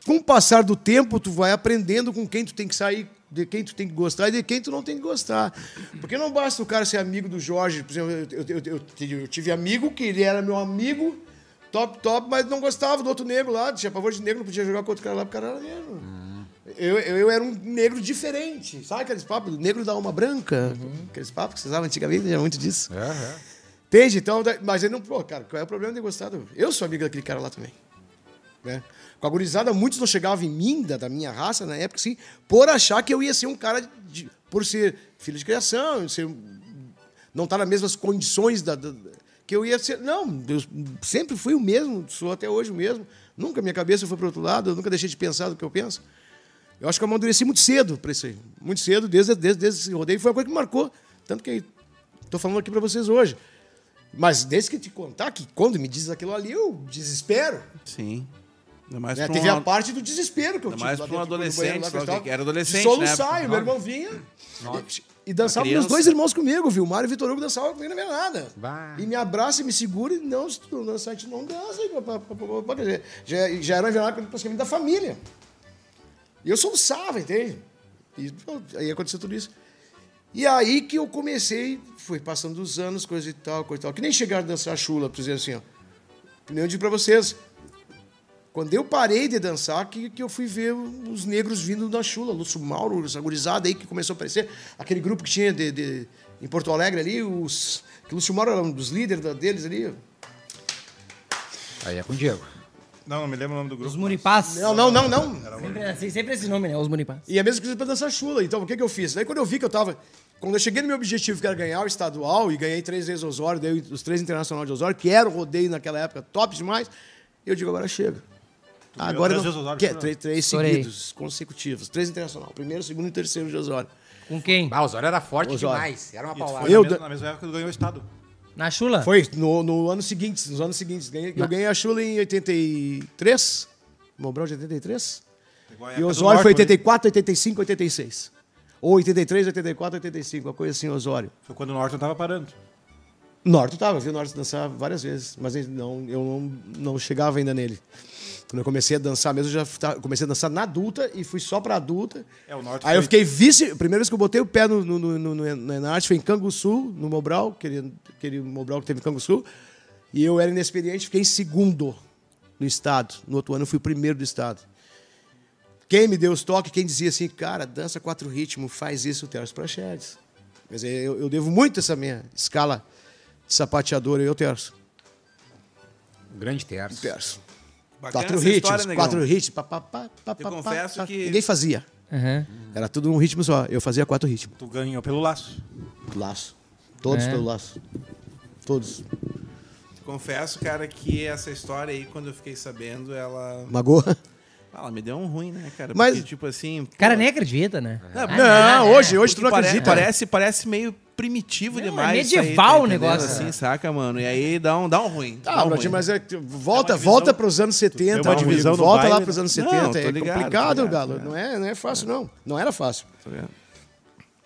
D: com o passar do tempo, tu vai aprendendo com quem tu tem que sair, de quem tu tem que gostar e de quem tu não tem que gostar. Porque não basta o cara ser amigo do Jorge. Por exemplo, eu, eu- eu- eu tive- eu tive amigo que ele era meu amigo, top, top, mas não gostava do outro negro lá. Tinha pavor de negro, não podia jogar com outro cara lá, porque o cara era negro. Eu, eu, eu era um negro diferente. Sabe aqueles papos? Negro da alma branca. Aqueles papos que vocês usavam antigamente, tinha muito disso. Entende? Então, da- mas ele não. Pô, cara, qual é o problema de gostar? do- Eu sou amigo daquele cara lá também. Né? Com a gurizada, muitos não chegavam em mim, da, da minha raça, na época, assim, por achar que eu ia ser um cara. de- por ser filho de criação, ser, um, não estar nas mesmas condições da, da- da- que eu ia ser. Não, eu sempre fui o mesmo, sou até hoje o mesmo. Nunca minha cabeça foi para outro lado, eu nunca deixei de pensar do que eu penso. Eu acho que eu amadureci muito cedo para isso aí. Muito cedo, desde, desde, desde esse rodeio. Foi uma coisa que me marcou. Tanto que estou falando aqui para vocês hoje. Mas desde que te contar que quando me diz aquilo ali, eu desespero.
B: Sim. Ainda mais
D: né?
B: pra
D: Teve
B: um-
D: a parte do desespero que eu
B: Ainda
D: tive.
B: mais
D: lá
B: pra um
D: dentro, quando o banheiro
B: adolescente,
D: lá,
B: lá,
D: eu
B: que era adolescente,
D: Só
B: né?
D: não saio, meu irmão vinha. E, e dançava
B: Uma
D: meus
B: criança.
D: dois irmãos comigo, viu? O Mário e o Vitor Hugo dançavam comigo na minha nada.
A: Bah.
D: E me abraça e me segura e não, se tu não dançar, a gente não dança. e pá, pá, pá, pá, pá, quer dizer, Já, já era uma jornada praticamente da família. E eu soluçava, entende? E pô, aí aconteceu tudo isso. E aí que eu comecei, foi passando os anos, coisa e tal, coisa e tal. Que nem chegaram a dançar chula, por exemplo assim, ó. Que nem eu digo pra vocês. Quando eu parei de dançar, que, que eu fui ver os negros vindo da chula, Lúcio Mauro, essa gurizada aí que começou a aparecer, aquele grupo que tinha de, de- em Porto Alegre ali, os, que o Lúcio Mauro era um dos líderes da- deles ali.
A: Aí é com o Diego.
E: Não, não me lembro o nome do
C: Os
E: grupo.
C: Muripás.
D: Não, não, não, não.
C: Sempre, assim, sempre esse nome, né? Os Muripás.
D: E a mesma coisa pra dançar chula. Então, o que, que eu fiz? Daí, quando eu vi que eu tava. Quando eu cheguei no meu objetivo, que era ganhar o estadual, e ganhei três vezes Osório, dei os três internacionais de Osório, que era o rodeio naquela época top demais, eu digo, agora chega. Agora.
E: três
D: não-
E: vezes Osório,
D: que é,
E: chorando.
D: três, três
C: Chorei.
D: seguidos, consecutivos. Três internacional. Primeiro, segundo e terceiro de Osório.
C: Com quem?
A: Ah, o Zóio era forte
D: Osório.
A: demais. Era uma paulada.
E: Foi
D: Eu
E: na,
D: dan-
E: mesma, na mesma época que ele ganhou o Estado.
C: Na chula?
D: Foi no, no ano seguinte, nos anos seguintes. Ganhei, eu ganhei a chula em 83. Mombrão de 83?
E: Pegou a
D: E
E: época
D: o
E: do
D: Osório foi
E: Norton, né?
D: 84, 85, 86. Ou 83, 84, 85, uma coisa assim, Osório.
E: Foi quando o Norton tava parando.
D: Norton tava, eu vi o Norton dançar várias vezes, mas ele não, eu não, não chegava ainda nele. Quando eu comecei a dançar mesmo, eu já ta- comecei a dançar na adulta e fui só pra adulta.
E: É, o Norton
D: Aí eu
E: foi-
D: fiquei vice. A primeira vez que eu botei o pé no, no, no, no, no- no Enarte foi em Canguçu, no Mobral, aquele, aquele Mobral que teve em Canguçu. E eu era inexperiente, fiquei em segundo no estado. No outro ano eu fui primeiro do estado. Quem me deu os toques, quem dizia assim, cara, dança quatro ritmos, faz isso, o Terço Prachedes. Quer dizer, eu, eu devo muito essa minha escala sapateadora e eu terço.
A: Um grande terço.
D: Terço.
F: Bacana
D: Quatro
F: essa
D: ritmos,
F: história, negão.
D: quatro ritmos. Pá, pá, pá, pá,
F: Eu
D: pá,
F: confesso
D: pá, pá.
F: que-
D: Ninguém fazia.
C: Aham.
D: Era tudo um ritmo só. Eu fazia quatro ritmos.
E: Tu ganhou pelo laço.
D: Laço. Todos
C: É.
D: pelo laço. Todos.
F: Confesso, cara, que essa história aí, quando eu fiquei sabendo, ela.
D: Magoa?
F: Ah, Ela me deu um ruim, né, cara?
D: Mas-
F: Porque, tipo assim.
C: Cara,
F: pô,
C: nem acredita, né?
F: Não,
C: Ah,
D: Não,
C: é.
D: hoje, hoje tu não
F: pare-
D: acredita.
F: Parece, parece meio primitivo
C: Não, é
F: demais. isso
C: medieval o
F: entendendo?
C: negócio, né?
F: Assim, saca, mano? E aí dá um, dá um ruim.
D: Tá,
F: dá um
D: Brodinho,
F: ruim.
D: mas é, que volta, volta para os anos 70.
E: tem uma
D: Rodrigo,
E: divisão no
D: volta lá
E: baile,
D: para os
E: né?
D: anos
F: Não,
D: 70.
F: tô
D: é
F: ligado,
D: complicado,
F: tô ligado,
D: Galo.
F: é.
D: Não, é, não é fácil, não. Não era fácil.
F: Tá ligado?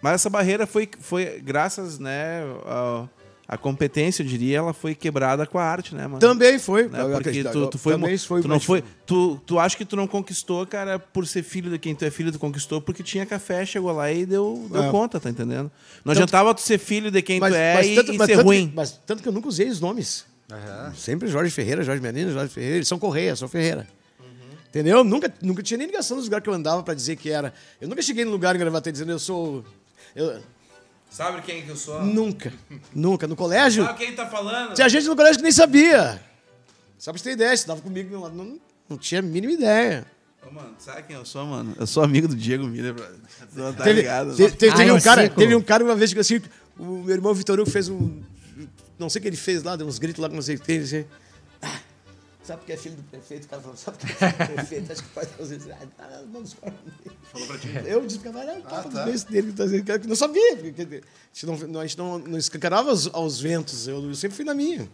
F: Mas essa barreira foi, foi graças, né, ao- à competência, eu diria, ela foi quebrada com a arte, né, mano?
D: Também foi.
F: Né,
D: eu
F: Porque
D: acredito,
F: tu, tu foi,
D: também
F: mo-
D: isso foi
F: tu não
D: mas-
F: foi, tu, tu acha que tu não conquistou, cara, por ser filho de quem tu é filho, tu conquistou porque tinha café, chegou lá e deu, deu conta, tá entendendo? Não adiantava tu ser filho de quem tu é e, e
D: É. mas
F: ser
D: tanto
F: ruim.
D: Que, mas tanto que eu nunca usei os nomes. Sempre Jorge Ferreira, Jorge Menino, Jorge Ferreira. Eles são Correia, são Ferreira. Entendeu? Nunca, nunca tinha nem ligação dos lugares que eu andava pra dizer que era. Eu nunca cheguei num lugar em Gravataí dizendo eu sou... eu-
F: Sabe quem que eu sou?
D: Nunca. Nunca. No colégio...
F: quem tá falando?
D: Tinha gente no colégio que nem sabia. Só pra você ter ideia, estudava comigo do meu lado. Não, não tinha a mínima ideia.
F: Ô, mano, sabe quem eu sou, mano? Eu sou amigo do Diego Miller, brother. Tu não Tá
D: teve,
F: ligado?
D: te- te-
C: Ah,
D: teve
C: eu
D: um cara,
C: seco.
D: teve um cara uma vez que assim, o meu irmão Vitor Hugo fez um. Não sei o que ele fez lá, deu uns gritos lá que não sei o que. Ele disse, "Ah, sabe porque é filho do prefeito? O cara falou, sabe porque é filho do prefeito? Acho que faz fazer isso. Ah, tá, mano, os caras. Falou pra ti. Eu disse, cara, não, cara, dos meses dele que tá dizendo, cara, que não sabia. porque- porque A gente não, não- a gente não, não escancarava aos, aos ventos, eu, eu sempre fui na minha.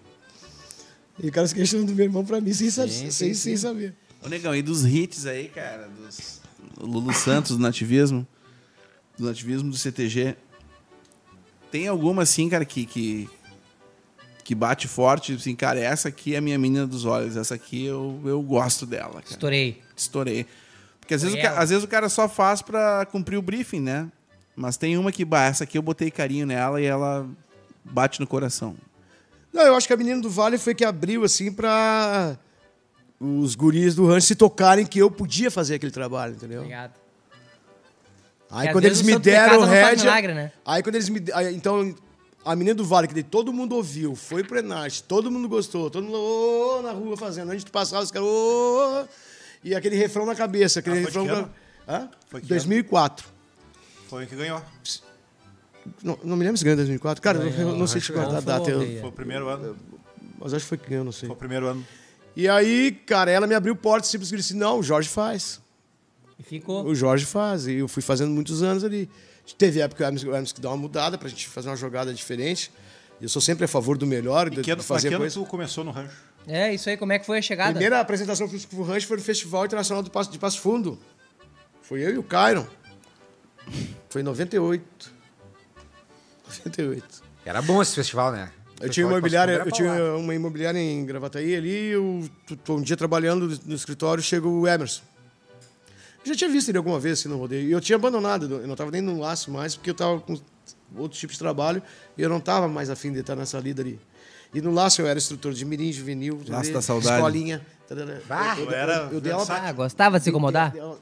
D: E o cara se questionando do meu irmão pra mim sem, sa- sem, sem saber.
F: Ô, negão, e dos hits aí, cara? Dos o Lulu Santos, do nativismo. Do nativismo do CTG. Tem alguma, assim, cara, que, que, que bate forte? Assim, cara, essa aqui é a minha menina dos olhos. Essa aqui eu, eu gosto dela, cara.
C: Estourei.
F: Estourei. Porque às vezes, o
C: Foi
F: ca-
C: ela.
F: às vezes o cara só faz pra cumprir o briefing, né? Mas tem uma que, bah, essa aqui eu botei carinho nela e ela bate no coração.
D: Não, eu acho que a menina do Vale foi que abriu, assim, pra os guris do rancho se tocarem que eu podia fazer aquele trabalho, entendeu?
C: Obrigado.
D: Aí
C: É, às
D: quando
C: vezes
D: eles
C: o
D: me
C: santo pecado
D: deram
C: não faz
D: rédea...
C: milagre, né?
D: Aí quando eles me... aí, então, a menina do Vale, que daí todo mundo ouviu, foi pro Enarte, todo mundo gostou, todo mundo ô, ô, na rua fazendo, onde tu passava, os caras... ô, ô, ô, e aquele refrão na cabeça, aquele
E: Ah, foi de
D: refrão...
E: que ano?
D: na- Hã?
E: Foi que
D: 2004.
E: Foi o que ganhou.
D: Não, não me lembro se ganhou em 2004. Cara, eu não, não sei te guardar a
C: Não,
D: data,
C: foi
D: eu-
C: ontem, é.
E: Foi o primeiro ano.
D: mas acho que foi que ganhou, não sei.
E: Foi o primeiro ano.
D: E aí, cara, ela me abriu porta simplesmente disse: não, o Jorge faz.
C: E ficou.
D: O Jorge faz. E eu fui fazendo muitos anos ali. Teve época que o Hermes, o Hermes que dá uma mudada pra gente fazer uma jogada diferente. E eu sou sempre a favor do melhor, de,
E: E que ano,
D: de fazer
E: que ano
D: coisa.
E: tu começou no rancho?
C: É, isso aí, como é que foi a
D: A
C: chegada?
D: primeira apresentação que eu fiz com o Rancho foi no Festival Internacional do Passo, de Passo Fundo. Foi eu e o Cairon. Foi em 98. 98.
A: Era bom esse festival, né?
D: Eu tinha,
A: Festival de
D: imobiliária, eu
A: Passo Fundo
D: tinha
A: era paulada.
D: uma imobiliária em Gravataí ali, eu t- tô um dia trabalhando no escritório, chega o Emerson. Eu já tinha visto ele alguma vez assim, no rodeio. E eu tinha abandonado, eu não tava nem no laço mais, porque eu tava com outro tipo de trabalho e eu não tava mais afim de estar nessa lida ali. E no Laço eu era instrutor de mirim, juvenil, tarará,
F: da saudade.
D: escolinha. tarará.
E: Bah,
D: eu, eu,
E: eu era-
D: eu dei aula pra
C: Ah, gostava de se incomodar?
D: Eu,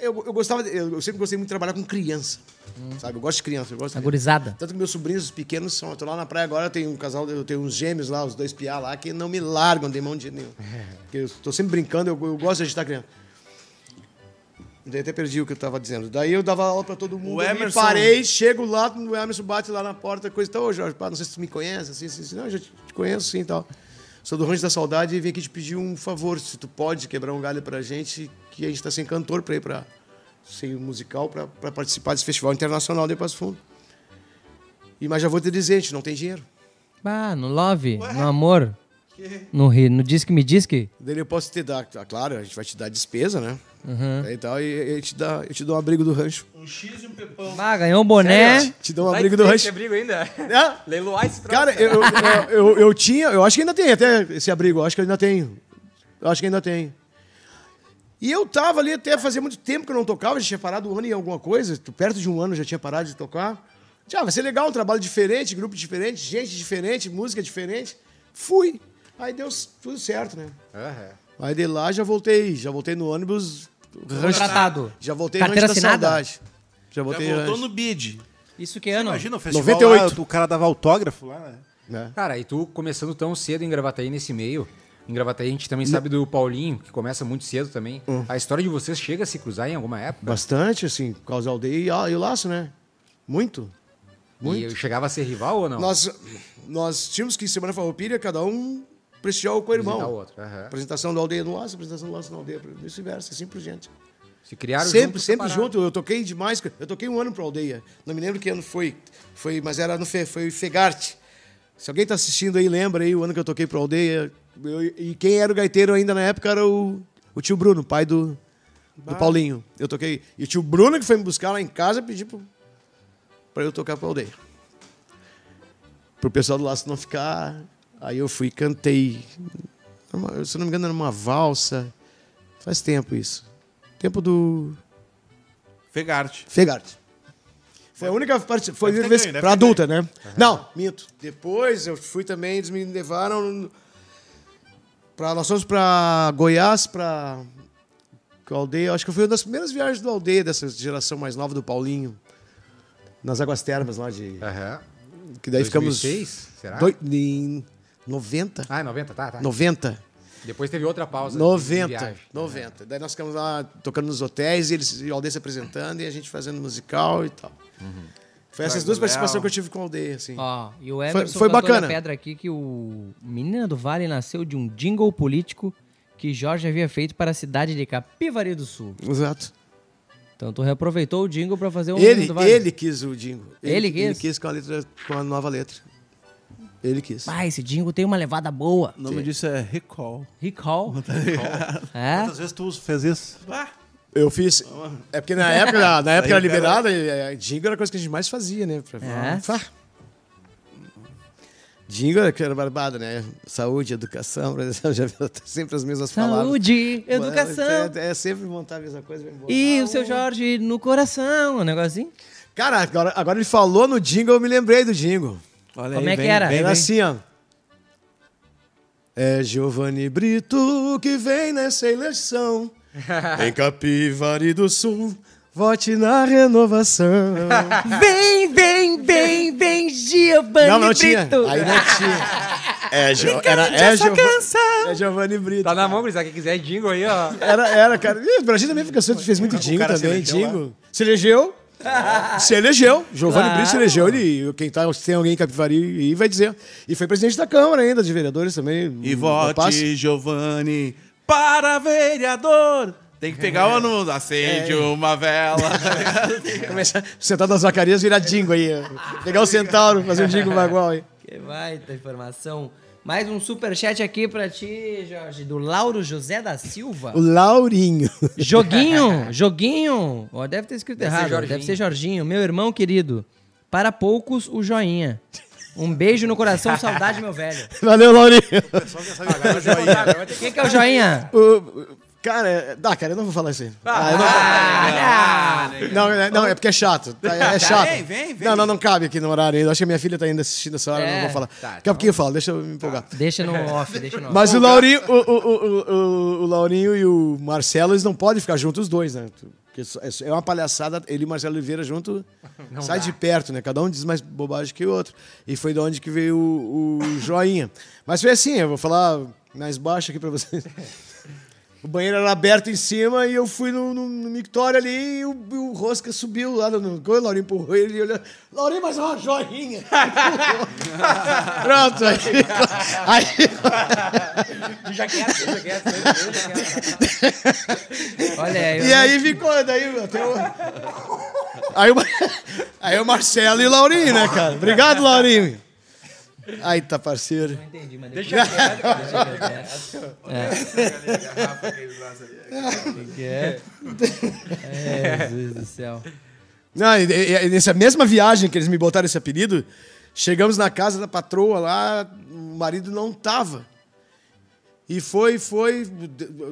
D: eu gostava, de- eu, eu sempre gostei muito de trabalhar com criança.
C: Hum.
D: Sabe? Eu gosto de criança, eu gosto
C: A
D: de-
C: gurizada.
D: Tanto que meus sobrinhos pequenos são. Eu tô lá na praia agora, eu tenho um casal, eu tenho uns gêmeos lá, os dois piá lá, que não me largam de mão de jeito nenhum. Porque eu tô sempre brincando, eu, eu gosto de agitar criança. Daí até perdi o que eu tava dizendo. Daí eu dava aula pra todo mundo. eu me
J: Emerson-
D: parei, chego lá, o Emerson bate lá na porta, coisa e tal. Ô, Jorge, pá, não sei se tu me conhece, assim, assim, assim. Não, eu já te te conheço, sim e tal. Sou do Rancho da Saudade e vim aqui te pedir um favor, se tu pode quebrar um galho pra gente, que a gente tá sem cantor pra ir pra. sem musical, pra, pra participar desse festival internacional de Passo Fundo. E, mas já vou te dizer, a gente não tem dinheiro.
C: Ah, no love, no amor. No, ri- no disque me disque.
D: Daí eu posso te dar, tá, claro, a gente vai te dar despesa, né? Aí tal, e, e eu te dá, eu te dou um abrigo do rancho.
J: Um X e um pepão.
C: Ah, ganhou um boné.
D: Te dou um abrigo do rancho.
A: abrigo ainda.
D: Hã?
A: Leiloar esse troço.
D: Cara, eu, eu, eu, eu tinha, eu acho que ainda tem até esse abrigo, eu acho que eu ainda tenho. Eu acho que ainda tem. E eu tava ali até fazia muito tempo que eu não tocava, já tinha parado um ano em alguma coisa, perto de um ano eu já tinha parado de tocar. Já, vai ser legal, um trabalho diferente, grupo diferente, gente diferente, música diferente. Fui. Aí deu s- tudo certo, né? Aí de lá já voltei, já voltei no ônibus. rancho-
C: Contratado.
D: Já voltei
C: Carteira
D: rancho da
C: assinada?
D: saudade. Já voltei
J: Já voltou
D: rancho.
J: no bid.
C: Isso que ano?
E: Imagina o festival
D: 98.
E: lá, o cara dava autógrafo lá, né?
D: né?
A: Cara, e tu começando tão cedo em Gravataí nesse meio. Em Gravataí a gente também sabe do Paulinho, que começa muito cedo também.
D: Hum.
A: A história de vocês chega a se cruzar em alguma época?
D: Bastante, assim, por causa da aldeia e, a- e o laço, né? Muito.
A: E eu chegava a ser rival ou não?
D: Nós, nós tínhamos que, semana farroupilha, cada um prestigiar o co-irmão.
A: Visitar o outro, né? aham.
D: Apresentação da aldeia no laço, apresentação do laço na aldeia, vice-versa, assim por diante.
A: Se criaram
D: sempre,
A: juntos,
D: sempre
A: separaram.
D: junto. Eu toquei demais. cara. Eu toquei um ano pra aldeia. Não me lembro que ano foi. foi mas era no Fe, foi Fegarte. Se alguém tá assistindo aí, lembra aí o ano que eu toquei pra aldeia. Eu- e quem era o gaiteiro ainda na época era o, o tio Bruno, pai do, do Paulinho. Eu toquei. E o tio Bruno que foi me buscar lá em casa pediu pro, pra eu tocar pra aldeia. Pro pessoal do laço não ficar. Aí eu fui e cantei. Era uma- Se eu não me engano, era uma valsa. Faz tempo isso. Tempo do.
J: Fegarte.
D: Fegart. Foi a única parte. Foi a
E: Deve ter
D: única vez
E: ganho, deve
D: pra
E: ter
D: adulta, né? Não, minto. Depois eu fui também, eles me levaram. Pra, nós fomos pra Goiás, pra. com a aldeia. Acho que foi uma das primeiras viagens do aldeia, dessa geração mais nova do Paulinho. Nas Águas Termas lá de.
A: Aham.
D: Que daí ficamos.
A: 2006, será?
D: Doi, em 90?
A: Ah, é 90, tá, tá.
D: 90.
A: Depois teve outra pausa. de
C: né?
D: 90.
A: viagem.
D: 90. Daí nós ficamos lá tocando nos hotéis, e eles, e o Aldeia se apresentando e a gente fazendo musical e tal.
C: Uhum.
D: Foi essas duas participações que eu tive com a Aldeia, assim.
C: Ó, e o Emerson
D: foi
C: cantou na
D: bacana.
C: pedra aqui que o Menina do Vale nasceu de um jingle político que Jorge havia feito para a cidade de Capivari do Sul.
D: Exato.
C: Então tu reaproveitou o jingle pra fazer o Menina
D: Ele,
C: do Vale.
D: ele quis o Dingo.
C: Ele
D: Ele
C: quis?
D: quis com a, letra, com a nova letra. Ele quis.
C: Ah, esse jingle tem uma levada boa.
F: O nome disso é Recall. tá
C: Recall. é?
E: Quantas vezes tu fez isso?
D: Eu fiz. É porque na época, na, na época era liberada, e, é, Dingo era a coisa que a gente mais fazia, né? Pra-
C: É.
D: Fá. Dingo era que era barbada, né? Saúde, educação, já viu sempre as mesmas palavras.
C: Saúde,
D: Mas
C: educação.
D: É, é sempre montar a mesma coisa. vai embora.
C: E o seu Jorge no coração, um negocinho.
D: Cara, agora, agora ele falou no jingle, eu me lembrei do jingle.
F: Olha
C: Como
F: aí,
C: é que
F: vem,
C: era?
F: vem,
D: Era
F: vem.
D: assim, ó. É Giovanni Brito que vem nessa eleição. em Capivari do Sul, vote na renovação.
C: Vem, vem, vem, vem, Giovanni
D: Ah. não, não tinha.
C: Brito.
D: Aí não tinha. É, jo era, é, Giova- é Giovanni Brito.
A: Tá na mão, Grisá, quem quiser jingle aí, ó.
D: Era, era, cara. Ih, o Brasil também fica solto, fez muito dingo
E: cara se
D: também,
E: elegeu
D: dingo. Se elegeu. Se elegeu. Giovanni
C: Claro.
D: Brito se elegeu. Ele, quem tá, se tem alguém em Capivari, e vai dizer. E foi presidente da Câmara ainda, de vereadores também.
F: E
D: um
F: vote,
D: passo.
F: Giovanni, para vereador. Tem que pegar
D: É.
F: o anúncio. Acende uma vela.
D: Começar sentado nas Zacarias virar dingo aí. Pegar o centauro, fazer um dingo bagual aí.
C: Que baita informação. Mais um superchat aqui pra ti, Jorge, do Lauro José da Silva.
D: O Laurinho.
C: Joguinho, joguinho. Ó, deve ter escrito
A: Deve ser
C: errado. deve
A: Jorginho.
C: ser Jorginho, meu irmão querido. Para poucos, o joinha. Um beijo no coração, saudade, meu velho.
D: Valeu, Laurinho. é
C: Quem que é o joinha?
D: O- cara, dá, cara, eu não vou falar isso aí. Ah, eu não vou.
C: Ah,
D: Não, é- não, é porque é chato. Tá, É, é chato.
F: vem, vem, vem.
D: Não, não, não cabe aqui no horário ainda. Acho que a minha filha tá ainda assistindo essa hora,
C: É,
D: não vou falar.
C: tá,
D: Daqui a pouquinho eu falo, deixa eu me empolgar.
C: Deixa no off, deixa no off.
D: Mas o Laurinho, o, o- o- o- o- o Laurinho e o Marcelo, eles não podem ficar juntos os dois, né? Porque isso- isso É uma palhaçada, ele e o Marcelo Oliveira junto sai de perto, né? Cada um diz mais bobagem que o outro. E foi de onde que veio o, o joinha. Mas foi assim, eu vou falar mais baixo aqui pra vocês. O banheiro era aberto em cima e eu fui no, no, no mictório ali e o, e o Rosca subiu lá no coisa, o Laurinho empurrou ele e olhou. Laurinho, mais uma joinha! Pronto, aí. aí
C: Olha aí.
D: E aí ficou, daí até o... Aí o, aí o Marcelo e o Laurinho, né, cara? Obrigado, Laurinho. Aí tá, parceiro.
C: Meu Deus do céu.
D: Não, e, e- e nessa mesma viagem que eles me botaram esse apelido, chegamos na casa da patroa lá, o marido não tava. E foi, foi.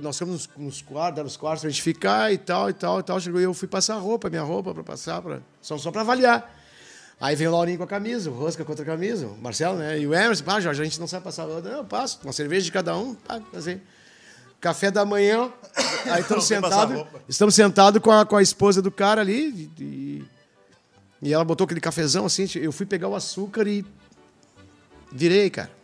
D: Nós ficamos nos, nos quartos, deram os quartos pra gente ficar e tal, e tal, e tal. Chegou e eu fui passar a roupa, minha roupa pra passar, pra, só, só pra avaliar. Aí vem o Laurinho com a camisa, o Rosca com outra camisa, o Marcelo, né? E o Emerson, pá, Jorge, a gente não sabe passar. Eu, não, eu passo, uma cerveja de cada um, pá, assim. Café da manhã, aí estamos
E: Não, vem passar
D: sentados,
E: roupa.
D: estamos sentados com a, com a esposa do cara ali, e- e, e ela botou aquele cafezão assim, eu fui pegar o açúcar e virei, cara.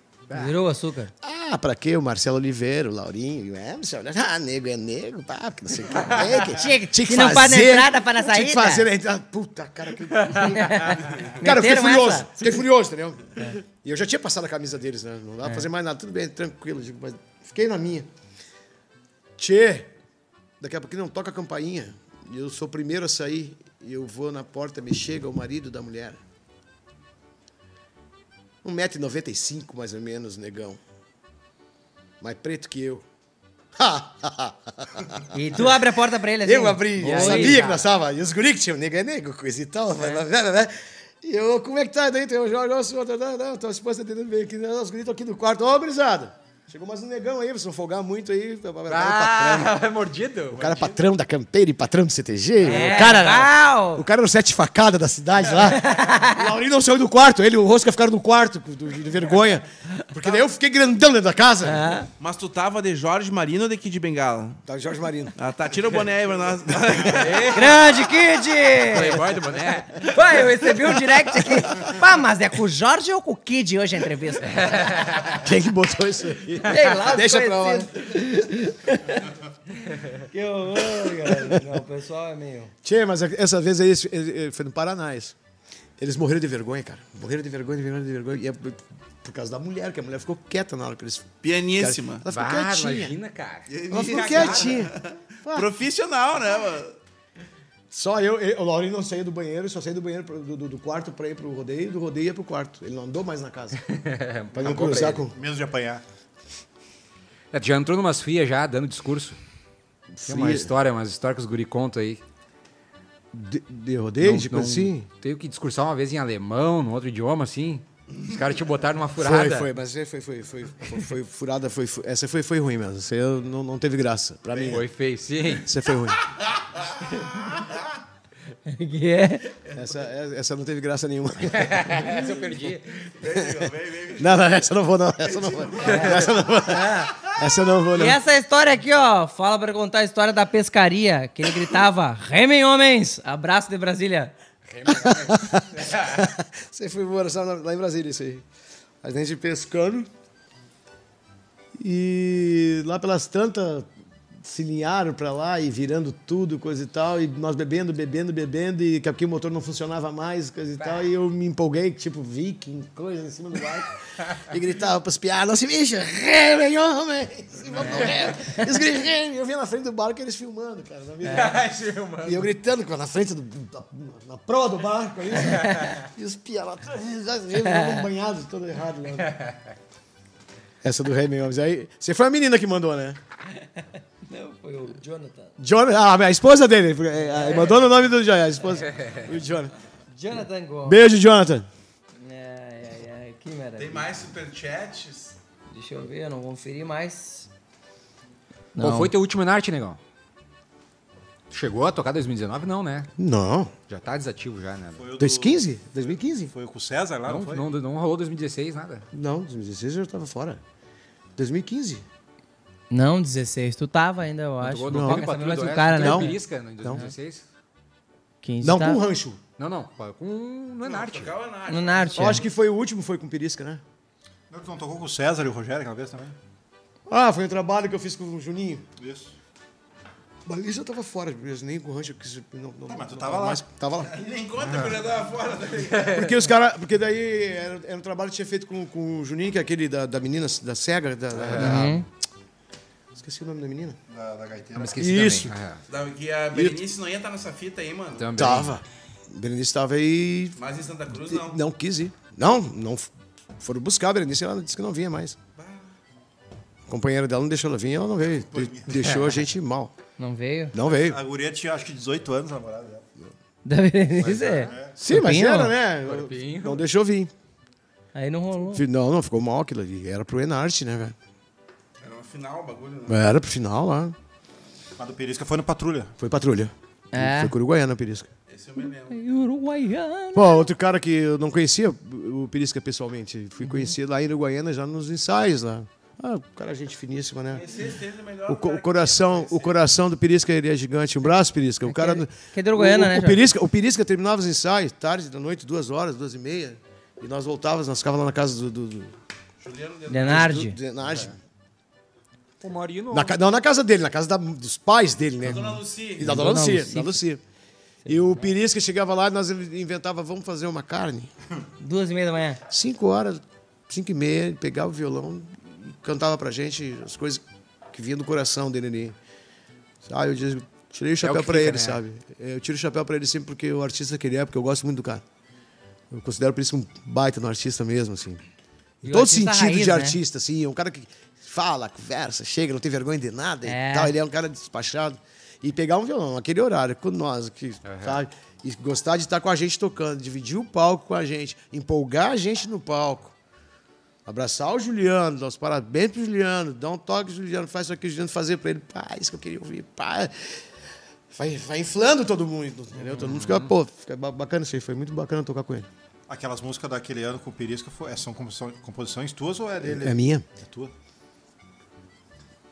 C: Virou o açúcar.
D: Ah, pra quê? O Marcelo Oliveira, o Laurinho e o Emerson. Ah, nego é nego, pá, porque não sei o que. É, que
C: Tinha que- que não faz na entrada, faz na
D: Tinha que
C: saída.
D: fazer na entrada. Puta, cara. Que... cara, eu fiquei
C: Meteram
D: furioso.
C: essa?
D: Fiquei furioso, entendeu? E eu já tinha passado a camisa deles, né? Não dá pra fazer mais nada. Tudo bem, tranquilo. digo, mas fiquei na minha. Tchê, daqui a pouquinho não toca a campainha. E eu sou o primeiro a sair. E eu vou na porta, me chega o marido da mulher. 1,95m mais ou menos, negão. Mais preto que eu.
C: E tu abre a porta pra ele assim.
D: Ah. eu abri,
C: Oi,
D: eu sabia que
C: cara.
D: nós tava. E os guri que tinham, nego é nego, coisa e tal. né, vai, vai, vai, vai. E eu, como é que tá daí? Eu jogo, nossa, outra, não, não, tua esposa tá tentando bem aqui. não, Os guri estão aqui no quarto. Ô, brisada. Chegou mais um negão aí, vocês vão folgar muito aí.
A: Ah, mordido?
D: um
A: tá.
D: O cara é patrão da campeira e patrão do CTG.
C: É,
D: O cara era,
C: uau!
D: o cara era o sete facada da cidade lá. o Laurinho não saiu do quarto. Ele e o Rosca ficaram no quarto, com- do- de vergonha. Porque daí eu fiquei grandão dentro da casa.
A: É.
F: Mas tu tava de Jorge Marino ou de Kid Bengala?
D: Tá, Jorge Marino.
F: Ah, tá, tira o boné aí pra nós.
C: Grande Kid!
A: Playboy do boné?
C: Vai, eu recebi um direct aqui. Pá, mas é com o Jorge ou com o Kid hoje a entrevista?
D: Quem que botou isso aí?
C: Sei lá, os
D: Deixa pra lá.
C: conhecidos. Que horror, cara. Não, o pessoal é meio...
D: Tchê, mas é- essa vez aí esse- eh, eh, foi no Paraná isso. Eles morreram de vergonha, cara. Morreram de vergonha, de vergonha, de vergonha. E é por por causa da mulher, que a mulher ficou quieta na hora que eles.
F: Pianíssima.
D: Ela ficou
A: Bah,
D: quietinha.
A: imagina, cara.
D: Ela ficou quietinha.
F: Profissional, né, mano?
D: Só eu, eu, o Laurinho não saiu do banheiro, só saiu do banheiro pro- do, do- do quarto pra ir pro rodeio, do rodeio ia pro quarto. Ele não andou mais na casa. pra não cruzar com.
E: Menos de apanhar.
A: É, tu Já entrou numas frias já, dando discurso. Tem uma história, umas histórias que os guri contam aí.
D: De, de rodeio,
A: Não-
D: tipo
A: não-
D: assim?
A: Teve que discursar uma vez em alemão, num outro idioma, assim. Os caras te botaram numa
D: Foi,
A: furada.
D: foi, mas foi, foi, foi, foi, foi, foi furada, foi, fu- essa foi, foi ruim mesmo. Essa eu- não, não teve graça. Pra mim.
A: Foi feio, sim.
D: Essa foi ruim.
C: Que é?
D: Essa, essa não teve graça nenhuma.
A: Essa eu perdi.
D: Não, não, essa eu não vou, não. Essa eu não vou. Essa eu não vou. Essa eu não vou, não.
C: E essa história aqui, ó, fala pra contar a história da pescaria, que ele gritava, remem homens, abraço de Brasília.
D: Você foi embora só lá em Brasília, isso aí. A gente pescando. E lá pelas tantas se linharam pra lá e virando tudo, coisa e tal. E nós bebendo, bebendo, bebendo. E que aqui o motor não funcionava mais, coisa e tal. E eu me empolguei, tipo, viking, coisa em cima do barco. e gritava pras piadas, nossa, bicho, remem, homem! E vamos pro remo. E os gritos, remem. Eu vinha na frente do barco e eles filmando, cara. Na minha... E eu gritando com- na frente, do, da- na proa do barco ali. e os piá lá atrás, já banhados todo errado né? lá. Essa do Remy Gomes. Aí, você foi a menina que mandou, né?
C: Não, foi o Jonathan.
D: John, ah, a esposa dele. é, é, Mandou no nome do John, a esposa. O Jonathan.
C: Jonathan Gomes.
D: Beijo, Jonathan.
C: Ai, ai, ai, que maravilha.
F: mais superchats?
C: Deixa eu ver, eu não conferi mais.
A: Qual foi teu último Nart, negão? Chegou a tocar 2019? Não, né?
D: Não.
A: Já tá desativo já, né?
D: 2015? 2015?
E: Foi com o César lá,
A: Não, não, não rolou 2016, nada.
D: Não, 2016 eu já tava fora. 2015?
C: Não, 16. Tu tava ainda, eu acho.
A: Tocou-
D: não.
A: teve
C: Essa
A: Patrulha
C: vez
A: do
C: o
A: Oeste,
C: cara,
A: teve
C: né?
D: Não.
A: Belisca em 2016?
C: 15
D: Não,
C: tava.
D: com o Rancho.
A: Não, não. é Com no Enarte.
C: No Nart.
D: Eu acho que foi o último, foi com o Perisca, né?
E: Não, tu não tocou com o César e o Rogério aquela vez também?
D: Ah, foi um trabalho que eu fiz com o Juninho.
E: Isso.
D: Mas isso eu tava fora, beleza? Nem com o Rancho eu quis. Não, não,
E: Tá, mas tu
D: não
E: tava lá. É.
D: mais, tava lá.
F: Nem
D: Ah.
F: conta que eu já tava fora daí.
D: Porque os caras. Porque daí era, era um trabalho que tinha feito com, com o Juninho, que é aquele da, da menina, da cega. Da, da- da- Esqueci o nome da menina.
E: Da, da gaiteira.
A: Não me esqueci
D: Isso.
A: também. Ah, é.
F: Que a Berenice não ia estar nessa fita aí, mano.
D: Então.
A: também.
D: Berenice tava aí.
F: Mas em Santa Cruz,
D: Não.
F: não.
D: quis ir. Não, não. f- Foram buscar a Berenice ela disse que não vinha mais. A companheira dela não deixou ela vir, ela não veio. De- deixou a gente mal.
C: Não veio?
D: Não veio.
E: A guria tinha acho que 18 anos, a namorada dela.
C: Da Berenice
E: Ah,
C: é.
D: Sim, mas
C: Corpinho.
D: era, né? Eu-
A: Corpinho.
D: Não deixou vir.
C: Aí não rolou.
D: Fi- Não, não, ficou mal aquilo ali. Era pro Enarte, né, velho?
F: Era uma final, o bagulho. Né?
D: Era pro final lá.
E: Mas do Perisca foi no Patrulha.
D: Foi patrulha.
C: É.
D: Foi com o Uruguaiana, Perisca.
F: Esse eu me lembro.
C: Uruguaiano.
D: Bom, outro cara que eu não conhecia, o Perisca pessoalmente, fui conhecer lá em Uruguaiana já nos ensaios lá. Ah, cara, gente finíssimo, né?
F: é
D: O, co- o coração, o coração do Perisca ele é gigante, o braço Perisca, o cara.
C: que é de Uruguaiana,
D: o,
C: né,
D: O
C: Jorge?
D: Perisca, o Perisca terminava os ensaios tarde da noite, duas horas, duas e meia, e nós voltávamos, nós ficávamos lá na casa do, do, do, do-
C: Leonardi.
D: do Enage.
A: O Maurino.
D: Na ca- não, na casa dele, na casa da- dos pais dele, né? Da dona
F: Lucy.
D: E da dona, Lucy, da Lucy. E o Perisca chegava lá e nós inventava, vamos fazer uma carne.
C: Duas e meia da manhã.
D: Cinco horas, cinco e meia, ele pegava o violão e cantava pra gente as coisas que vinham do coração dele ali. Sabe, eu digo, tirei
C: É
D: o chapéu
A: o que
D: pra
A: fica,
D: ele,
A: né?
D: sabe? É, Eu tiro o chapéu pra ele sempre porque o artista que ele é, porque eu gosto muito do cara. Eu considero por isso um baita no artista mesmo, assim.
C: E
D: Em
C: o
D: todo
C: artista
D: sentido
C: raiz,
D: de
C: né?
D: artista, assim. É um cara que fala, conversa, chega, não tem vergonha de nada
C: É.
D: e tal. Ele é um cara despachado. E pegar um violão, aquele horário, com nós, que, sabe? E gostar de estar com a gente tocando, dividir o palco com a gente, empolgar a gente no palco. Abraçar o Juliano, dar os parabéns pro Juliano, dar um toque, Juliano, faz isso aqui, Juliano fazer pra ele. Pá, isso que eu queria ouvir, pá. Vai, vai inflando todo mundo, entendeu? Todo mundo fica, pô, fica ba- bacana isso aí. Foi muito bacana tocar com ele.
E: Aquelas músicas daquele ano com o Perisca foi- é, são composição- composições tuas ou é dele?
D: É minha?
E: É tua.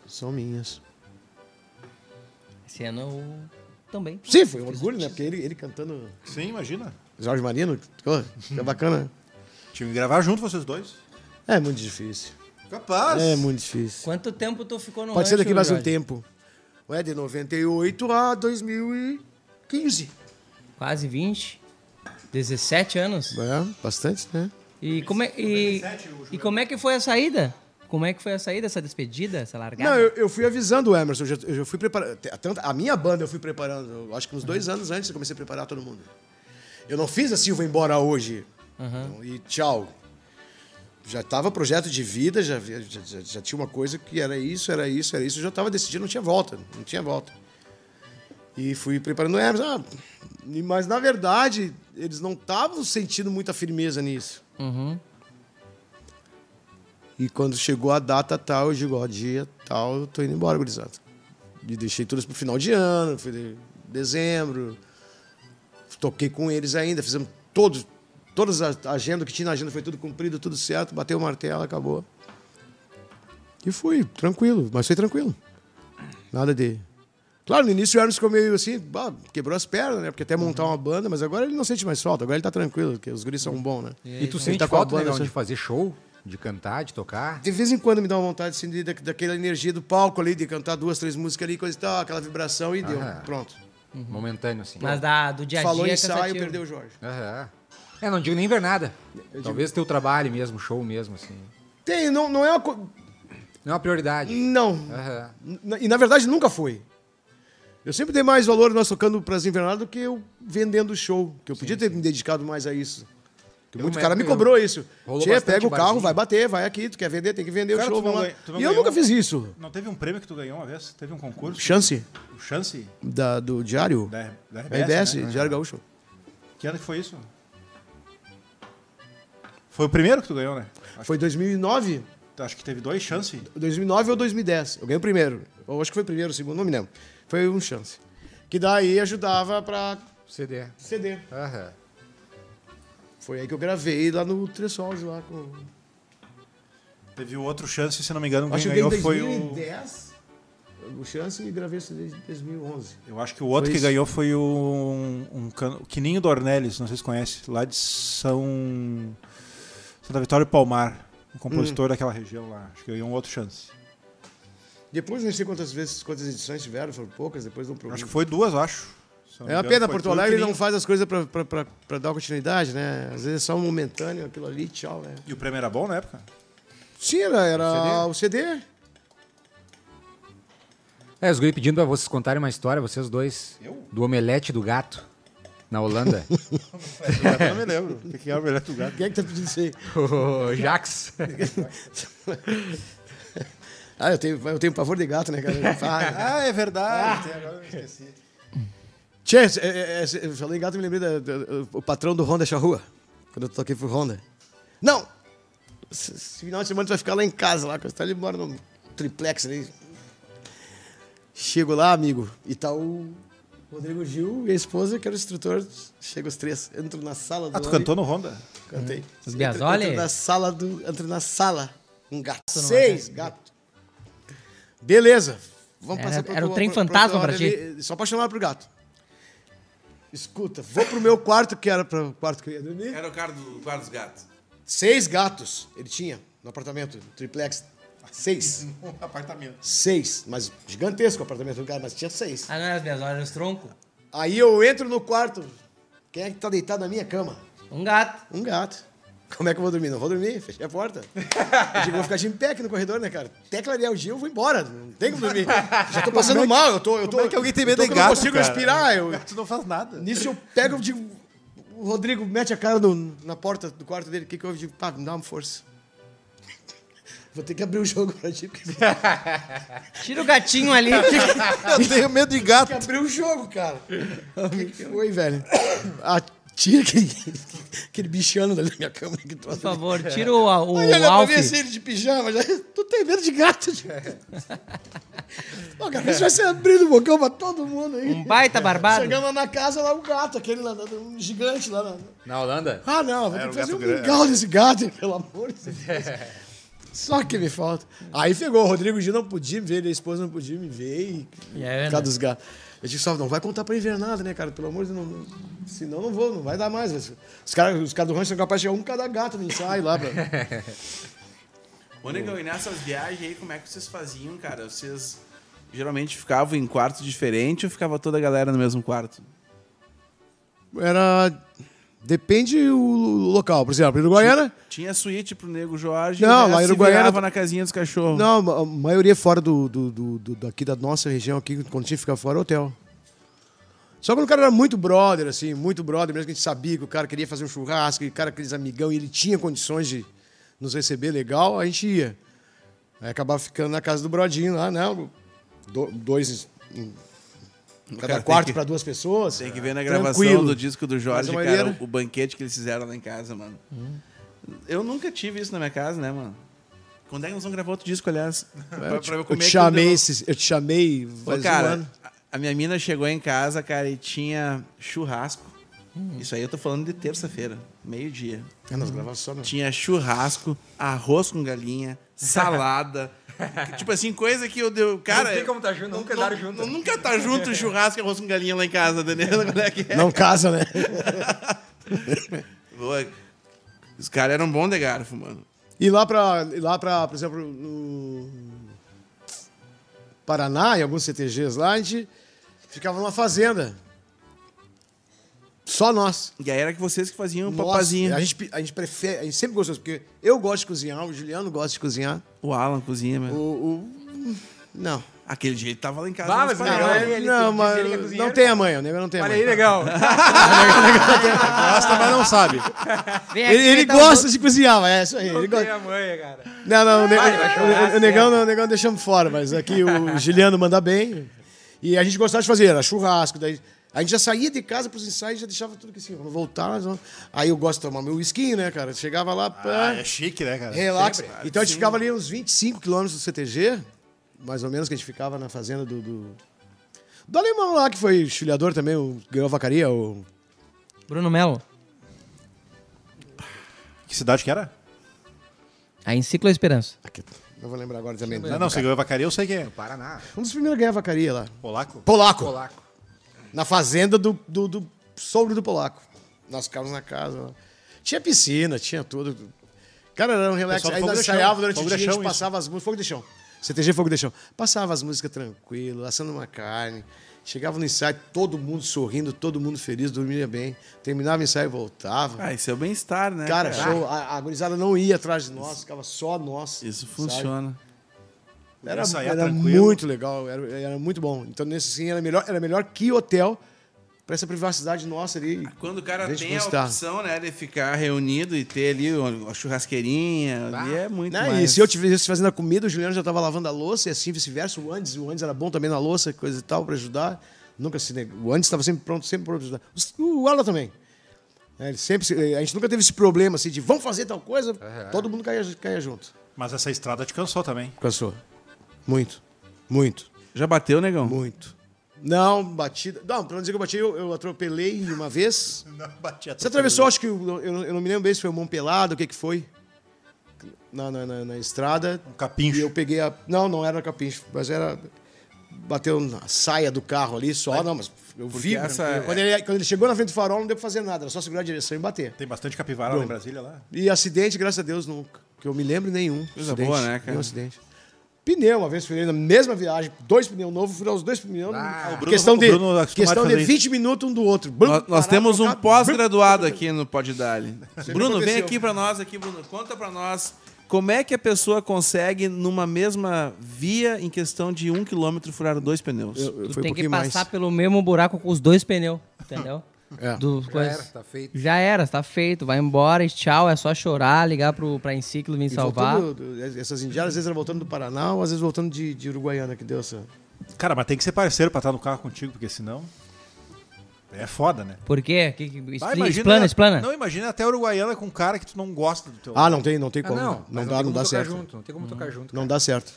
D: São minhas.
C: Esse ano eu também.
D: Sim, foi um orgulho, né? Porque ele, ele cantando
E: Sim, imagina.
D: Jorge Marino, que é bacana.
E: Tinha que gravar junto vocês dois.
D: É muito difícil.
E: Capaz.
D: É muito difícil.
C: Quanto tempo tu ficou no
D: Pode ser
C: rancho,
D: daqui mais um
C: Jorge?
D: tempo. Ué, É de 98 a 2015.
C: Quase 20. 17 anos.
D: É, bastante, né?
C: E como, é, e, e como é que foi a saída? Como é que foi a saída, essa despedida, essa largada?
D: Não, eu, eu fui avisando o Emerson, eu já, eu já fui preparando. te- tanto- A minha banda eu fui preparando, eu acho que uns dois anos antes eu comecei a preparar todo mundo. Eu não fiz assim, eu vou embora hoje. Então, e tchau. Já estava projeto de vida, já, vi- já, já- já tinha uma coisa que era isso, era isso, era isso. Eu já estava decidido, não tinha volta, não tinha volta. E fui preparando o Emerson. Ah, e- mas, na verdade, eles não estavam sentindo muita firmeza nisso. E quando chegou a data tal, eu digo, ó, dia tal, eu tô indo embora, gurizada. E deixei tudo isso pro final de ano, foi de dezembro. Toquei com eles ainda, fizemos todos, todas as agendas que tinha na agenda, foi tudo cumprido, tudo certo, bateu o martelo, acabou. E fui, tranquilo, mas foi tranquilo. Nada de. Claro, no início o Hermes ficou meio assim, bah, quebrou as pernas, né? Porque até montar uma banda, mas agora ele não sente mais falta, agora ele tá tranquilo, porque os guris são bons, né?
A: E tu
D: Ele
A: sente
D: tá com a
A: falta, né,
D: banda,
A: negão,
D: só-
A: de fazer show? De cantar, de tocar?
D: de vez em quando me dá uma vontade assim, de- da- daquela energia do palco ali, de cantar duas, três músicas ali, coisa e tal, aquela vibração e deu.
A: Ah.
D: Pronto.
A: Momentâneo, assim.
C: Mas da, do dia a
D: Falou
C: dia. é
D: ensaio,
C: cansativo.
D: perdeu o Jorge.
A: Aham. É, não digo nem ver nada. Talvez teu trabalho mesmo, show mesmo, assim.
D: Tem, não, não é uma. co-
A: Não é uma prioridade.
D: Não.
A: Aham.
D: N- E na verdade nunca foi. Eu sempre dei mais valor nós tocando pras invernadas do que eu vendendo show. Que eu podia ter me dedicado mais a isso. Porque
A: Eu
D: muito
A: me-
D: cara me
A: eu-
D: cobrou isso.
A: Rolou
D: Tchê,
A: bastante
D: pega o carro,
A: barzinho.
D: vai bater, vai aqui, tu quer vender, tem que vender
E: Cara,
D: o show,
E: tu não
D: vamos lá.
E: ganha- tu não
D: e eu
E: ganhou
D: nunca fiz isso.
E: Não teve um prêmio que tu ganhou uma vez? Teve um concurso?
D: Chance
E: O Chance?
D: da, do Diário.
E: Da, da RBS,
D: RBS,
E: né?
D: Diário Gaúcho.
E: Que ano que foi isso? Foi o primeiro que tu ganhou, né?
D: Foi 2009?
E: Acho que teve dois chances.
D: 2009 ou 2010. Eu ganhei o primeiro. Ou acho que foi o primeiro, o segundo, não me lembro. Foi um chance. Que que daí ajudava pra
E: CD.
D: CD.
E: Aham.
D: Foi aí que eu gravei lá no Tressols lá com.
E: Teve o outro chance, se não me engano, quem
D: Acho que
E: ganhou
D: em
E: foi o.
D: 2010. O... Chance e gravei esse desde 2011.
E: Eu acho que o outro
D: Foi
E: que
D: isso.
E: ganhou foi um, um can- o Quininho Dornelles, não sei se conhece, lá de São. Santa Vitória e Palmar. Um
D: Hum.
E: compositor daquela região lá. Acho que ganhou um outro chance.
D: Depois não sei quantas vezes, quantas edições tiveram, foram poucas, depois não
E: Acho que foi duas, acho. Se não me
D: É uma
E: engano,
D: pena,
E: foi
D: Porto
E: tu e o
D: Alegre não
E: Quininho.
D: faz as coisas pra, pra, pra, pra dar continuidade, né? Às vezes é só um momentâneo, aquilo ali, tchau, né?
E: E o prêmio era bom na época?
D: Sim, era, era o CD.
A: É, os guri pedindo pra vocês contarem uma história, vocês dois, do omelete do gato na Holanda.
E: Eu não me lembro. O que que era o melhor do gato?
D: Quem é que tá pedindo isso aí?
A: o Jax.
D: Ah, eu tenho, eu tenho pavor de gato, né, cara? Ah,
E: Ah, é verdade. Tem, agora eu esqueci.
D: Tchê, é, é, é, eu falei gato, eu me lembrei da, da- o patrão do Honda Charrua, quando eu toquei pro Honda. Não! Esse esse final de semana tu vai ficar lá em casa, lá, tá, ele mora num triplex ali. Chego lá, amigo, e tá o Rodrigo Gil e a esposa, que era o instrutor. Chega os três, entro na sala do.
E: Ah, tu
D: homem.
E: cantou no Honda?
D: Cantei.
C: Os
D: Entra-
C: Biasoli?
D: entra na sala do. Entra na sala. Um gato.
C: Tu não
D: Seis gatos. Beleza. Vamos
C: Era-
D: passar pro-
C: era o
D: pro-
C: trem
D: pro- pro-
C: fantasma
D: pro-
C: pra ti.
D: ali, Só apaixonado pro gato. Escuta, vou pro meu quarto, que era pro quarto que eu ia dormir.
F: Era o cara do guarda dos gatos.
D: Seis gatos ele tinha no apartamento, no triplex. Seis.
E: Um
D: tá
E: apartamento.
D: Seis. Mas gigantesco o apartamento do cara, mas tinha seis.
C: Ah, não era as minhas horas, era os troncos?
D: Aí eu entro no quarto. Quem é que tá deitado na minha cama?
C: Um gato.
D: Um gato. Como é que eu vou dormir? Não vou dormir, fechei a porta. Eu digo, vou ficar de pé aqui no corredor, né, cara? Até clarear o dia, eu vou embora. Não tem como dormir. Já tô passando mal, eu tô. Eu tô
E: Como é que alguém tem medo
D: eu
E: de
D: tô que
E: gato,
D: Não consigo
E: cara?
D: respirar. Eu,
E: Tu não faz nada.
D: nisso eu pego e digo. O Rodrigo mete a cara no- na porta do quarto dele. O que, que houve? Eu digo, pá, me dá uma força. Vou ter que abrir o jogo pra ti, porque tem
C: Tira o gatinho ali.
E: Eu tenho medo de gato.
D: que abrir o jogo, cara. O que que foi, velho? Ah, tira aquele, aquele bichano dali da minha cama que
C: Por
D: trouxe.
C: favor, tira o, Tipo, o,
D: Olha, olha pra
C: Alf.
D: mim assim, ele de pijama. Já... Tu tem medo de gato, gente. Ô, cara, isso vai ser abrindo o bocão pra todo mundo aí.
C: Um baita barbado.
D: Chegamos lá na casa, lá um gato, aquele lá, um gigante lá. na-
A: Na Holanda?
D: Ah, não, vou ter
E: Era
D: que
E: um
D: fazer um
E: gato grande.
D: mingau desse gato, pelo amor de Deus. Só que me falta. Aí pegou, o Rodrigo Gil não podia me ver, a esposa não podia me ver e...
C: E a Ana?
D: Por causa dos gatos. Eu disse, só não vai contar pra invernada, né, cara? Pelo amor de Deus, não- não- senão não vou, não vai dar mais. Os caras os caras do rancho são capazes de chegar um cada gato no ensaio lá, pra...
F: Ô, negão, e nessas viagens aí, como é que vocês faziam, cara? Vocês geralmente ficavam em quartos diferentes ou ficava toda a galera no mesmo quarto?
D: Era. Depende o local. Por exemplo, em Uruguaiana.
F: Tinha suíte pro nego Jorge
D: Não,
F: o nego
D: lá em
F: se
D: Uruguaiana-
F: virava na casinha dos cachorros.
D: Não, a- a maioria fora do, do, do- do- daqui da nossa região aqui, quando tinha que ficar fora, é hotel. Só quando o cara era muito brother, assim, muito brother, mesmo que a gente sabia que o cara queria fazer um churrasco, e o cara aqueles amigão, e ele tinha condições de nos receber legal, a gente ia. Aí acabava ficando na casa do brodinho lá, né? Do- dois em, em cada
F: cara tem
D: quarto
F: que-
D: para duas pessoas. É,
F: Tem que ver na gravação
D: Tranquilo.
F: do disco do Jorge,
D: Mas a maioria- Hum.
F: cara, o, o banquete que eles fizeram lá em casa, mano. Eu nunca tive isso na minha casa, né, mano? Quando é que nós vamos gravar outro disco, aliás?
D: Eu te, É, tipo, eu né? te
F: aquilo
D: chamei,
F: de
D: esses- eu te chamei
F: Ô,
D: faz um
F: cara,
D: ano.
F: a- a minha mina chegou em casa, cara, e tinha churrasco.
D: Hum.
F: Isso aí eu tô falando de terça-feira, meio-dia.
D: É, nós gravamos só no-
F: Tinha churrasco, arroz com galinha, salada. tipo assim, coisa que eu deu. Cara.
A: tem como tá junto,
F: não-
A: nunca
F: não-
A: andaram junto.
F: não- Nunca tá junto churrasco e arroz com galinha lá em casa, Daniela. Qual é que é?
D: Não casa, né?
F: Boa. Os caras eram bons de garfo, mano.
D: E lá pra, e lá pra por exemplo, no Paraná, em alguns CTGs lá, a gente ficava numa fazenda. Só nós.
F: E aí era que vocês que faziam o
D: Nós.
F: Um papazinho.
D: A gente, a gente prefere, a gente sempre gostou, porque eu gosto de cozinhar, o Juliano gosta de cozinhar.
F: O Alan cozinha,
D: O.
F: mano.
D: o- não.
F: Aquele dia ele tava lá em casa.
A: Bah,
F: mas
A: mas
F: parava.
A: legal,
D: Não,
A: ele- ele
D: não,
A: diz
D: mas
A: ele que é
D: não
A: cozinheiro.
D: tem amanhã, o negócio não tem
A: Olha aí,
D: amanhã.
A: legal.
E: Gosta, mas não sabe.
C: Vem aqui,
D: Ele, ele
C: dá um
D: gosta de cozinhar, mas é isso aí. ele
A: Não
D: gosta-
A: tem a manha, cara.
D: Não, não, o, negão,
A: vai chorar, assim,
D: o, o negão, não, o negão deixamos fora, mas aqui o Giliano manda bem. E a gente gostava de fazer, era churrasco. Daí a gente já saía de casa pros ensaios e já deixava tudo que assim, vamos voltar. nós vamos- Aí eu gosto de tomar meu whisky, né, cara? Chegava lá,
E: Ah,
D: pá,
E: é chique, né, cara?
D: relaxa. Então a gente ficava ali uns 25 quilômetros do CTG, mais ou menos, que a gente ficava na fazenda do. do- Do alemão lá, que foi chulhador também, o, ganhou a vacaria, o...
C: Bruno Melo.
E: Que cidade que era?
C: A Enciclo Esperança.
D: Aqui, não vou lembrar agora também.
E: Não, não, você ganhou a vacaria, eu sei quem é.
A: Paraná.
D: Um dos primeiros a ganhar a vacaria lá.
E: Polaco?
D: Polaco.
A: Polaco.
D: Na fazenda do, do, do sogro do polaco. Nós ficávamos na casa. lá. Tinha piscina, tinha tudo. Cara, era um relax.
E: Pessoal do
D: Aí
E: Fogo
D: nós
E: de Chão.
D: ensaiávamos durante
E: Fogo
D: o
E: de
D: dia, a
E: Chão,
D: gente
E: isso.
D: passava as músicas. Fogo de chão. CTG Fogo de chão. Passava as músicas tranquilo, assando uma carne. Chegava no ensaio, todo mundo sorrindo, todo mundo feliz, dormia bem. Terminava o ensaio e voltava.
F: Ah, isso é o bem-estar, né?
D: Cara, show. A, a gurizada não ia atrás de nós, ficava só nós.
F: Isso
D: sabe?
F: funciona.
D: Era,
E: Ensaiar
D: era
E: tranquilo.
D: muito legal, era, era muito bom. Então, nesse sim, era melhor, era melhor que hotel pra essa privacidade nossa ali.
F: Quando o cara
D: Deixa
F: tem a
D: gostar.
F: opção, né, de ficar reunido e ter ali uma uma churrasqueirinha, ali é muito
D: Né? E
F: mais.
D: se eu estivesse fazendo a comida, o Juliano já estava lavando a louça e assim vice-versa. O Andes, o Andes era bom também na louça, coisa e tal, para ajudar. Nunca se negou. O Andes estava sempre pronto, sempre pronto para ajudar. Os- O Ala também. É, ele sempre, se- a gente nunca teve esse problema assim de vamos fazer tal coisa, todo mundo caia, caia junto.
E: Mas essa estrada te cansou também.
D: Cansou. Muito. Muito.
F: Já bateu, negão?
D: Muito. Não, batida. Não, pra não dizer que eu bati, eu, eu atropelei uma vez. Você atravessou, acho que eu, eu- eu não me lembro bem se foi o mão pelado, o que que foi. Na, na, na- na estrada. Um
E: capincho.
D: E eu peguei a. Não, não era capincho, mas era. Bateu na saia do carro ali só, não, mas eu vi.
F: essa
D: tranquilo.
F: é-
D: Quando, ele, quando ele chegou na frente do farol, não deu pra fazer nada, era só segurar a direção e bater.
E: Tem bastante capivara lá em Brasília lá.
D: E acidente, graças a Deus, nunca. Que eu me lembro nenhum.
F: Coisa
D: acidente,
F: boa, né, cara?
D: Nenhum acidente. Pneu, uma vez furei na mesma viagem, dois pneus novos, furei os dois pneus.
E: Bruno-
D: questão
E: o
D: de,
E: Bruno é acostumado
D: questão
E: a
D: de
E: fazer isso.
D: 20 minutos um do outro.
F: Nó- Nós, temos um pós-graduado aqui no Pod Dali. Bruno, vem
D: aconteceu.
F: aqui pra nós, aqui, Bruno. Conta pra nós como é que a pessoa consegue, numa mesma via, em questão de um quilômetro, furar dois pneus.
D: Eu,
C: Tu tem que passar pelo mesmo buraco com os dois pneus, entendeu?
D: É.
C: Do,
A: Já
C: coisa-
A: era, tá feito.
C: Já era, tá feito. Vai embora e tchau. É só chorar, ligar pro, pra Enciclo vir salvar.
D: essas indianas, às vezes era voltando do Paraná, ou às vezes voltando de, de Uruguaiana, que deu essa.
E: Cara, mas tem que ser parceiro pra estar no carro contigo, porque senão. É foda, né?
C: Por quê? Que, que,
E: Ah,
C: expli- explana, explana.
E: Não, imagina até a Uruguaiana com um cara que tu não gosta do teu.
D: Ah, não tem, não tem
A: Ah,
D: como.
A: não,
D: não,
A: mas tem
D: dá, não
A: como
D: dá
A: tocar
E: é
D: certo.
A: Junto, não tem como tocar junto.
D: Não dá certo.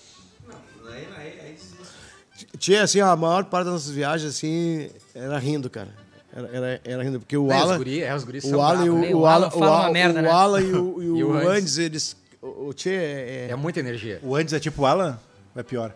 D: Tinha, assim, a maior parte das nossas viagens, assim, era rindo, cara. Era, era, era rindo, porque o
A: É, os
D: Alan...
A: guri- é, os guris
D: o
A: são
D: Alan e
A: bravos,
C: né?
D: o, o
C: O Alan
D: Alan, o
C: fala uma
D: Alan-
C: merda,
D: o
C: né?
D: Alan e o, e
A: E o
D: o
A: Andes.
D: Andes, eles... O, o Tchê é,
A: É muita energia.
E: O Andes é tipo o Alan? Ou é pior?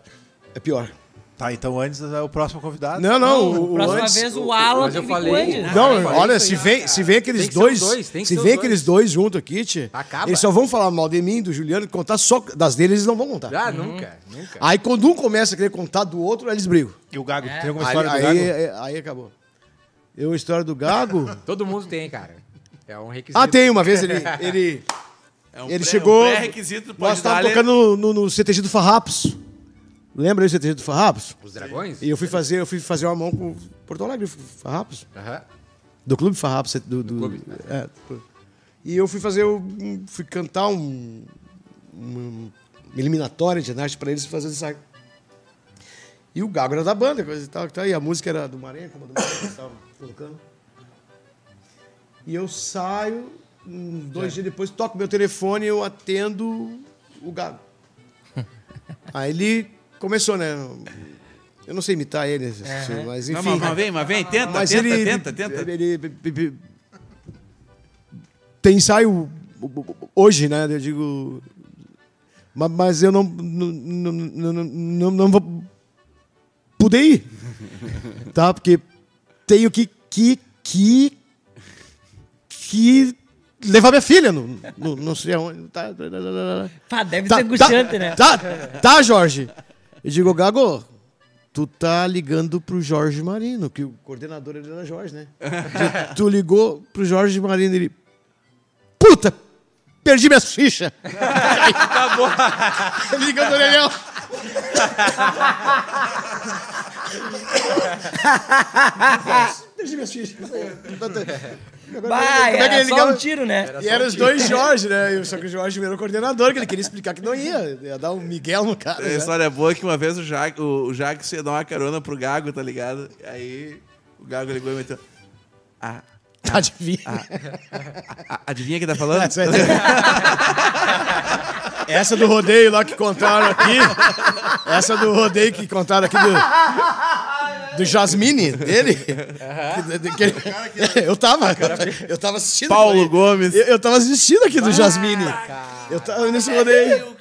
D: é pior.
E: Tá, então o Andes é o próximo convidado.
D: Não, não, o, o
C: Próxima
D: Andes...
C: vez o Alan
A: mas eu
C: tem que vir
A: falei,
C: com o Andy.
A: né?
D: Não,
A: Ah, cara,
D: olha,
A: isso
D: se
A: aí,
D: vem, se vem aqueles
A: Tem que ser os
D: dois,
A: dois, tem que
D: se
A: ser os
D: vem
A: dois.
D: aqueles dois junto aqui, tia,
A: Acaba.
D: eles só vão falar mal de mim, do Juliano, contar só das deles, eles não vão contar.
A: Ah, nunca, nunca.
D: Aí quando um começa a querer contar do outro, aí eles brigam.
E: E o
F: É.
E: Gago, tem alguma
D: Aí,
E: história do
D: aí, é
E: Gago?
D: aí- aí acabou. Eu, a história do Gago.
A: Todo mundo tem, cara. É um requisito.
D: ah, tem, uma vez ele. ele
F: É um
D: ele
F: pré-
D: chegou.
F: Um pré-requisito do
D: nós
F: Pod
D: estávamos
F: Dali.
D: tocando no, no- no CTG do Farrapos. Lembra aí o CTG do Farrapos?
A: Os dragões?
D: E eu fui fazer, eu fui fazer uma mão com o Porto Alegre, Farrapos.
A: Aham.
D: Do Clube Farrapos. Do, do-
A: clube.
D: é, do clube. E eu fui fazer, um- fui cantar um, um- uma eliminatória de ginástica pra eles fazer essa... E o Gago era da banda, coisa e tal, que tal, e a música era do Maranhão, como a do Maranhão que eles estavam colocando. E eu saio, um, dois dias depois, toco meu telefone e eu atendo o Gago. Aí ele começou, né? Eu não sei imitar ele, mas enfim.
F: Não, mas, mas vem, mas vem, tenta,
D: Mas
F: tenta,
D: ele,
F: tenta, tenta.
D: ele- ele- ele- tem ensaio hoje, né? Eu digo. ma- Mas eu não. Não, não, não- não- não vou poder ir. tá? Porque tenho que. que. que. que levar minha filha no, no- não sei aonde. Tá, tá, tá, tá, tá.
C: Pá, deve
D: Tá,
C: ser angustiante,
D: tá,
C: né?
D: Tá, tá, Jorge. Eu digo, Gago, tu tá ligando pro Jorge Marino, que o coordenador ele era Jorge, né? Tu- tu ligou pro Jorge Marino, ele... Puta, perdi minhas fichas. Acabou. Ligando o orelhão. perdi Então minhas fichas. tá. Agora,
C: Vai,
D: como é que
C: era
D: ele
C: só
D: ligava?
C: um tiro, né?
D: E eram os dois Jorge, né? E Só que o Jorge era o coordenador, que ele queria explicar que não ia. Ia dar um Miguel no cara.
F: A
D: né?
F: história boa é que uma vez o Jack, o, o Jack ia dar uma carona pro Gago, tá ligado? Aí o Gago ligou e meteu. Ah,
D: Tá difícil.
F: a- adivinha quem tá falando?
D: Essa, essa do rodeio lá que contaram aqui. Essa do rodeio que contaram aqui do. Do Jasmine, dele. Que- que- Eu tava. Eu tava assistindo.
F: Paulo
D: aquilo aí.
F: Gomes.
D: Eu, eu tava assistindo aqui do Jasmine. Eu tava nesse rodeio.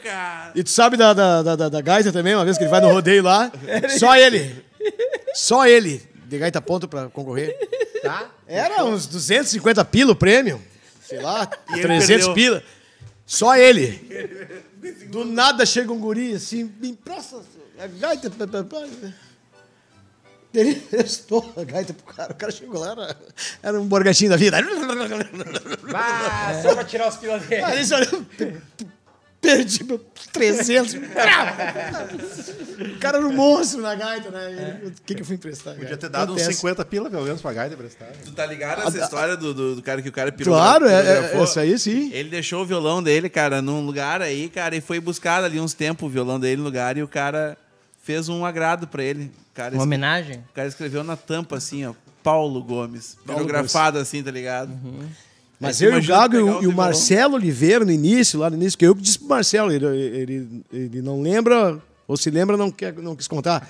D: E tu sabe da, da, da, da- da gaita também, uma vez que ele vai no rodeio lá. Só ele. Só ele. De gaita ponto pra concorrer. Tá? Era uns 250 pila o prêmio. Sei lá,
F: E ele
D: 300
F: perdeu.
D: pila. Só ele. Do nada chega um guri assim, me empresta a gaita. pá, pá, pá. Ele prestou a gaita pro cara. O cara chegou lá, era, era um borgatinho da vida.
A: Ah, só pra tirar os pila
E: É.
A: dele.
D: Aí eles olham, "Pe- pe- Perdi meu 300. o cara era um monstro na gaita, né? Ele, O que, que eu fui emprestar?
E: É. Podia ter dado uns 50 pila, pelo menos, pra Gaita emprestar.
F: Tu tá ligado essa história do, do, do cara que o cara pirou?
D: Claro, é, é, é, isso aí sim.
F: Ele deixou o violão dele, cara, num lugar aí, cara, e foi buscar ali uns tempos o violão dele no lugar e o cara fez um agrado pra ele. O cara,
C: Uma homenagem?
F: o cara escreveu na tampa assim, ó, Paulo Gomes. Pirografado assim, tá ligado?
C: Uhum.
D: Mas
F: Aí tu
D: eu e o
F: imagina
D: Gago e
F: pegar
D: o, e o
F: violão.
D: Marcelo Oliveira no início, lá no início, que eu que disse pro Marcelo, ele, ele, ele não lembra, ou se lembra, não, quer, não quis contar.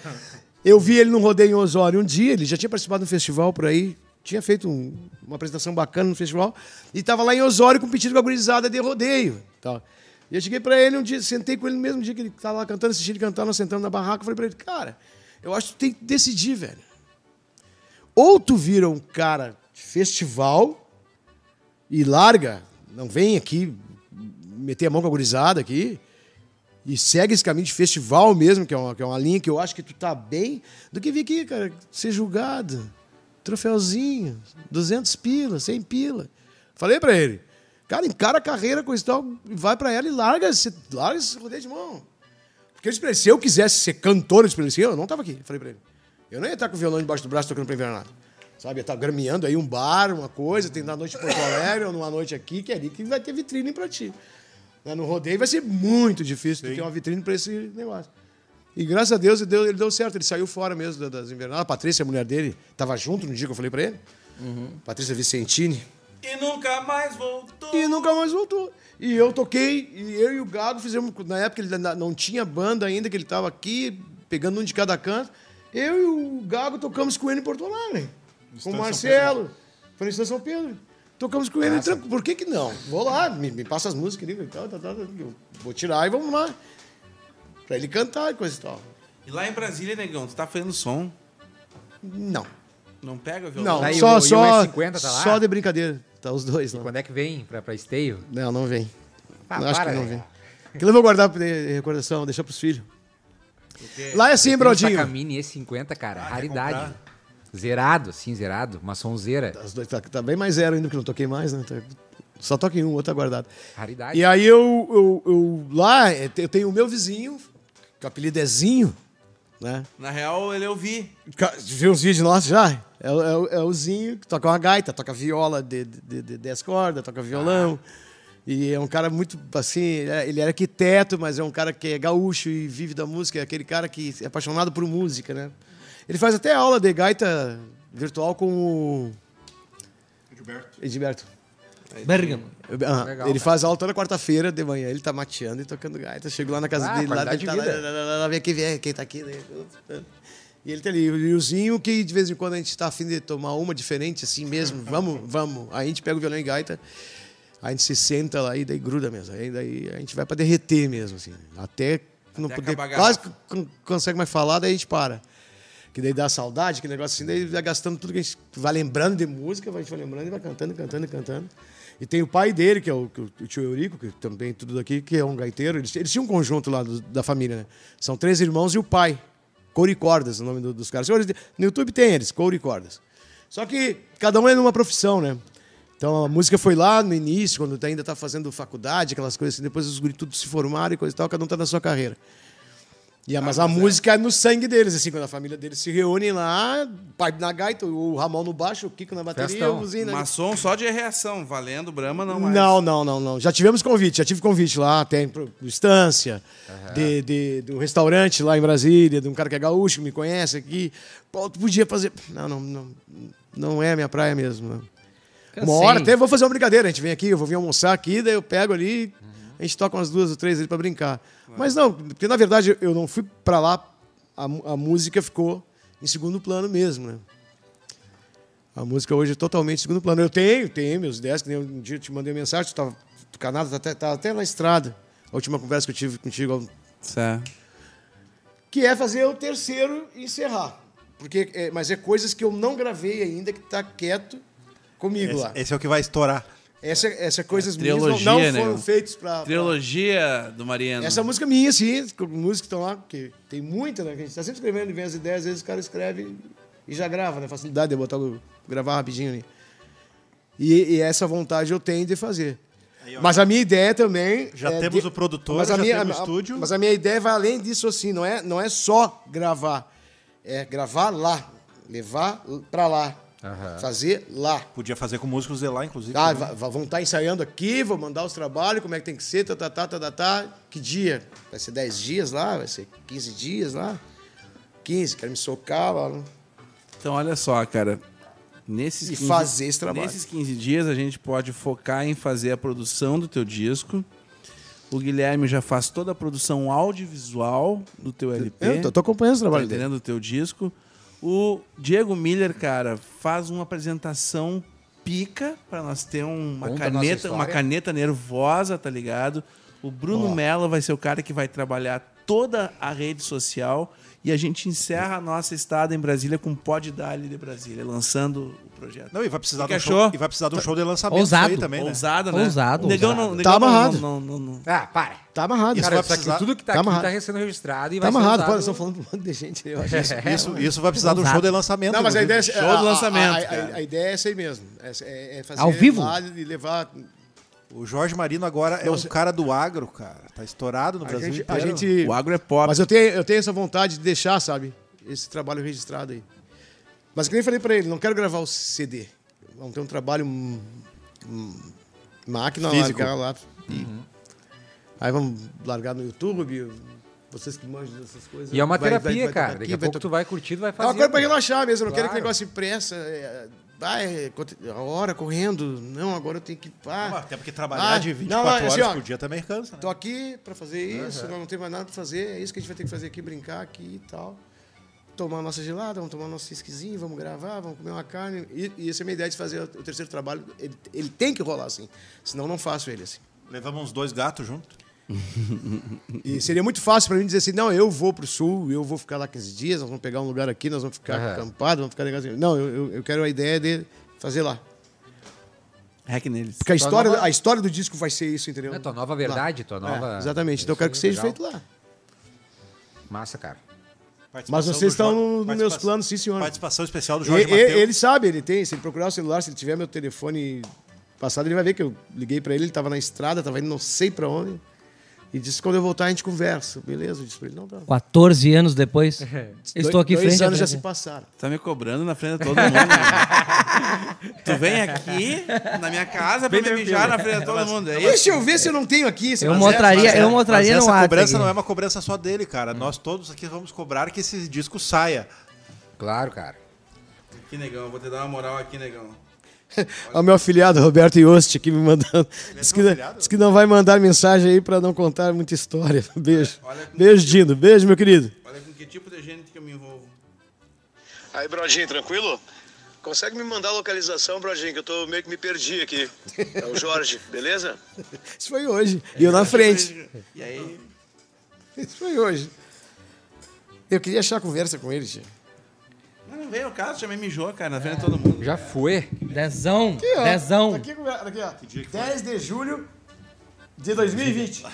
D: Eu vi ele num rodeio em Osório um dia, ele já tinha participado de um festival por aí, tinha feito um- uma apresentação bacana no festival, e tava lá em Osório competindo com a gurizada de rodeio. Tá. E eu cheguei pra ele um dia, sentei com ele no mesmo dia que ele tava lá cantando, assistindo ele cantar, nós sentamos na barraca, eu falei pra ele, cara, eu acho que tu tem que decidir, velho. Ou tu vira um cara de festival, e larga, não vem aqui meter a mão com a gurizada aqui e segue esse caminho de festival mesmo, que é uma, que é uma linha que eu acho que tu tá bem, do que vir aqui, cara, ser julgado. Troféuzinho, 200 pila, 100 pila. Falei pra ele, cara, encara a carreira com isso e tal, vai pra ela e larga esse, larga esse rodeio de mão. Porque eu disse pra ele, se eu quisesse ser cantor, eu disse pra ele assim, eu não tava aqui. Falei pra ele. Eu não ia estar com o violão debaixo do braço tocando pra invernada. Sabe, ia estar grameando aí um bar, uma coisa, tem na noite em Porto Alegre ou numa noite aqui, que é ali que vai ter vitrine pra ti. Né, No rodeio vai ser muito difícil tu ter uma vitrine pra esse negócio. E graças a Deus ele deu, ele deu certo, ele saiu fora mesmo da- das invernadas. A Patrícia, a mulher dele, tava junto no dia que eu falei pra ele. Patrícia Vicentini.
F: E nunca mais voltou.
D: E nunca mais voltou. E eu toquei, e eu e o Gago fizemos. Na época ele ainda não tinha banda ainda, que ele estava aqui, pegando um de cada canto. Eu e o Gago tocamos com ele em Porto Alegre. Com o Marcelo. Foi na Estância São Pedro. Tocamos com
A: Ah,
D: ele em tranco. Por que, que não? Vou lá, me, me passa as músicas, liga e tal, tal, tal, tal. Eu vou tirar e vamos lá. Pra ele cantar e coisa e tal.
F: E lá em Brasília, negão, tu tá fazendo som.
D: Não.
F: Não pega o violão.
D: Não,
A: Então, tá Aí o-
D: só,
A: e o
D: só,
A: S50 tá lá?
D: só de brincadeira. Tá os dois lá.
A: Quando é que vem pra, pra esteio?
D: Não, não vem.
A: Ah,
D: Não, acho
A: para,
D: que não
A: né,
D: vem.
A: cara?
D: Aquilo eu vou guardar pra ter recordação, deixar pros filhos. Lá é
A: um
D: assim, Brodinho.
A: Camine E50,
F: Ah,
A: cara. raridade. Zerado, sim, zerado. Uma sonzeira.
D: As dois, tá, tá bem mais zero ainda, que eu não toquei mais, né? Tá- Só toca em um, o outro tá guardado.
A: Raridade.
D: E aí eu, eu, eu- lá, é, eu tenho o meu vizinho, que o apelido é Zinho, né?
F: Na real, ele eu vi.
D: Ca- Viu uns vídeos nossos já? É, o- é o- é o Zinho que toca uma gaita, toca viola de 10 de, de, dez cordas, toca violão. E é um cara muito, assim, ele é- ele é arquiteto, mas é um cara que é gaúcho e vive da música, é aquele cara que é apaixonado por música, né? Ele faz até aula de gaita virtual com o Edilberto. É
C: Bergamo.
D: Ah,
A: Legal, né? cara.
D: ele faz aula toda quarta-feira de manhã, ele tá mateando e tocando gaita. Chego lá na casa
A: Ah,
D: dele, lá,
A: qualidade
D: ele tá
A: de
D: lá, lá,
A: vida.
D: lá, lá, lá, vem quem vier, quem tá aqui. Né? E ele tá ali, e o Zinho, que de vez em quando a gente tá afim de tomar uma diferente, assim mesmo, vamos, vamos. Aí a gente pega o violão e gaita, aí a gente se senta lá e daí gruda mesmo. Aí daí a gente vai pra derreter mesmo, assim. Até não
F: Até
D: poder,
F: acabar a
D: quase que não consegue mais falar, daí a gente para. Que daí dá saudade, que negócio assim, daí vai gastando tudo que a gente vai lembrando de música, vai- a gente vai lembrando e vai cantando, cantando, cantando. E tem o pai dele, que é o, que o- o tio Eurico, que também tudo daqui, que é um gaiteiro. Eles, eles tinham um conjunto lá do- da família, né? São três irmãos e o pai. Couro e Cordas, é o nome do- dos caras. Eles- No YouTube tem eles, Couro e Cordas. Só que cada um é numa profissão, né? Então a música foi lá no início, quando tu ainda tá fazendo faculdade, aquelas coisas assim. Depois os guri tudo se formaram e coisa e tal, cada um tá na sua carreira. E, a- mas a música é no sangue deles, assim, quando a família deles se reúne lá, o pai na gaita, o Ramon no baixo, o Kiko na bateria,
A: Festão.
D: o Buzina.
F: Mas som só de reação, valendo Brahma não mais.
D: Não, não, não, não. Já tivemos convite, já tive convite lá, tem pro- do Estância, de, de, de um restaurante lá em Brasília, de um cara que é gaúcho, que me conhece aqui. Pô, tu podia fazer. Não, não, não, não é a minha praia mesmo. não. Uma
C: Cansei.
D: hora até vou fazer uma brincadeira, a gente vem aqui, eu vou vir almoçar aqui, daí eu pego ali, a gente toca umas duas ou três ali pra brincar. Mas não, porque na verdade eu não fui pra lá, a, mu- a música ficou em segundo plano mesmo, né? A música hoje é totalmente segundo plano. Eu tenho, tenho meus 10, que nem um dia eu te mandei mensagem, tu tava, tu canado, tá até, tá até na estrada. A última conversa que eu tive contigo
F: Certo.
D: que é fazer o terceiro e encerrar. Porque, é- mas é coisas que eu não gravei ainda, que tá quieto comigo lá.
E: Esse, esse é o que vai estourar.
D: Essa, essa coisas minhas
F: trilogia,
D: não, não
F: né?
D: foram feitas pra... pra-
F: Trilogia do Mariano.
D: Tá Essa música minha, assim, com músicas que estão lá, que tem muita, né? Que a gente tá sempre escrevendo e vem as ideias, às vezes o cara escreve e já grava, né? Facilidade de botar, no- gravar rapidinho ali. E, e essa vontade eu tenho de fazer. Mas a minha ideia também.
E: Já
D: é
E: temos
D: de-
E: o produtor,
D: mas a
E: já
D: minha,
E: temos o
D: a-
E: estúdio.
D: Mas a minha ideia vai além disso, assim, não é, não é só gravar. É gravar lá. Levar pra lá. Fazer lá.
E: Podia fazer com músicos de lá, inclusive.
D: Tá,
E: também.
D: va- va- vão estar ensaiando aqui, vão mandar os trabalhos, como é que tem que ser, tá, tá, tá, tá, tá, tá. Que dia? Vai ser 10 dias lá? Vai ser 15 dias lá? 15, quero me socar lá. né?
F: Então, olha só, cara. Nesses
D: E fazer esse trabalho.
F: Nesses 15 dias, a gente pode focar em fazer a produção do teu disco. O Guilherme já faz toda a produção audiovisual do teu LP.
D: Eu tô, tô acompanhando o
F: tá
D: trabalho dele.
F: entendendo o teu disco. O Diego Miller, cara, faz uma apresentação pica pra nós ter um- uma
A: Conta a nossa
F: caneta, uma
A: história.
F: caneta nervosa, tá ligado? O Bruno Mello vai ser o cara que vai trabalhar toda a rede social e a gente encerra a nossa estada em Brasília com o Pod Dali de Brasília, lançando o projeto.
E: Não, e vai precisar
F: O
E: de
F: que
E: um show,
F: achou?
E: e vai precisar de um show de lançamento
C: Ousado.
E: isso aí também, né?
F: Tá Ousado, né?
C: Ousado,
F: O negão não,
C: ousado.
F: o negão
D: Tá
F: não-
D: amarrado.
F: Não, não, não- não.
A: Ah, para.
D: Tá amarrado.
E: Isso
A: Cara,
E: vai
A: isso aqui,
E: precisar-
A: tudo que tá,
D: tá
A: aqui
D: amarrado.
A: tá sendo registrado e
D: Tá
A: vai
D: amarrado,
A: ser
D: pô,
A: usado.
D: eles estão falando um monte de gente. Eu acho isso.
E: Isso, isso vai precisar de um
C: Ousado.
E: show de lançamento.
D: Não, mas a
E: inclusive.
D: ideia é.
F: Show do
D: a- a-
F: lançamento,
D: A, a-
F: cara.
D: a ideia é essa aí mesmo. É, é fazer
C: Ao vivo?
D: lá e levar.
E: O Jorge Marino agora é um cara do agro, cara. Tá estourado no
D: A
E: Brasil
D: gente, a
E: inteiro.
D: gente-
F: O agro é pop.
D: Mas eu tenho, eu tenho essa vontade de deixar, sabe? Esse trabalho registrado aí. Mas que nem falei pra ele, não quero gravar o CD. Vamos ter um trabalho. hum, hum, máquina
E: Físico.
D: largar lá. E- Aí vamos largar no YouTube. Vocês que manjam dessas coisas.
A: E é uma
D: vai- vai-
A: terapia,
D: vai
A: cara.
D: tocar
A: Daqui
D: aqui,
A: a pouco
D: tocar-
A: tu vai curtir, tu vai
D: é
A: fazer. um-
D: uma coisa pra
A: cara.
D: relaxar mesmo, eu não
A: Claro.
D: quero aquele negócio de pressa. é, Vai, conte- a hora correndo. Não, agora eu tenho que. pá.
E: Não, Até porque trabalhar
D: Ah,
E: de
D: não,
E: 24
D: mas assim,
E: horas
D: ó,
E: por dia também cansa, né?
D: Tô aqui pra fazer isso, nós não tem mais nada pra fazer, é isso que a gente vai ter que fazer aqui, brincar aqui e tal. Tomar nossa gelada, vamos tomar nosso esquisinho, vamos gravar, vamos comer uma carne. E, e essa é a minha ideia de fazer o o terceiro trabalho. Ele, ele tem que rolar assim, senão eu não faço ele assim.
E: Levamos uns dois gatos junto.
D: E seria muito fácil pra mim dizer assim: não, eu vou pro sul, eu vou ficar lá 15 dias, nós vamos pegar um lugar aqui, nós vamos ficar
A: Aham.
D: acampados, vamos ficar negócio. Não, eu, eu- eu quero a ideia de fazer lá.
F: Hack neles.
D: Porque a
A: Tua
D: história,
A: nova-
D: a história do disco vai ser isso, entendeu?
A: É tua nova verdade, tua nova.
D: É, exatamente, então eu
A: Isso
D: quero que
A: é
D: seja
A: legal.
D: feito lá.
A: Massa, cara.
D: Mas
E: Participação
D: vocês
E: do
D: estão
E: Jorge-
D: no- nos meus
E: participação-
D: planos, sim, senhor.
E: Participação especial do
D: E-
E: Jorge
D: e-
E: Mateus.
D: Ele sabe, ele tem. Se ele procurar o celular, se ele tiver meu telefone passado, ele vai ver que eu liguei pra ele, ele tava na estrada, tava indo não sei pra onde. E disse: quando eu voltar, a gente conversa. Beleza? Eu disse pra ele: não, não.
C: 14 anos depois, estou aqui
D: Dois
C: frente a
D: anos já
C: frente.
D: se passaram.
F: Tá me cobrando na frente de todo mundo. né? tu vem aqui na minha casa pra me mijar na frente de todo mundo. É isso?
D: Deixa eu ver se eu não tenho aqui. se
C: Eu
D: não-
C: mostraria, eu mostraria
E: Mas
C: no
E: essa
C: ar.
E: cobrança não é uma cobrança só dele, cara. Nós todos aqui vamos cobrar que esse disco saia.
A: Claro, cara.
F: Aqui, negão, vou te dar uma moral aqui, negão.
D: Ao meu afiliado, Roberto Yost, aqui me mandando. Diz que, diz que não vai mandar mensagem aí pra não contar muita história. Beijo.
F: olha como-
D: Beijo, Dindo. Beijo, meu querido.
F: Olha com que tipo de gente que eu me envolvo.
K: Aí, Brodinho, tranquilo? Consegue me mandar a localização, Brodinho, que eu tô meio que me perdi aqui. É o Jorge, beleza?
D: Isso foi hoje. E eu na frente.
F: E aí,
D: Isso foi hoje. Eu queria achar a conversa com ele, tia.
F: mas não veio o caso, já me mijou, cara, na frente de todo mundo.
A: Já foi.
C: Dezão,
D: Aqui, ó.
C: dezão.
D: Tá Aqui, com- tá aqui, ó. 10 de julho de 2020.
F: Tá.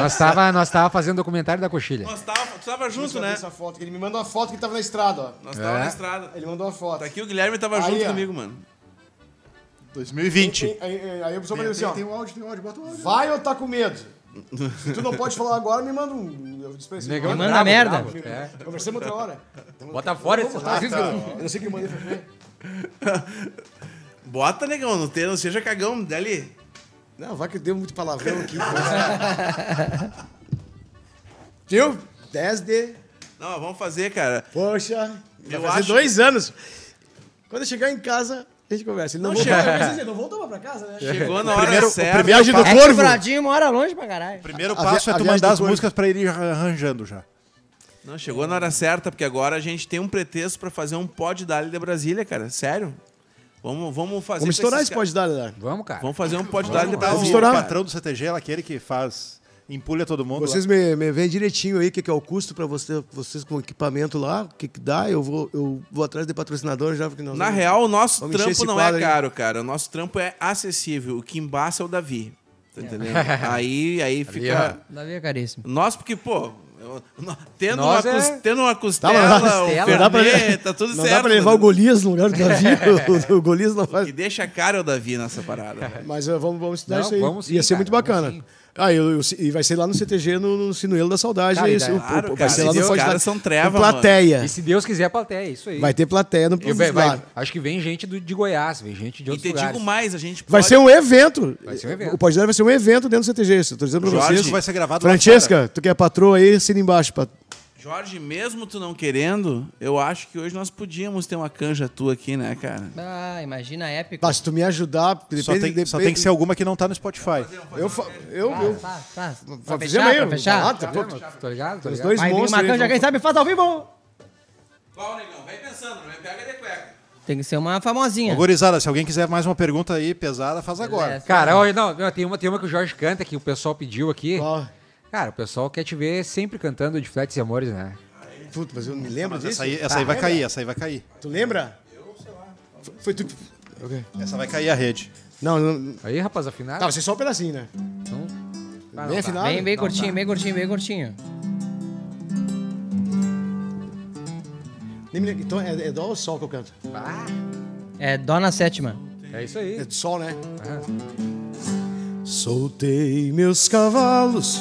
A: Nós tava, nós tava fazendo documentário da coxilha.
F: Nós tava, tu tava junto,
D: Deixa eu ver
F: né?
D: Essa foto, que ele me mandou uma foto que ele tava na estrada, ó.
F: Nós tava
A: É.
F: na estrada.
D: Ele mandou uma foto.
F: Tá aqui o Guilherme tava
D: Aí,
F: junto
D: ó.
F: comigo, mano.
E: 2020.
D: Aí, aí, aí a pessoa falou assim, ó.
E: o áudio, tem o áudio, bota o áudio.
D: Vai ou tá com medo? Se tu não pode falar agora, me manda um. Eu disse pra ele assim,
A: Negão
D: "Manda,
C: manda merda.
A: bravo. É.
D: Conversamos outra hora.
A: Bota fora esse tá,
D: Eu não sei o que eu mandei pra ver.
F: Bota, negão, não, te, não seja cagão, dali.
D: Não, vai que deu muito palavrão aqui. Viu? 10 de.
F: Não, vamos fazer, cara.
D: Poxa, vai
F: Eu
D: fazer
F: acho-
D: dois anos. Quando eu chegar em casa, a gente conversa. Ele não,
F: Não
D: voltou-
F: chega.
D: Eu pensei assim, não voltou pra casa, né?
F: Chegou na hora
E: primeiro- o
F: certa.
D: Viagem do
C: É que o
D: Tá Corvo.
C: Bradinho mora longe pra caralho.
E: Primeiro
D: A- a
E: passo
D: vi-
E: é
D: a
E: tu
D: viagem
E: mandar
D: do
E: as
D: corpo.
E: músicas pra ele ir arranjando já.
F: Não, chegou na hora certa, porque agora a gente tem um pretexto pra fazer um pod da de Brasília, cara. Sério. Vamos, vamos fazer.
D: Vamos
F: com
D: estourar
F: esses
D: esse pode dar, né? lá.
A: Vamos, cara.
F: Vamos fazer um pod da de
D: Vamos
E: Tá o
F: Brasília.
D: estourar.
E: patrão do CTG, é aquele que faz. Empulha todo mundo.
D: Vocês me, me veem direitinho aí o que, que é o custo pra você, vocês com equipamento lá, o que, que dá. Eu vou, eu vou atrás de patrocinador já. Porque nós
F: Na
D: vamos-
F: real, o nosso
D: Vamos encher
F: trampo
D: esse
F: não
D: quadro
F: é
D: aí.
F: caro, cara. O nosso trampo é acessível. O que embaça é o Davi. Tá entendendo? aí, aí fica.
C: Davi é caríssimo.
F: Nós, porque, pô, eu- no- tendo,
A: Nós
F: uma, cus-
A: é-
F: tendo uma
D: Tá,
F: costela,
D: mas
F: tá,
D: dá-
F: um
D: não dá pra-
F: Fernet, tá tudo
D: Não
F: certo. É.
D: dá pra levar o Golias no lugar do Davi. o, o Golias não
F: E
D: faz.
F: deixa caro é o Davi nessa parada. velho.
D: Mas eh, vamos, vamos estudar
A: Não,
D: isso aí.
A: vamos sim,
D: Ia ser
A: cara,
D: muito
A: vamos
D: bacana.
A: sim.
D: Ah, eu- eu- e vai ser lá no CTG, no, no Sinuelo da Saudade.
A: Cara,
D: é
A: e
D: isso.
A: daí-
D: O- o-
F: Claro,
D: vai
F: cara,
D: ser lá no
F: esses
D: Podcast-
F: caras são treva,
D: com plateia.
A: E se Deus quiser, plateia, é isso aí.
D: Vai ter plateia no
A: Eu- vai-
D: lá.
A: vai- acho que vem gente do- de Goiás, vem gente de
F: E
A: outros
F: te
A: lugares.
F: digo mais, a gente
D: Vai
F: pode-
D: ser um evento.
A: Vai ser um evento.
D: O podcast vai ser um evento dentro do CTG. Isso eu tô dizendo pra
E: Jorge,
D: vocês.
E: isso vai ser gravado lá
D: Francesca, tu que é patroa aí, assina embaixo. Pat...
F: Jorge, mesmo tu não querendo, eu acho que hoje nós podíamos ter uma canja tua aqui, né, cara?
C: Ah, imagina a épica.
D: Tá, se tu me ajudar, depende,
E: Só tem, só
D: depende-
E: tem que ser alguma que não tá no Spotify.
A: um-
D: Eu, fa- eu, eu,
C: Tá, tá.
D: Pra
C: Pra
D: fechar,
C: fechar,
D: pra
C: pra fechar.
D: Ah, tá,
A: Tá, mano? Tô ligado? Tô
D: os
A: ligado.
D: dois
C: Vai vir
D: monstros.
C: uma
D: aí
C: canja,
D: vão-
C: quem sabe faz ao vivo.
F: Qual, negão? Vai pensando, não é pega de cueca.
C: Tem que ser uma famosinha.
E: Ô, Gurizada, se alguém quiser mais uma pergunta aí pesada, faz agora.
C: Beleza.
A: Cara, olha, não, não, tem uma, tem uma que o Jorge canta que o pessoal pediu aqui.
D: Ó,
A: Cara, o pessoal quer te ver sempre cantando de flats e amores, né?
D: Puta, mas eu não me lembro
E: Mas
D: disso.
E: essa aí, essa aí vai cair, essa aí vai cair.
D: Tu lembra? Eu, sei lá. Foi tu... Ok.
E: Essa vai cair a rede.
D: Não, não...
A: Aí, rapaz, afinado.
D: Tá, vai ser só um pedacinho, né?
A: então- Ah, não,
D: Bem
A: tá.
D: afinado.
C: Bem, bem curtinho, bem curtinho, bem curtinho.
D: Nem me lembro. Então é, é dó ou sol que eu canto?
C: É Dó na sétima.
A: É isso aí.
D: É de sol, né?
A: Aham.
D: Soltei meus cavalos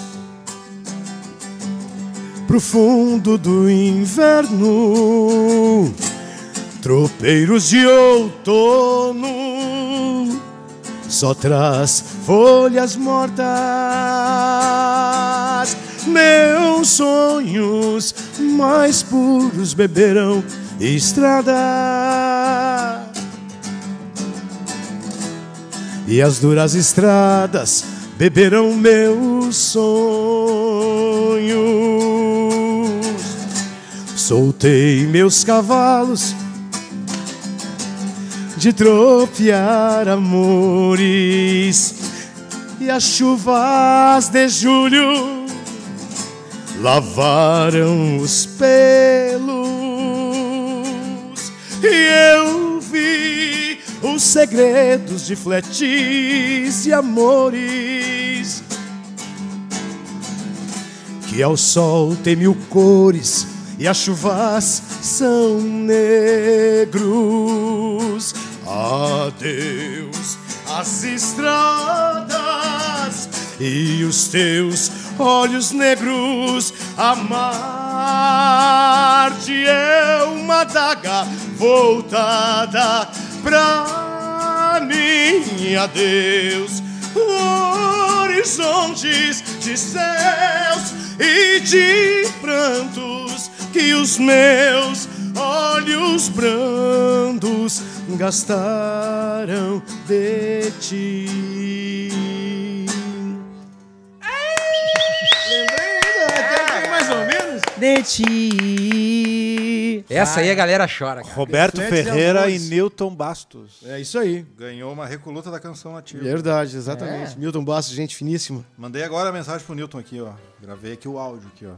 D: pro fundo do inverno, tropeiros de outono, só traz folhas mortas. Meus sonhos mais puros beberão estrada e as duras estradas beberão meus sonhos. Soltei meus cavalos de tropear amores e as chuvas de julho lavaram os pelos e eu vi os segredos de fletis e amores que ao sol tem mil cores e as chuvas são negros. Adeus as estradas e os teus olhos negros. Amar-te é uma daga voltada pra mim. Adeus horizontes de céus e de prantos que os meus olhos brandos gastaram de ti.
C: De ti.
A: Essa aí a galera chora. cara.
E: Roberto
D: Reflete de
E: Ferreira e
D: amores.
E: Newton Bastos.
D: É isso aí.
E: Ganhou uma recoluta da canção nativa.
D: Verdade, exatamente. Milton Bastos, gente finíssima.
E: Mandei agora a mensagem pro Newton aqui, ó. Gravei aqui o áudio aqui, ó.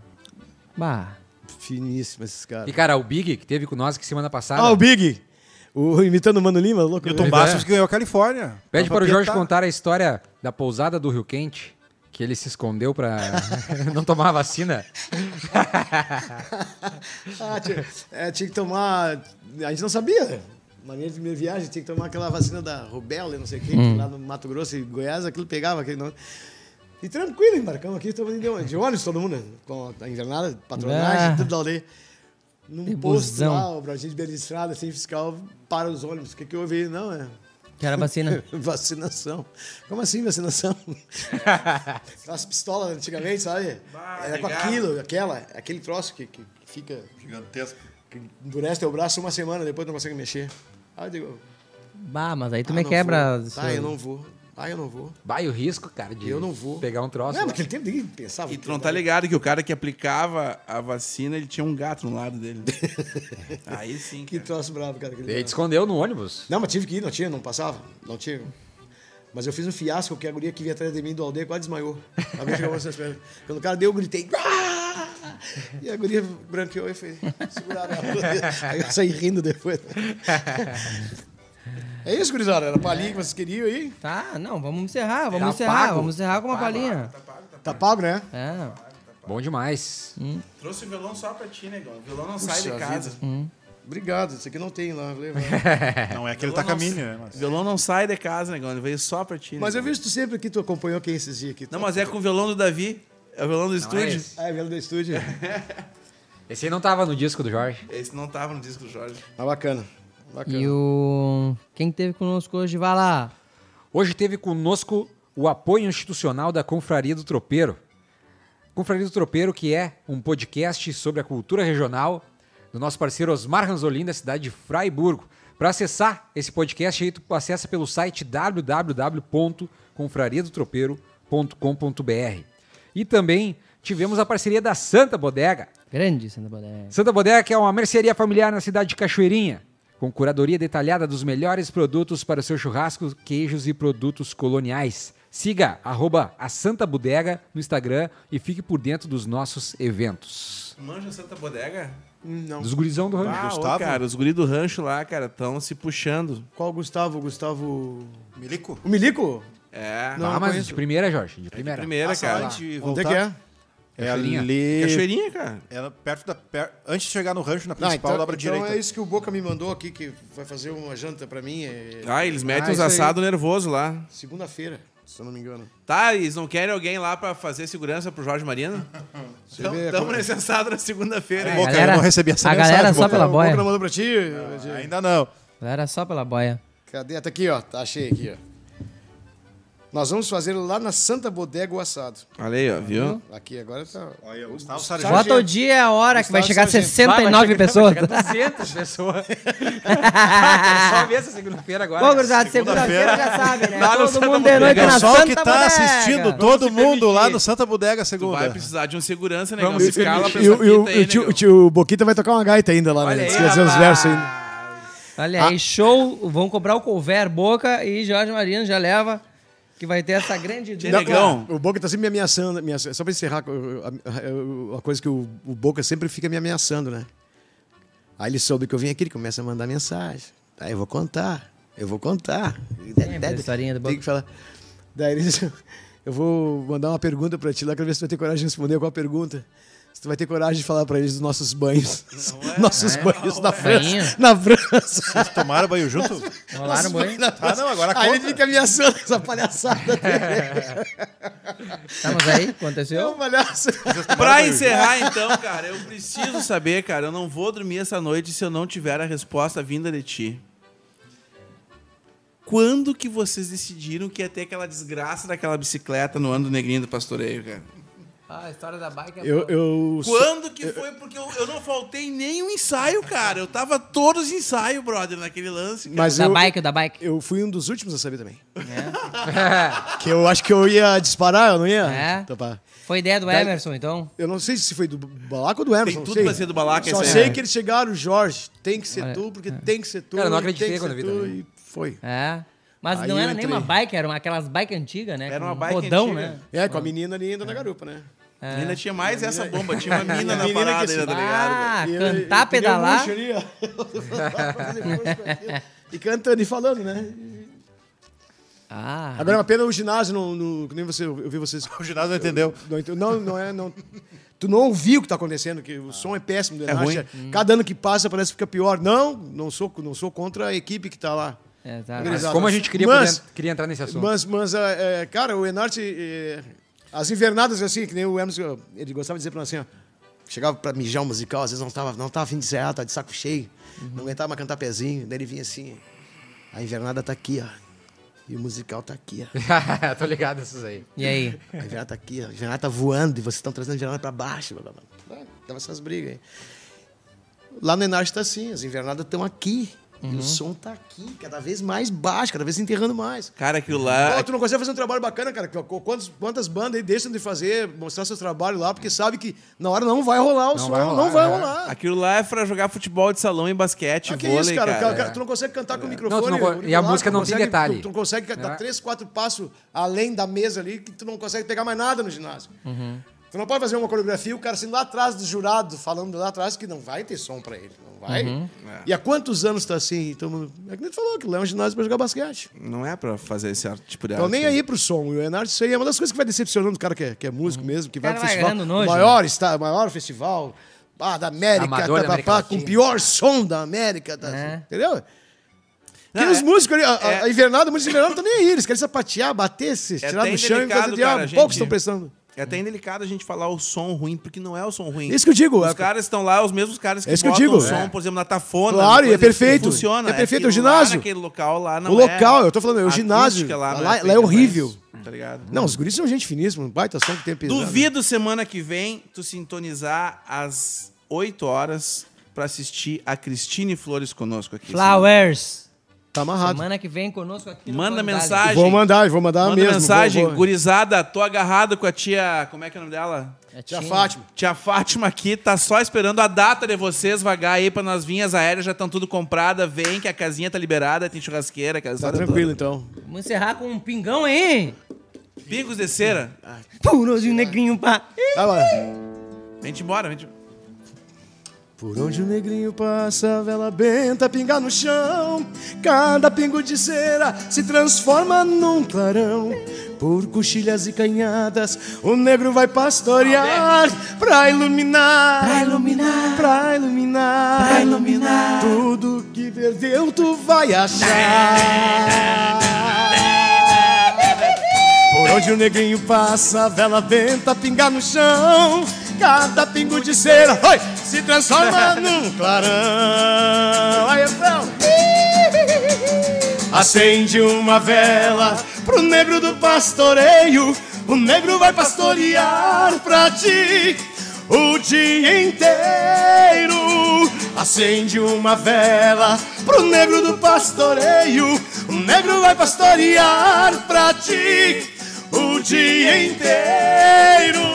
C: Bah.
D: Finíssima esses
A: E,
D: caras.
A: cara, o Big, que teve com nós aqui semana passada,
D: Ah, o Big! O, imitando o Mano Lima, louco.
E: Newton Bastos que ganhou a Califórnia.
A: pede
D: tá
E: Tava
A: para o Jorge
E: apertado.
A: contar a história da pousada do Rio Quente, que ele se escondeu pra não tomar a vacina.
D: Ah, tinha, é, tinha que tomar. A gente não sabia. Maneira de primeira viagem, tinha que tomar aquela vacina da rubéola, e não sei o quê,
C: Hum.
D: que, lá no Mato Grosso e Goiás, aquilo pegava, aquele nome. E tranquilo, embarcamos aqui, todo mundo de- de ônibus, todo mundo, né? com a invernada, patronagem,
C: Ah.
D: tudo da aldeia. Num
C: Que
D: posto
C: busão.
D: lá, o Brasil de Bela Estrada, sem fiscal, para os ônibus. O que, que eu ouvi? Não, é
C: Que era vacina.
D: vacinação. Como assim vacinação? Aquelas pistolas antigamente, sabe? Era com aquilo, aquela, aquele troço que, que fica
E: Gigantesco.
D: que endurece teu braço uma semana, depois tu não consegue mexer. Aí eu digo,
C: Bah, mas aí tu
D: ah,
C: me
L: é
D: não
C: quebra.
D: vou.
C: seu-
D: Tá, eu não vou.
L: Ah, eu não vou.
A: Vai o risco, cara, de
L: Eu não vou.
A: pegar um troço.
L: Não,
A: lá.
L: naquele tempo ninguém pensava.
F: E tu não tá ligado que o cara que aplicava a vacina, ele tinha um gato no lado dele. Aí sim,
L: Que
F: cara.
L: troço bravo, cara. aquele
A: Ele
L: cara.
A: te escondeu no ônibus.
L: Não, mas tive que ir, não tinha, não passava. Não tinha. Mas eu fiz um fiasco que a guria que vinha atrás de mim do aldeia quase desmaiou. A guria chegou nessas pernas. Quando o cara deu, eu gritei. "Ah!" E a guria branqueou e fez. Seguraram ela. Aí eu saí rindo depois. É isso, gurizada. Era a palhinha que vocês queriam aí.
G: Tá, não, vamos encerrar, vamos
A: Tá
G: encerrar,
A: pago.
G: vamos encerrar com uma palhinha.
L: Tá pago, né?
G: É.
A: Bom demais.
F: Trouxe o violão só pra ti, negão. O violão não sai de casa.
L: Obrigado. Isso aqui não tem lá. leva.
E: Não é aquele tacaminho, né?
F: O
E: Mas...
F: violão não sai de casa, negão. Ele veio só pra ti.
L: Mas eu
F: negão.
L: vejo tu sempre aqui, tu acompanhou quem esses dias aqui.
F: Não, mas é com o violão do Davi. É o violão do
A: Não é
F: estúdio.
A: esse.
L: Ah, é vela do estúdio.
A: Esse aí não tava no disco do Jorge.
F: É Esse não tava no disco do Jorge.
L: Tá bacana. Bacana.
G: E o. Quem teve conosco hoje, vai lá.
A: Hoje teve conosco o apoio institucional da Confraria do Tropeiro. Confraria do Tropeiro, que é um podcast sobre a cultura regional do nosso parceiro Osmar Ranzolin, da cidade de Fraiburgo. Para acessar esse podcast, aí tu acessa pelo site www.confrariadotropeiro.com.br. E também tivemos a parceria da Santa Bodega,
G: Grande Santa Bodega.
A: Santa Bodega que é uma mercearia familiar na cidade de Cachoeirinha, com curadoria detalhada dos melhores produtos para o seu churrasco, queijos e produtos coloniais. Siga arroba a Santa Bodega no Instagram e fique por dentro dos nossos eventos.
F: Tu manja Santa Bodega?
A: Dos gurizão do
F: Ah,
A: rancho.
E: Gustavo?
F: Ô, cara, os guri do rancho lá, cara, estão se puxando.
L: Qual Gustavo? Gustavo.
E: Milico?
L: O Milico?
F: É.
A: Ah, mas de primeira, Jorge, de primeira.
F: Primeira, cara.
L: Onde é que é?
E: É
A: Cachoeirinha.
E: ali...
F: Cachoeirinha, cara.
E: Era É perto da... per- Antes de chegar no rancho, na
L: Não,
E: principal, dobra dobra à
L: então
E: direita.
L: é isso que o Boca me mandou aqui, que vai fazer uma janta pra mim. é
F: Ah, eles metem uns
A: isso aí.
F: assados nervosos lá.
L: Segunda-feira, se eu não me engano.
F: Tá, eles não querem alguém lá pra fazer segurança pro Jorge Marino?
L: vê
F: Estamos
L: como-
F: nesse assado na segunda-feira.
L: É.
E: Boca, eu não recebi essa
G: a
E: mensagem,
G: galera só
E: Boca.
G: pela
L: o Boca
G: boia.
L: não mandou pra ti? Edir?
E: Ainda não.
G: Galera só pela boia.
L: Cadê? Tá aqui, ó. Tá achei aqui, ó. Nós vamos fazer lá na Santa Bodega o assado.
F: Olha aí, ó, viu?
L: Aqui agora tá.
E: Olha, o Gustavo
L: Sargento.
G: Bota o dia e a hora que vai
L: Gustavo
G: chegar
L: Sargento.
G: 69 pessoas.
A: Vai chegar 200 pessoas. Quero só ver essa segunda-feira agora.
G: Ô, gurizada, segunda-feira já sabe, né?
A: Lá no
G: Todo
A: Santa
G: mundo de noite
A: Bodega.
G: na
E: Pessoal
G: Santa
E: que tá
G: Bodega.
E: assistindo, todo mundo lá no Santa Bodega
F: Tu vai
E: Segunda.
F: precisar de um segurança, negão.
A: Vamos
F: Se cala pra
L: E
F: essa
L: o, e o-
F: fita aí, né,
L: o tio,
F: negão.
L: o tio Boquita vai tocar uma gaita ainda lá,
F: Olha
L: né?
F: aí,
L: Esqueci os versos ainda.
G: Olha aí, show. Vão cobrar o couvert, Boca e Jorge Marino já leva. Que vai ter essa grande
F: Não, Negão.
L: O Boca tá sempre me ameaçando. ameaçando. Só pra encerrar, eu- eu- a coisa que o, o Boca sempre fica me ameaçando, né? Aí ele soube que eu vim aqui, ele começa a mandar mensagem. Aí eu vou contar, eu vou contar.
G: Lembra da historinha do Boca?
L: Tem que falar. Daí ele disse, eu vou mandar uma pergunta pra ti lá, quero ver se tu vai ter coragem de responder alguma pergunta. Se tu vai ter coragem de falar pra eles dos nossos banhos. nossos banhos na
G: É? Banho?
L: França. Na França.
E: Tomaram banho junto?
G: Rolaram o banho.
E: Ah, não, agora
L: Aí ele
E: conta.
L: fica ameaçando essa palhaçada.
G: Tá, mas aí,
L: É
G: aconteceu?
L: um palhaço.
F: Pra encerrar, então, cara, eu preciso saber, cara. Eu não vou dormir essa noite se eu não tiver a resposta vinda de ti. Quando que vocês decidiram que ia ter aquela desgraça daquela bicicleta no ano do Negrinho do Pastoreio, cara?
G: Ah, a história da bike é
L: Eu, eu sou-
F: Quando que foi? Porque eu, eu não faltei nenhum ensaio, cara. Eu tava todos ensaio, brother, naquele lance. cara.
L: Mas
G: Da
L: eu,
G: bike, da bike.
L: eu fui um dos últimos a saber também.
A: É?
L: que eu acho que eu ia disparar, eu não ia?
G: É.
L: Topar.
G: Foi ideia do Emerson, então?
L: Eu não sei se foi do Balaco ou do Emerson.
F: Tem
L: não
F: tudo
L: sei.
F: pra ser do Balaca
L: Só
F: essa aí,
L: sei
F: né?
L: que eles chegaram, Jorge, tem que ser tu, porque tem que ser tu.
A: É. Cara, eu não
L: tem que
A: acreditei
L: ser
A: quando eu vi
L: tu,
A: também.
L: E foi.
G: É. Mas
L: Aí
G: não
L: eu
G: era nem
L: entrei.
G: uma bike, era uma, aquelas bike antigas, né?
F: Era
G: Com
F: uma bike
G: rodão,
F: antiga.
G: né?
L: É, com a menina ali ainda na garupa, né?
F: É. Ainda tinha mais essa bomba. Tinha uma mina na
L: Menina que
F: parada
L: se-
F: ainda, tá ligado? velho?
G: Ah,
L: E eu-
G: cantar,
L: eu peguei o
G: pedalar.
L: murcho ali, ó. E cantando e falando, né?
G: Ah,
L: Agora é uma pena o ginásio, no, no, que nem você, eu vi vocês
E: O ginásio não entendeu.
L: Não, ent- não, não é. Não, tu não ouviu o que está acontecendo, que o som é péssimo do
F: É
L: Enache. Cada ano que passa parece que fica pior. Não, não sou, não sou contra a equipe que está lá.
G: é, tá.
A: Mas
L: Exato.
A: Como a gente queria,
L: Mas-
A: poder- queria entrar nesse assunto.
L: Mas, mas ah, é, cara, o Enarte. é, as invernadas, assim, que nem o Emerson, ele gostava de dizer para nós assim, ó. Chegava pra mijar o musical, às vezes não tava, não tava afim de ensaiar, tava de saco cheio,
A: Uhum.
L: não aguentava mais cantar pezinho. Daí ele vinha assim, a invernada tá aqui, ó. E o musical tá aqui, ó.
A: Tô ligado nesses aí.
G: E aí?
L: A Invernada tá aqui, ó. a Invernada tá voando e vocês estão trazendo a Invernada pra baixo. Blá, blá, blá. Ah, Tava essas brigas aí. Lá no Enarte tá assim, as Invernadas estão aqui.
D: E
A: Uhum.
D: o som tá aqui, cada vez mais baixo, cada vez enterrando mais.
F: Cara, aquilo
D: Pô,
A: Ah, é
F: lá.
D: tu não consegue fazer um trabalho bacana, cara. Qu- quantos- quantas bandas aí deixam de fazer, mostrar seus trabalhos lá, porque sabe que na hora não vai rolar o som,
A: vai rolar,
D: não vai
A: né?
D: rolar.
F: Aquilo lá é pra jogar futebol de salão e basquete,
D: Ah, que
F: vôlei,
D: isso, cara,
F: cara.
D: cara, cara, Tu não consegue cantar com o
L: Não, tu
D: microfone.
L: não co- e a
D: auricular,
L: música
D: tu
L: não tem
D: consegue-
L: detalhe.
D: Tu, tu não consegue dar
L: É.
D: três, quatro passos além da mesa ali, que tu não consegue pegar mais nada no ginásio. Tu não pode fazer uma coreografia, o cara sendo lá atrás do jurado, falando lá atrás, que não vai ter som pra ele. Não vai. E há quantos anos tá assim? Todo mundo- É que nem tu falou, que lá é um ginásio pra jogar basquete.
F: Não é pra fazer esse ar- tipo de
D: Então
F: arte.
D: nem aí pro som. E o Enart, isso aí é uma das coisas que vai decepcionando o cara que é, que é músico mesmo, que vai
C: cara
D: pro
C: vai
D: festival.
C: ganhando nojo,
D: maior, está, maior festival ah, da América,
L: Amador da
D: tá, pá,
L: América
D: pá, com
L: Latina.
D: o pior som da América. Tá,
C: É.
D: Entendeu?
F: Não,
D: Porque os
F: é-
D: músicos ali, a, a-
F: é-
D: a invernada, muitos invernados não estão nem aí. Eles querem sapatear, bater, se tirar
F: até
D: do chão e
F: indelicado,
D: fazer
F: cara,
D: diabo.
F: a gente-
D: Poucos estão pensando.
F: É até indelicado a gente falar o som ruim, porque não é o som ruim.
D: Isso que eu digo.
F: Os
D: é-
F: caras estão lá, os mesmos caras que,
D: É isso que eu
F: botam
D: digo.
F: o som,
D: É.
F: por exemplo, na tafona.
D: Claro,
F: uma
D: e
F: coisa
D: é
F: que
D: perfeito.
F: Funciona.
D: É perfeito, é o
F: aquilo lá
D: ginásio.
F: naquele local lá não
D: O
F: é-
D: local, eu tô falando, é o
F: a
D: ginásio.
F: acústica não
D: Lá- lá é
F: feita pra
D: horrível.
F: isso, tá ligado?
D: Não, os guris são gente finíssima. Um baita som que tem pisado.
F: Duvido semana que vem tu sintonizar às 8 horas pra assistir a Cristine Flores conosco aqui.
C: Flowers.
D: Tá amarrado.
C: Semana que vem conosco aqui no
F: Manda
C: Pode Dar-lhe.
F: mensagem.
D: Vou mandar, vou mandar
F: Manda
D: Tá mesmo.
F: mensagem,
D: vou- vou-
F: gurizada, tô agarrado com a tia. Como é que é o nome dela?
C: É
D: Tia
C: Tina.
D: Fátima.
F: Tia Fátima aqui tá só esperando a data de vocês vagar aí para nas vinhas aéreas, já estão tudo comprada, vem que a casinha tá liberada, tem churrasqueira, aquela
D: Tá
F: história toda.
D: tranquilo, então.
C: Vamos encerrar com um pingão aí.
F: Pingos de cera.
C: Puroso e negrinho pá.
D: Vai lá.
F: Vem te embora, vem te...
D: Por onde o negrinho passa, a vela benta pinga no chão. Cada pingo de cera se transforma num clarão. Por coxilhas e canhadas, o negro vai pastorear pra iluminar, pra iluminar, pra iluminar, pra iluminar. Tudo que perdeu tu vai achar. Por onde o negrinho passa, a vela tenta pingar no chão. Cada pingo de cera oi, se transforma num clarão. Aí, refrão. Acende uma vela pro negro do pastoreio. O negro vai pastorear pra ti o dia inteiro. Acende uma vela pro negro do pastoreio. O negro vai pastorear pra ti o dia inteiro.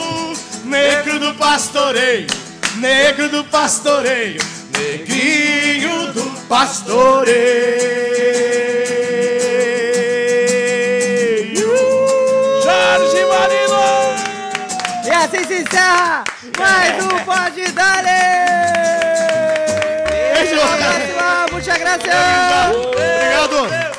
D: Negro do pastoreio, negro do pastoreio, negrinho do pastoreio.
F: Jorge Marino!
C: E assim se encerra mais um Pode Dale!
D: Beijo!
C: Muchas gracias!
D: Obrigado!